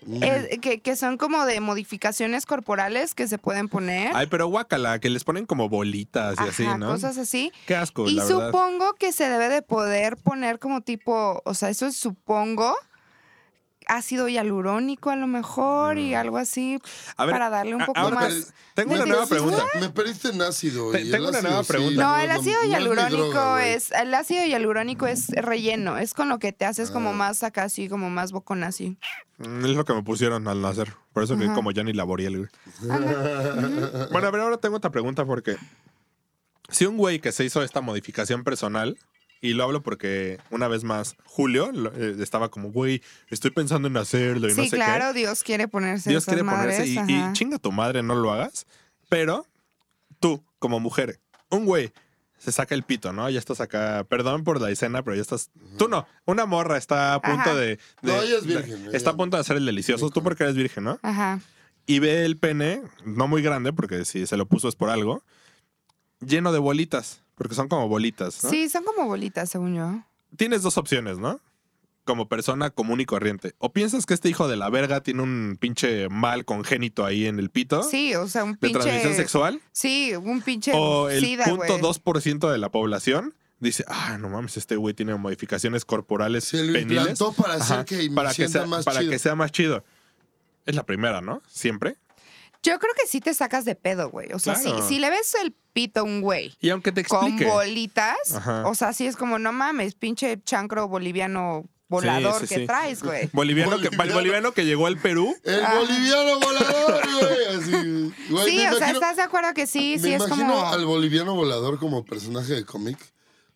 C: Mm.
B: eh, que, que son como de modificaciones corporales que se pueden poner.
C: Ay, pero guácala, que les ponen como bolitas y así,
B: Ajá,
C: ¿no?
B: Cosas así.
C: Qué asco,
B: y
C: la verdad.
B: supongo que se debe de poder poner como tipo, o sea, eso es supongo, ácido hialurónico a lo mejor y algo así
C: Mm. A ver,
B: para darle un
C: a-
B: poco
C: ahora,
B: más.
C: pero- tengo una
B: ¿Me
C: nueva
B: dices,
C: pregunta.
D: Me perdiste en ácido.
C: Te-
D: y el
C: tengo una
D: ácido
C: nueva
D: sí,
C: pregunta.
B: No,
D: es
B: el
D: lo-
B: ácido
D: no es mi
B: hialurónico
D: droga, güey.
B: es, el ácido hialurónico es relleno, es con lo que te haces como
D: Ah.
B: más acá así, como más bocón así.
C: Mm, Es lo que me pusieron al nacer. Por eso que
B: Ajá.
C: como Johnny Laboriel, güey. Bueno, a ver, ahora tengo otra pregunta porque si un güey que se hizo esta modificación personal, y lo hablo porque una vez más, Julio lo- eh, estaba como, güey, estoy pensando en hacerlo y no
B: sí,
C: sé
B: claro, Dios quiere ponerse
C: qué. Dios
B: esas
C: quiere ponerse
B: madres,
C: y, y
B: ajá.
C: chinga tu madre, no lo hagas. Pero tú, como mujer, un güey se saca el pito, ¿no? Ya estás acá, perdón por la escena, pero ya estás... Tú no, una morra está a punto
B: Ajá.
C: de... de-
D: No, ella
C: de-
D: es virgen,
C: Está
D: ella-
C: a punto de hacer el delicioso, tú porque eres virgen, ¿no?
B: Ajá.
C: y ve el pene, no muy grande, porque si se lo puso es por algo, lleno de bolitas, porque son como bolitas, ¿no?
B: Sí, son como bolitas, según yo.
C: Tienes dos opciones, ¿no? Como persona común y corriente. O piensas que este hijo de la verga tiene un pinche mal congénito ahí en el pito
B: Sí, o sea, un
C: de
B: pinche.
C: transmisión sexual.
B: Sí, un pinche.
C: O el
B: sida, güey.
C: punto 2% de la población dice, ah, no mames, este güey tiene modificaciones corporales
D: Se lo
C: peniles
D: implantó para hacer
C: Ajá,
D: que me
C: para que
D: sienta
C: sea,
D: más
C: para
D: chido.
C: que sea más chido. Es la primera, ¿no? Siempre.
B: Yo creo que sí te sacas de pedo, güey. O sea,
C: Claro.
B: si, si le ves el pito a un güey
C: Y aunque te
B: con
C: explique...
B: bolitas,
C: Ajá.
B: o sea, sí es como, no mames, pinche chancro boliviano volador
C: sí,
B: que
C: sí. <laughs>
B: traes, güey.
C: Boliviano, Que,
D: Boliviano.
C: el boliviano que llegó al Perú.
D: El
B: Ah.
D: boliviano volador, güey. Así,
B: Sí,
D: güey, me
B: o sea,
D: imagino-
B: ¿estás de acuerdo que sí?
D: Me
B: Sí, es
D: imagino
B: como.
D: al boliviano volador como personaje de cómic,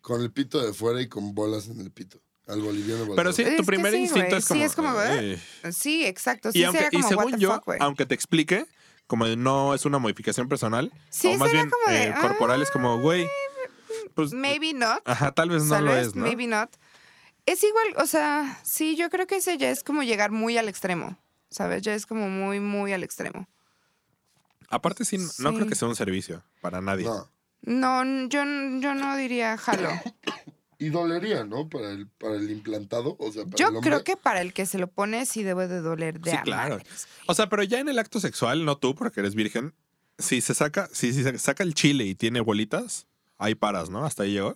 D: con el pito de fuera y con bolas en el pito. Al boliviano volador.
C: Pero sí,
B: Es
C: tu
B: que
C: primer
B: sí,
C: instinto
B: güey.
C: es
B: Sí,
C: como.
B: es como,
C: "Ey".
B: Sí, exacto. Sí,
C: Y, aunque,
B: sería como,
C: y
B: what
C: según
B: the
C: yo,
B: fuck, güey.
C: aunque te explique, como de no es una modificación personal,
B: Sí,
C: o más
B: sería
C: bien
B: como de,
C: eh, corporal, es como, güey. Pues,
B: Maybe not.
C: ajá, tal vez pues, no
B: tal
C: lo
B: vez,
C: es, ¿no?
B: maybe not. Es igual, o sea, sí, yo creo que ese ya es como llegar muy al extremo, ¿sabes? Ya es como muy, muy al extremo.
C: Aparte, sí, no- no
B: Sí.
C: creo que sea un servicio para nadie.
D: No.
B: No, n- yo, n- yo no diría jalo.
D: Y dolería, ¿no? Para el, para el implantado. O sea, para el
B: Yo
D: hombre.
B: creo que para el que se lo pone sí debe de doler de
C: Sí,
B: a
C: claro.
B: madres.
C: O sea, pero ya en el acto sexual, no tú, porque eres virgen, si se saca, si, si se saca el chile y tiene bolitas, ahí paras, ¿no? Hasta ahí llegó.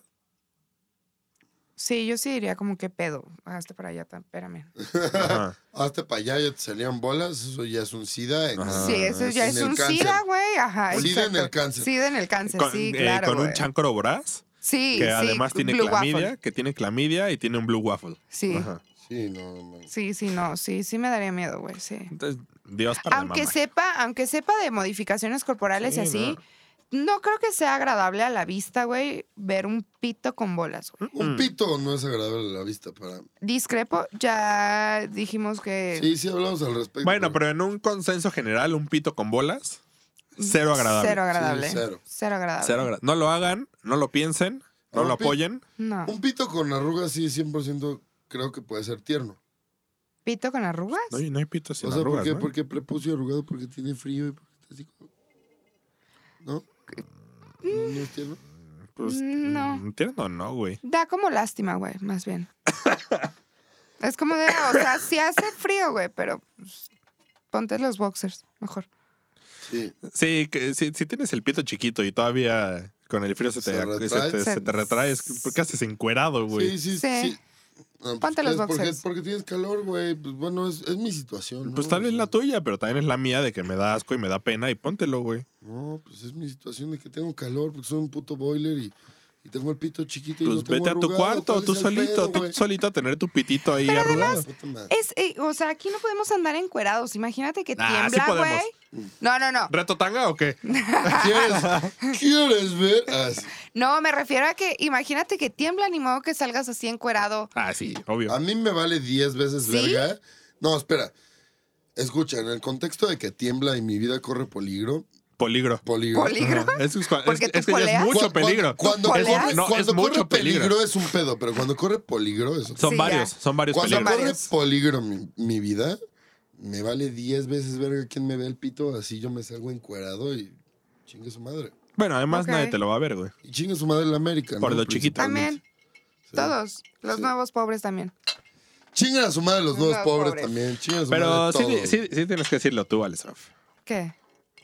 B: Sí, yo sí diría como que pedo. Hazte para allá, tan- espérame.
C: Ajá.
D: Hasta para allá ya te salían bolas. Eso ya es un SIDA. En,
C: Ajá. Ah,
B: sí, eso ya
D: en
B: es
D: el
B: un
D: cáncer.
B: sida, güey. Ajá.
D: Un sida en
B: exacto.
D: el cáncer.
B: Sida en el cáncer,
C: Con,
B: sí,
C: eh,
B: claro.
C: con un
B: güey.
C: chancro voraz,
B: Sí,
C: que
B: sí,
C: además tiene
B: Blue Waffle.
C: clamidia, que tiene clamidia y tiene un blue waffle.
B: Sí.
C: Ajá.
D: Sí, no, no.
B: Sí, sí, no, sí, sí me daría miedo, güey, sí.
C: Entonces, Dios para la
B: Aunque
C: mamá.
B: sepa, aunque sepa de modificaciones corporales
C: Sí,
B: y así, no. creo que sea agradable a la vista, güey, ver un pito con bolas,
C: ¿Mm?
B: güey.
D: Un pito no es agradable a la vista para.
B: Discrepo, ya dijimos que
D: Sí, sí hablamos al respecto.
C: Bueno, pero en un consenso general, un pito con bolas. Cero agradable.
B: Cero agradable.
D: Sí,
B: cero.
D: cero.
B: agradable.
C: Cero agra- no lo hagan, no lo piensen, no
D: No,
C: lo
D: pi-
C: apoyen.
B: No.
D: Un pito con arrugas sí, 100% creo que puede ser tierno.
B: ¿Pito con arrugas?
C: No hay, no hay pito sin
D: o sea,
C: arrugas,
D: ¿por qué?
C: ¿no?
D: Porque prepucio arrugado, porque tiene frío y porque está así como... ¿No? ¿No no es tierno?
C: Pues,
B: No.
C: mm, Entiendo, no, güey.
B: Da como lástima, güey,
C: <laughs>
B: más bien. es como de, o sea, sí hace frío, güey, pero pues, ponte los boxers, mejor.
D: Sí.
C: Sí, que, si, si tienes el pito chiquito y todavía con el frío se te,
D: Se
C: se
D: retrae.
C: te- se te retrae, es que- porque haces encuerado, güey.
D: Sí, sí,
B: Sí.
D: sí. No, pues,
B: Ponte los
D: ¿qué es? Porque-
B: boxers.
D: Porque, tienes calor, güey. Pues bueno, es, es mi situación. ¿no?
C: Pues tal vez
D: O sea,
C: la tuya, pero también es la mía de que me da asco y me da pena y póntelo, güey.
D: No, pues es mi situación de que tengo calor porque soy un puto boiler y, y tengo el pito chiquito y
C: Pues
D: no tengo
C: vete a tu
D: arrugado.
C: cuarto,
D: ¿Cuál
C: tú
D: es el
C: solito,
D: pedo,
C: tú
D: güey? Ah,
C: solito a tener tu pitito ahí arrugado.
D: Puta madre.
B: Es, eh, o sea, aquí no podemos andar encuerados. Imagínate que
C: Nah, sí
B: tiembla,
C: podemos.
B: güey. No, no, no.
C: ¿Reto tanga o
B: <laughs>
C: qué?
D: ¿Quieres, ¿Quieres ver? Ah, sí.
B: No, me refiero a que imagínate que tiembla, ni modo que salgas así encuerado.
C: Ah, sí, obvio.
D: A mí me vale 10 veces
B: ¿Sí?
D: verga. No, espera. Escucha, en el contexto de que tiembla y mi vida corre peligro,
C: Peligro.
D: peligro.
B: ¿Peligro?
C: Es, es-
B: ¿Porque
C: es-
B: tú
C: es que ya es
B: poleas?
C: mucho
D: Cu-
C: peligro.
D: Cuando,
B: ¿Tú
D: cuando
B: poleas?
D: corre,
C: No,
D: cuando
C: es mucho
D: corre peligro,
C: peligro.
D: es un pedo, pero cuando corre peligro es otro.
C: Son
B: Sí,
C: varios,
B: ya.
C: son varios
D: Cuando
C: peligros.
D: corre
B: varios.
D: peligro mi, mi vida, me vale 10 veces verga quién me ve el pito, así yo me salgo encuerado y chingue su madre.
C: Bueno, además
B: Ok.
C: nadie te lo va a ver, güey.
D: Y chingue su madre la América,
C: Por
D: ¿no?
C: lo chiquito.
B: <laughs> También.
D: Sí.
B: Todos. Los
D: Sí.
B: nuevos pobres también.
D: Chinguen a su madre los nuevos
B: Los
D: pobres,
B: pobres.
D: también. Chinguen a su
C: Pero
D: madre
C: sí,
D: todos.
C: sí, sí tienes que decirlo tú, Alessaf.
B: ¿Qué?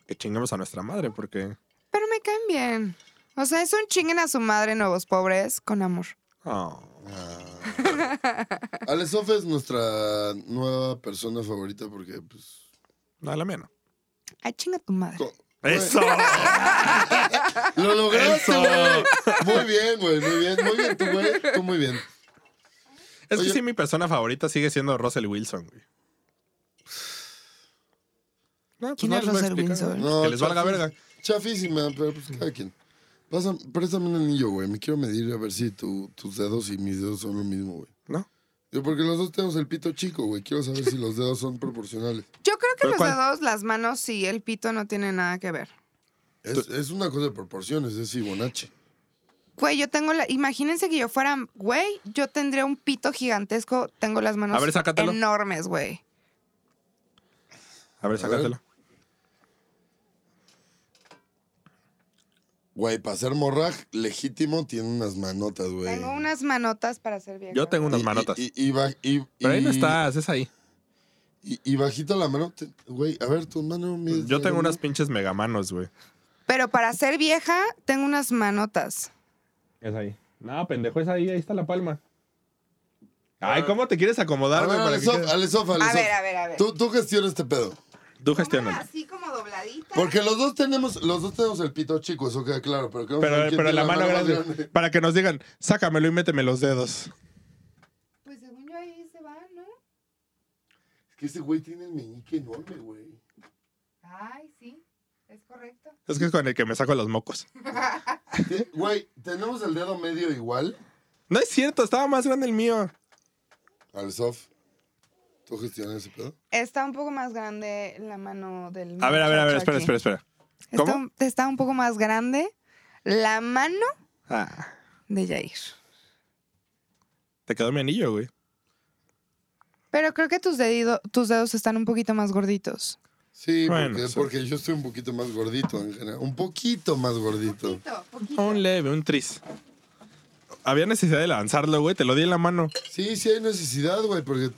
C: Que chingamos a nuestra madre, porque.
B: Pero me caen bien. O sea, es un chinguen a su madre, nuevos pobres, con amor.
C: Oh.
D: Ah. Ale Sof es nuestra nueva persona favorita porque, pues.
C: No, la mía no.
B: Ay, chinga tu madre.
D: co-
C: <laughs> ¡Eso!
D: Lo lograste,
C: ¡Eso!
D: güey. Muy bien, güey. Muy bien, muy bien, tú, güey. Tú muy bien.
C: Es que
D: Oye.
C: sí, mi persona favorita sigue siendo Russell Wilson, güey. No, pues
B: ¿Quién
C: no
B: es
C: les voy a
B: Russell
C: explicar.
B: Wilson?
D: No,
C: que les valga
D: chafis-
C: verga.
D: Chafísima, pero pues cada quien. Pasa- préstame un anillo, güey. Me quiero medir a ver si tu- tus dedos y mis dedos son lo mismo, güey.
C: ¿No?
D: Yo, porque los dos tenemos el pito chico, güey. Quiero saber si los dedos son proporcionales.
B: Yo creo que
C: ¿Pero
B: los
C: cuál?
B: dedos, las manos y el pito no tienen nada que ver.
D: Es, es una cosa de proporciones, es Ibonache.
B: Güey, yo tengo la. Imagínense que yo fuera, güey, yo tendría un pito gigantesco. Tengo las manos
C: A ver, sácatelo.
B: enormes, güey.
C: A ver,
D: A ver.
C: sácatelo.
D: Güey, para ser morraj legítimo tiene unas manotas, güey.
B: Tengo unas manotas para ser bien.
C: Yo tengo
D: Y-
C: unas
D: y-
C: manotas.
D: Y, y ba- y-
C: Pero ahí no
D: y-
C: estás, es ahí.
D: Y, y bajita la mano, te- güey, a ver, tu mano. mi-
C: Yo tengo
D: la-
C: unas pinches megamanos, güey.
B: Pero para ser vieja, tengo unas manotas.
C: Es ahí. No, pendejo, es ahí, ahí está la palma. Ay, ¿cómo te quieres acomodar,
D: A
C: güey?
D: ver,
C: para que
D: Alesof,
C: quede-
D: Alesof,
B: A
D: Alesof.
B: ver, a ver, a ver.
D: Tú, tú gestiona este pedo.
C: Tú gestiónalo.
B: Así como dobladita.
D: Porque los dos tenemos, los dos tenemos el pito chico, eso queda claro. Pero, queremos
C: Pero,
D: saber quién
C: pero
D: tiene
C: la mano
D: más
C: grande, Para que nos digan, sácamelo y méteme los dedos.
B: Pues según yo ahí se va, ¿no?
D: Es que ese güey tiene el meñique enorme, güey.
B: Ay, sí. Es correcto.
C: Es que es con el que me saco los mocos.
D: Te- Güey, tenemos el dedo medio igual.
C: No es cierto, estaba más grande el mío.
D: Alesof, tú gestionas ese pedo.
B: Está un poco más grande la mano del.
C: A ver, a ver, a ver,
B: muchacho
C: espera,
B: aquí.
C: espera, espera.
B: Está
C: ¿Cómo?
B: un- está un poco más grande la mano
C: Ah,
B: de Jair.
C: te quedó mi anillo, güey.
B: Pero creo que tus, dedido- tus dedos están un poquito más gorditos.
D: Sí,
C: Bueno,
D: porque,
C: sí.
D: porque yo estoy un poquito más gordito en general. Un poquito más gordito.
C: Un leve, un tris. Había necesidad de lanzarlo, güey. Te lo di en la mano.
D: Sí, sí hay necesidad, güey, porque.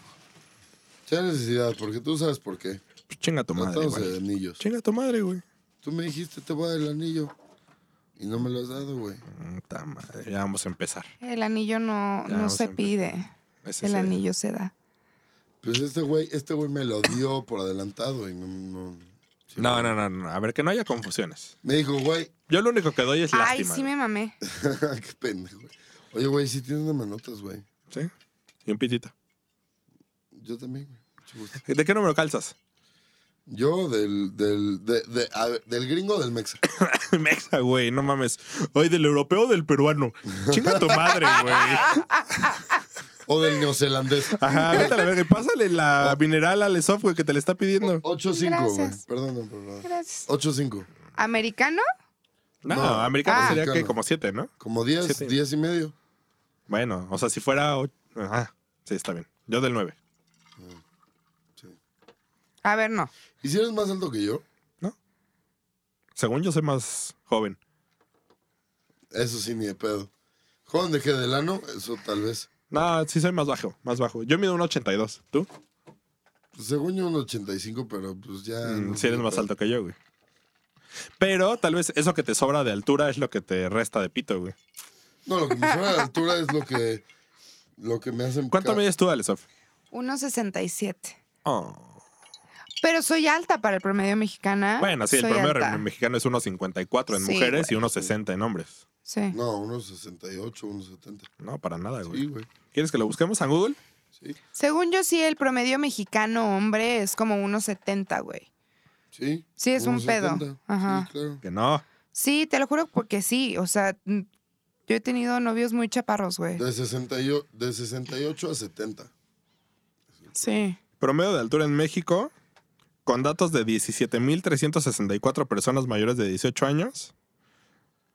D: Sí hay necesidad, porque tú sabes por qué.
C: Pues chinga tu madre,
D: Tratamos de
C: güey.
D: anillos.
C: Chinga tu madre, güey.
D: Tú me dijiste, te voy a dar el anillo. Y no me lo has dado, güey.
C: Puta madre, ya vamos a empezar.
B: El anillo no,
C: Ya,
B: no
C: vamos a
B: se
C: empezar.
B: pide.
C: Ese
B: El
C: es
B: anillo se da.
D: Pues este güey, este güey me lo dio por adelantado y no. no- sí,
C: No,
D: güey.
C: no, no, no. A ver, que no haya confusiones.
D: Me dijo, güey, <laughs>
C: Yo lo único que doy es
B: Ay,
C: lástima.
B: sí me mamé.
D: qué pendejo. güey. Oye, güey, sí tienes unas manotas, güey.
C: güey. ¿Sí? Y un pitito.
D: Yo también, güey. Mucho gusto.
C: ¿De qué número calzas? <laughs>
D: Yo del, del, de- de- a ver, del gringo o del mexa.
C: Mexa, güey, no mames. Hoy del europeo o del peruano. Chinga tu madre, güey.
D: O
C: <laughs>
D: del neozelandés.
C: Ajá, vete a la verga. Y Pásale la mineral al software que te le está pidiendo.
D: 8-5, güey.
B: Gracias.
D: Perdón, no, perdón.
B: Gracias.
D: 8-5.
B: ¿Americano?
C: No,
D: No.
C: americano
B: Ah.
C: sería que
D: Americano.
C: como siete, ¿no?
D: Como 10,
C: Siete.
D: 10 y medio.
C: Bueno, o sea, si fuera. och- Ajá, sí, está bien. Yo del 9.
B: A ver, no.
D: ¿Y si eres más alto que yo?
C: Según yo soy más joven.
D: Eso sí, ni de pedo. Joven de que del ano, eso tal vez.
C: No, sí soy más bajo, más bajo. Yo mido un 82. ¿Tú?
D: Pues, según yo, un 85, pero pues ya.
C: Mm,
D: no
C: si eres
D: sé,
C: más
D: pero-
C: alto que yo, güey. Pero tal vez eso que te sobra de altura es lo que te resta de pito, güey.
D: No, lo que me suena a la altura es lo que, lo que me hacen.
C: ¿Cuánto
D: ca-
C: mides tú, Alesov?
B: 1.67.
C: Oh.
B: Pero soy alta para el promedio mexicana.
C: Bueno, sí, el
B: Ah, Soy
C: promedio
B: alta.
C: mexicano es 1.54 en
B: Sí,
C: mujeres y 1.60 en hombres.
B: Sí.
D: No, unos 68, unos 70.
C: No, para nada, güey.
D: Sí, güey.
C: ¿Quieres que lo busquemos en Google?
D: Sí,
B: Según yo, sí, el promedio mexicano hombre es como 1.70, güey.
D: sí.
B: Sí, es
D: unos
B: un pedo.
D: 70.
B: Ajá.
D: Sí, claro.
C: Que no.
B: Sí, te lo juro porque sí. O sea, mm, yo he tenido novios muy chaparros, güey.
D: De, 68, de 68 a 70.
B: Sí.
C: Promedio de altura en México, con datos de 17.364 personas mayores de 18 años.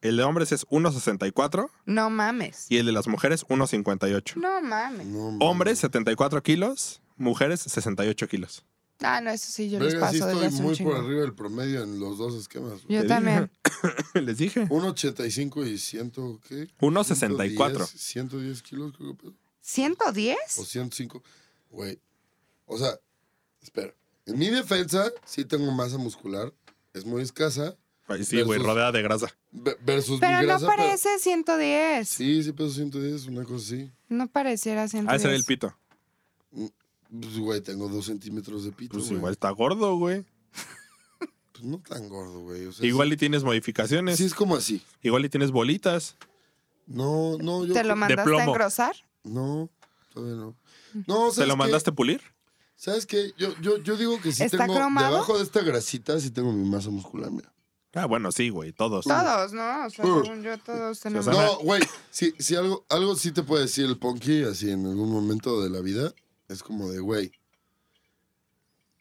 C: El de hombres es 1.64
B: No mames.
C: y el de las mujeres 1.58.
B: No mames.
D: No, mames.
C: Hombres 74 kilos, mujeres 68 kilos.
B: Ah, no, eso sí, yo les
D: Verga, sí
B: paso desde
D: estoy
B: hace un
D: muy por
B: chingo.
D: arriba del promedio en los dos esquemas. güey.
B: Yo
C: Te
B: también.
C: dije. <coughs> Les dije.
D: 1,85 y 100, ¿qué?
C: 1.64.
D: 110, 110 kilos, creo que pedo.
B: ¿110?
D: O 105. Güey. O sea, espera. En mi defensa, sí tengo masa muscular. Es muy escasa.
C: Ay, sí, güey,
D: Versus-
C: rodeada de grasa.
D: ve- Versus
B: Pero
D: mi
B: no
D: grasa. pero-
B: parece 110.
D: Sí, sí peso 110, una cosa así.
B: No pareciera 110.
C: Ah, ese era el pito.
D: Pues, güey, tengo dos centímetros de pito,
C: Pues
D: güey.
C: igual está gordo, güey.
D: Pues no tan gordo, güey. O sea,
C: Igual y tienes
D: Sí,
C: modificaciones.
D: sí Pues es como así.
C: Igual y tienes bolitas.
D: No, no, yo...
B: ¿Te lo mandaste a
C: plomo.
B: engrosar?
D: No, todavía no. No, ¿sabes
C: ¿Te lo
D: qué?
C: mandaste pulir?
D: ¿Sabes qué? Yo, yo, yo digo que sí
B: ¿Está
D: tengo...
B: cromado?
D: Debajo de esta grasita sí tengo mi masa muscular, mira.
C: Ah, bueno, sí, güey, todos.
B: Todos, ¿no? O sea,
D: Uh.
B: según yo, todos tenemos.
C: sea, Sana.
D: No, güey, si, si algo, algo sí te puede decir el Ponky, así en algún momento de la vida, es como de, güey,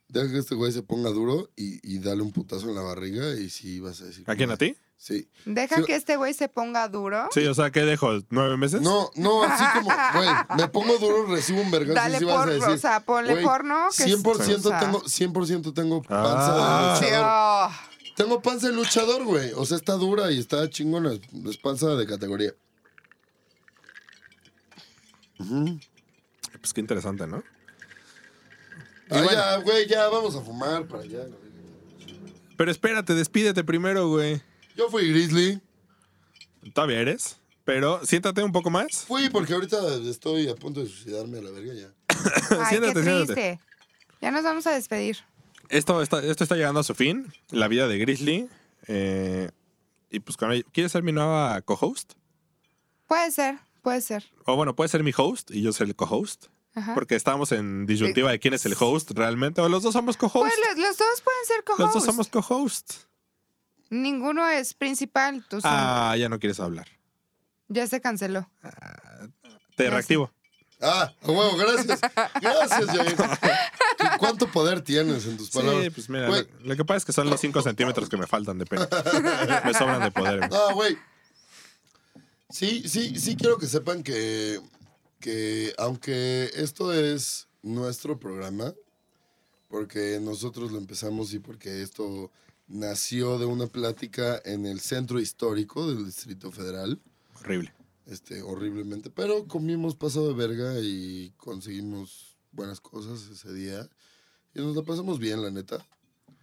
D: deja que este güey se ponga duro y, y dale un putazo en la barriga y sí vas a decir...
C: ¿A quién? ¿A ti?
D: Sí.
B: Deja
D: Sí.
B: que este güey se ponga duro.
C: Sí, o sea, ¿qué dejo? ¿Nueve meses?
D: No, no, así como, güey, me pongo duro, recibo un vergazo
B: Dale
D: y sí vas a
B: porno,
D: decir...
B: o sea, ponle
D: güey,
B: porno. Que
D: 100%
B: o sea,
D: tengo, Ah, 100% tengo
C: Ah.
D: panza de
B: sí,
D: luchador.
C: <laughs>
B: oh.
D: Tengo panza de luchador, güey. O sea, está dura y está chingona. Es panza de categoría.
C: Pues qué interesante, ¿no?
D: Ah, ya, güey, ya, vamos a fumar para allá.
C: Pero espérate, despídete primero, güey.
D: Yo fui Grizzly.
C: Todavía eres, pero siéntate un poco más.
D: Fui porque ahorita estoy a punto de suicidarme a la verga ya.
B: Ay, qué
C: Siéntate, siéntate.
B: triste. Ya nos vamos a despedir.
C: Esto está, esto está llegando a su fin, la vida de Grizzly. eh, y pues con ello, ¿quieres ser mi nueva co-host?
B: Puede ser, puede ser.
C: O bueno, puedes ser mi host y yo ser el co-host.
B: Ajá.
C: Porque estábamos en disyuntiva de quién es el host realmente. O los dos somos co-host.
B: Pues los, los dos pueden ser co
C: los dos somos co-host.
B: Ninguno es principal. Tú solo.
C: Ah, ya no quieres hablar.
B: Ya se canceló.
C: Te
B: Ya sé.
C: reactivo.
D: Ah, a huevo, gracias. Gracias, Jair. ¿Tú ¿Cuánto poder tienes en tus palabras?
C: Sí, pues mira,
D: Güey,
C: lo, lo que pasa es que son los 5 centímetros que me faltan de <laughs> pelo. me sobran de poder. güey.
D: Ah, güey. Sí, sí, sí quiero que sepan que, que aunque esto es nuestro programa, porque nosotros lo empezamos y porque esto nació de una plática en el centro histórico del Distrito Federal,
C: Horrible.
D: este, horriblemente, pero comimos pasado de verga y conseguimos buenas cosas ese día y nos la pasamos bien, la neta.
B: <laughs>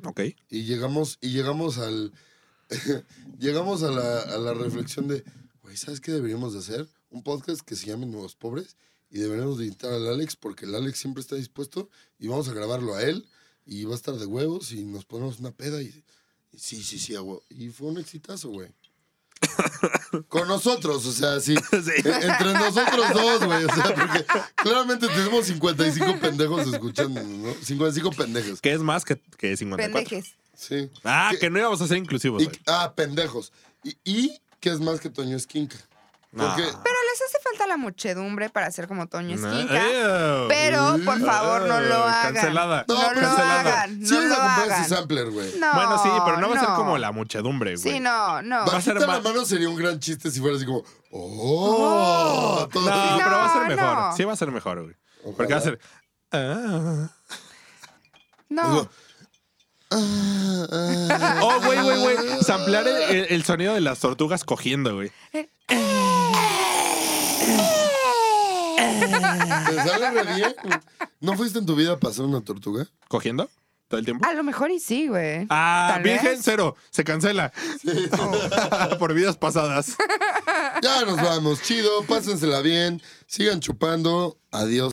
C: Ok.
D: Y llegamos, y llegamos al. <laughs> llegamos a la, a la reflexión de, güey, ¿sabes qué deberíamos de hacer? Un podcast que se llame Nuevos Pobres y deberíamos de invitar al Alex porque el Alex siempre está dispuesto y vamos a grabarlo a él y va a estar de huevos y nos ponemos una peda y, y sí, sí, sí, a huevo. Y fue un exitazo, güey. Con nosotros, o sea, sí. E- Entre nosotros dos, güey. O sea, porque claramente tenemos 55 pendejos escuchando, ¿no? 55 pendejos.
C: Que es más que, que 54.
B: Pendejes.
D: Sí.
C: Ah,
D: ¿Qué?
C: que no íbamos a ser inclusivos.
D: Y-
C: güey.
D: ah, pendejos. Y, y que es más que Toño Esquinca. Porque
B: Pero les hace falta la muchedumbre para ser como Toño
C: No. eh,
B: Esquinca.
C: Ew.
B: Pero, por favor, no lo
C: Ew,
B: hagan.
C: Cancelada.
B: No, lo
C: cancelada.
B: hagan,
D: sí
B: no
D: vas
B: lo
D: a comprar ese
B: hagan.
D: sampler, güey.
B: No,
C: Bueno, sí, pero no va a ser
B: no.
C: como la muchedumbre, güey.
B: Sí, no, no.
C: a ser
D: Bajita la
C: más-
D: mano sería un gran chiste si fuera así como, ¡oh!
C: No,
D: todo así.
C: pero va a ser
B: No,
C: mejor.
B: no.
C: Sí va a ser mejor, güey. Porque va a ser... Ah.
B: No.
D: Ah, ah.
C: Oh, güey, güey,
B: <laughs>
C: güey. Samplear el, el- el sonido de las tortugas cogiendo, güey.
D: ¿Te sale re bien? ¿No fuiste en tu vida a pasar una tortuga?
C: ¿Cogiendo? ¿Todo el tiempo?
B: A lo mejor y sí, güey.
C: Ah,
B: Tal
C: virgen
B: vez.
C: cero. Se cancela. <laughs> Por vidas pasadas.
D: Ya nos vamos, chido, pásensela bien, sigan chupando, adiós.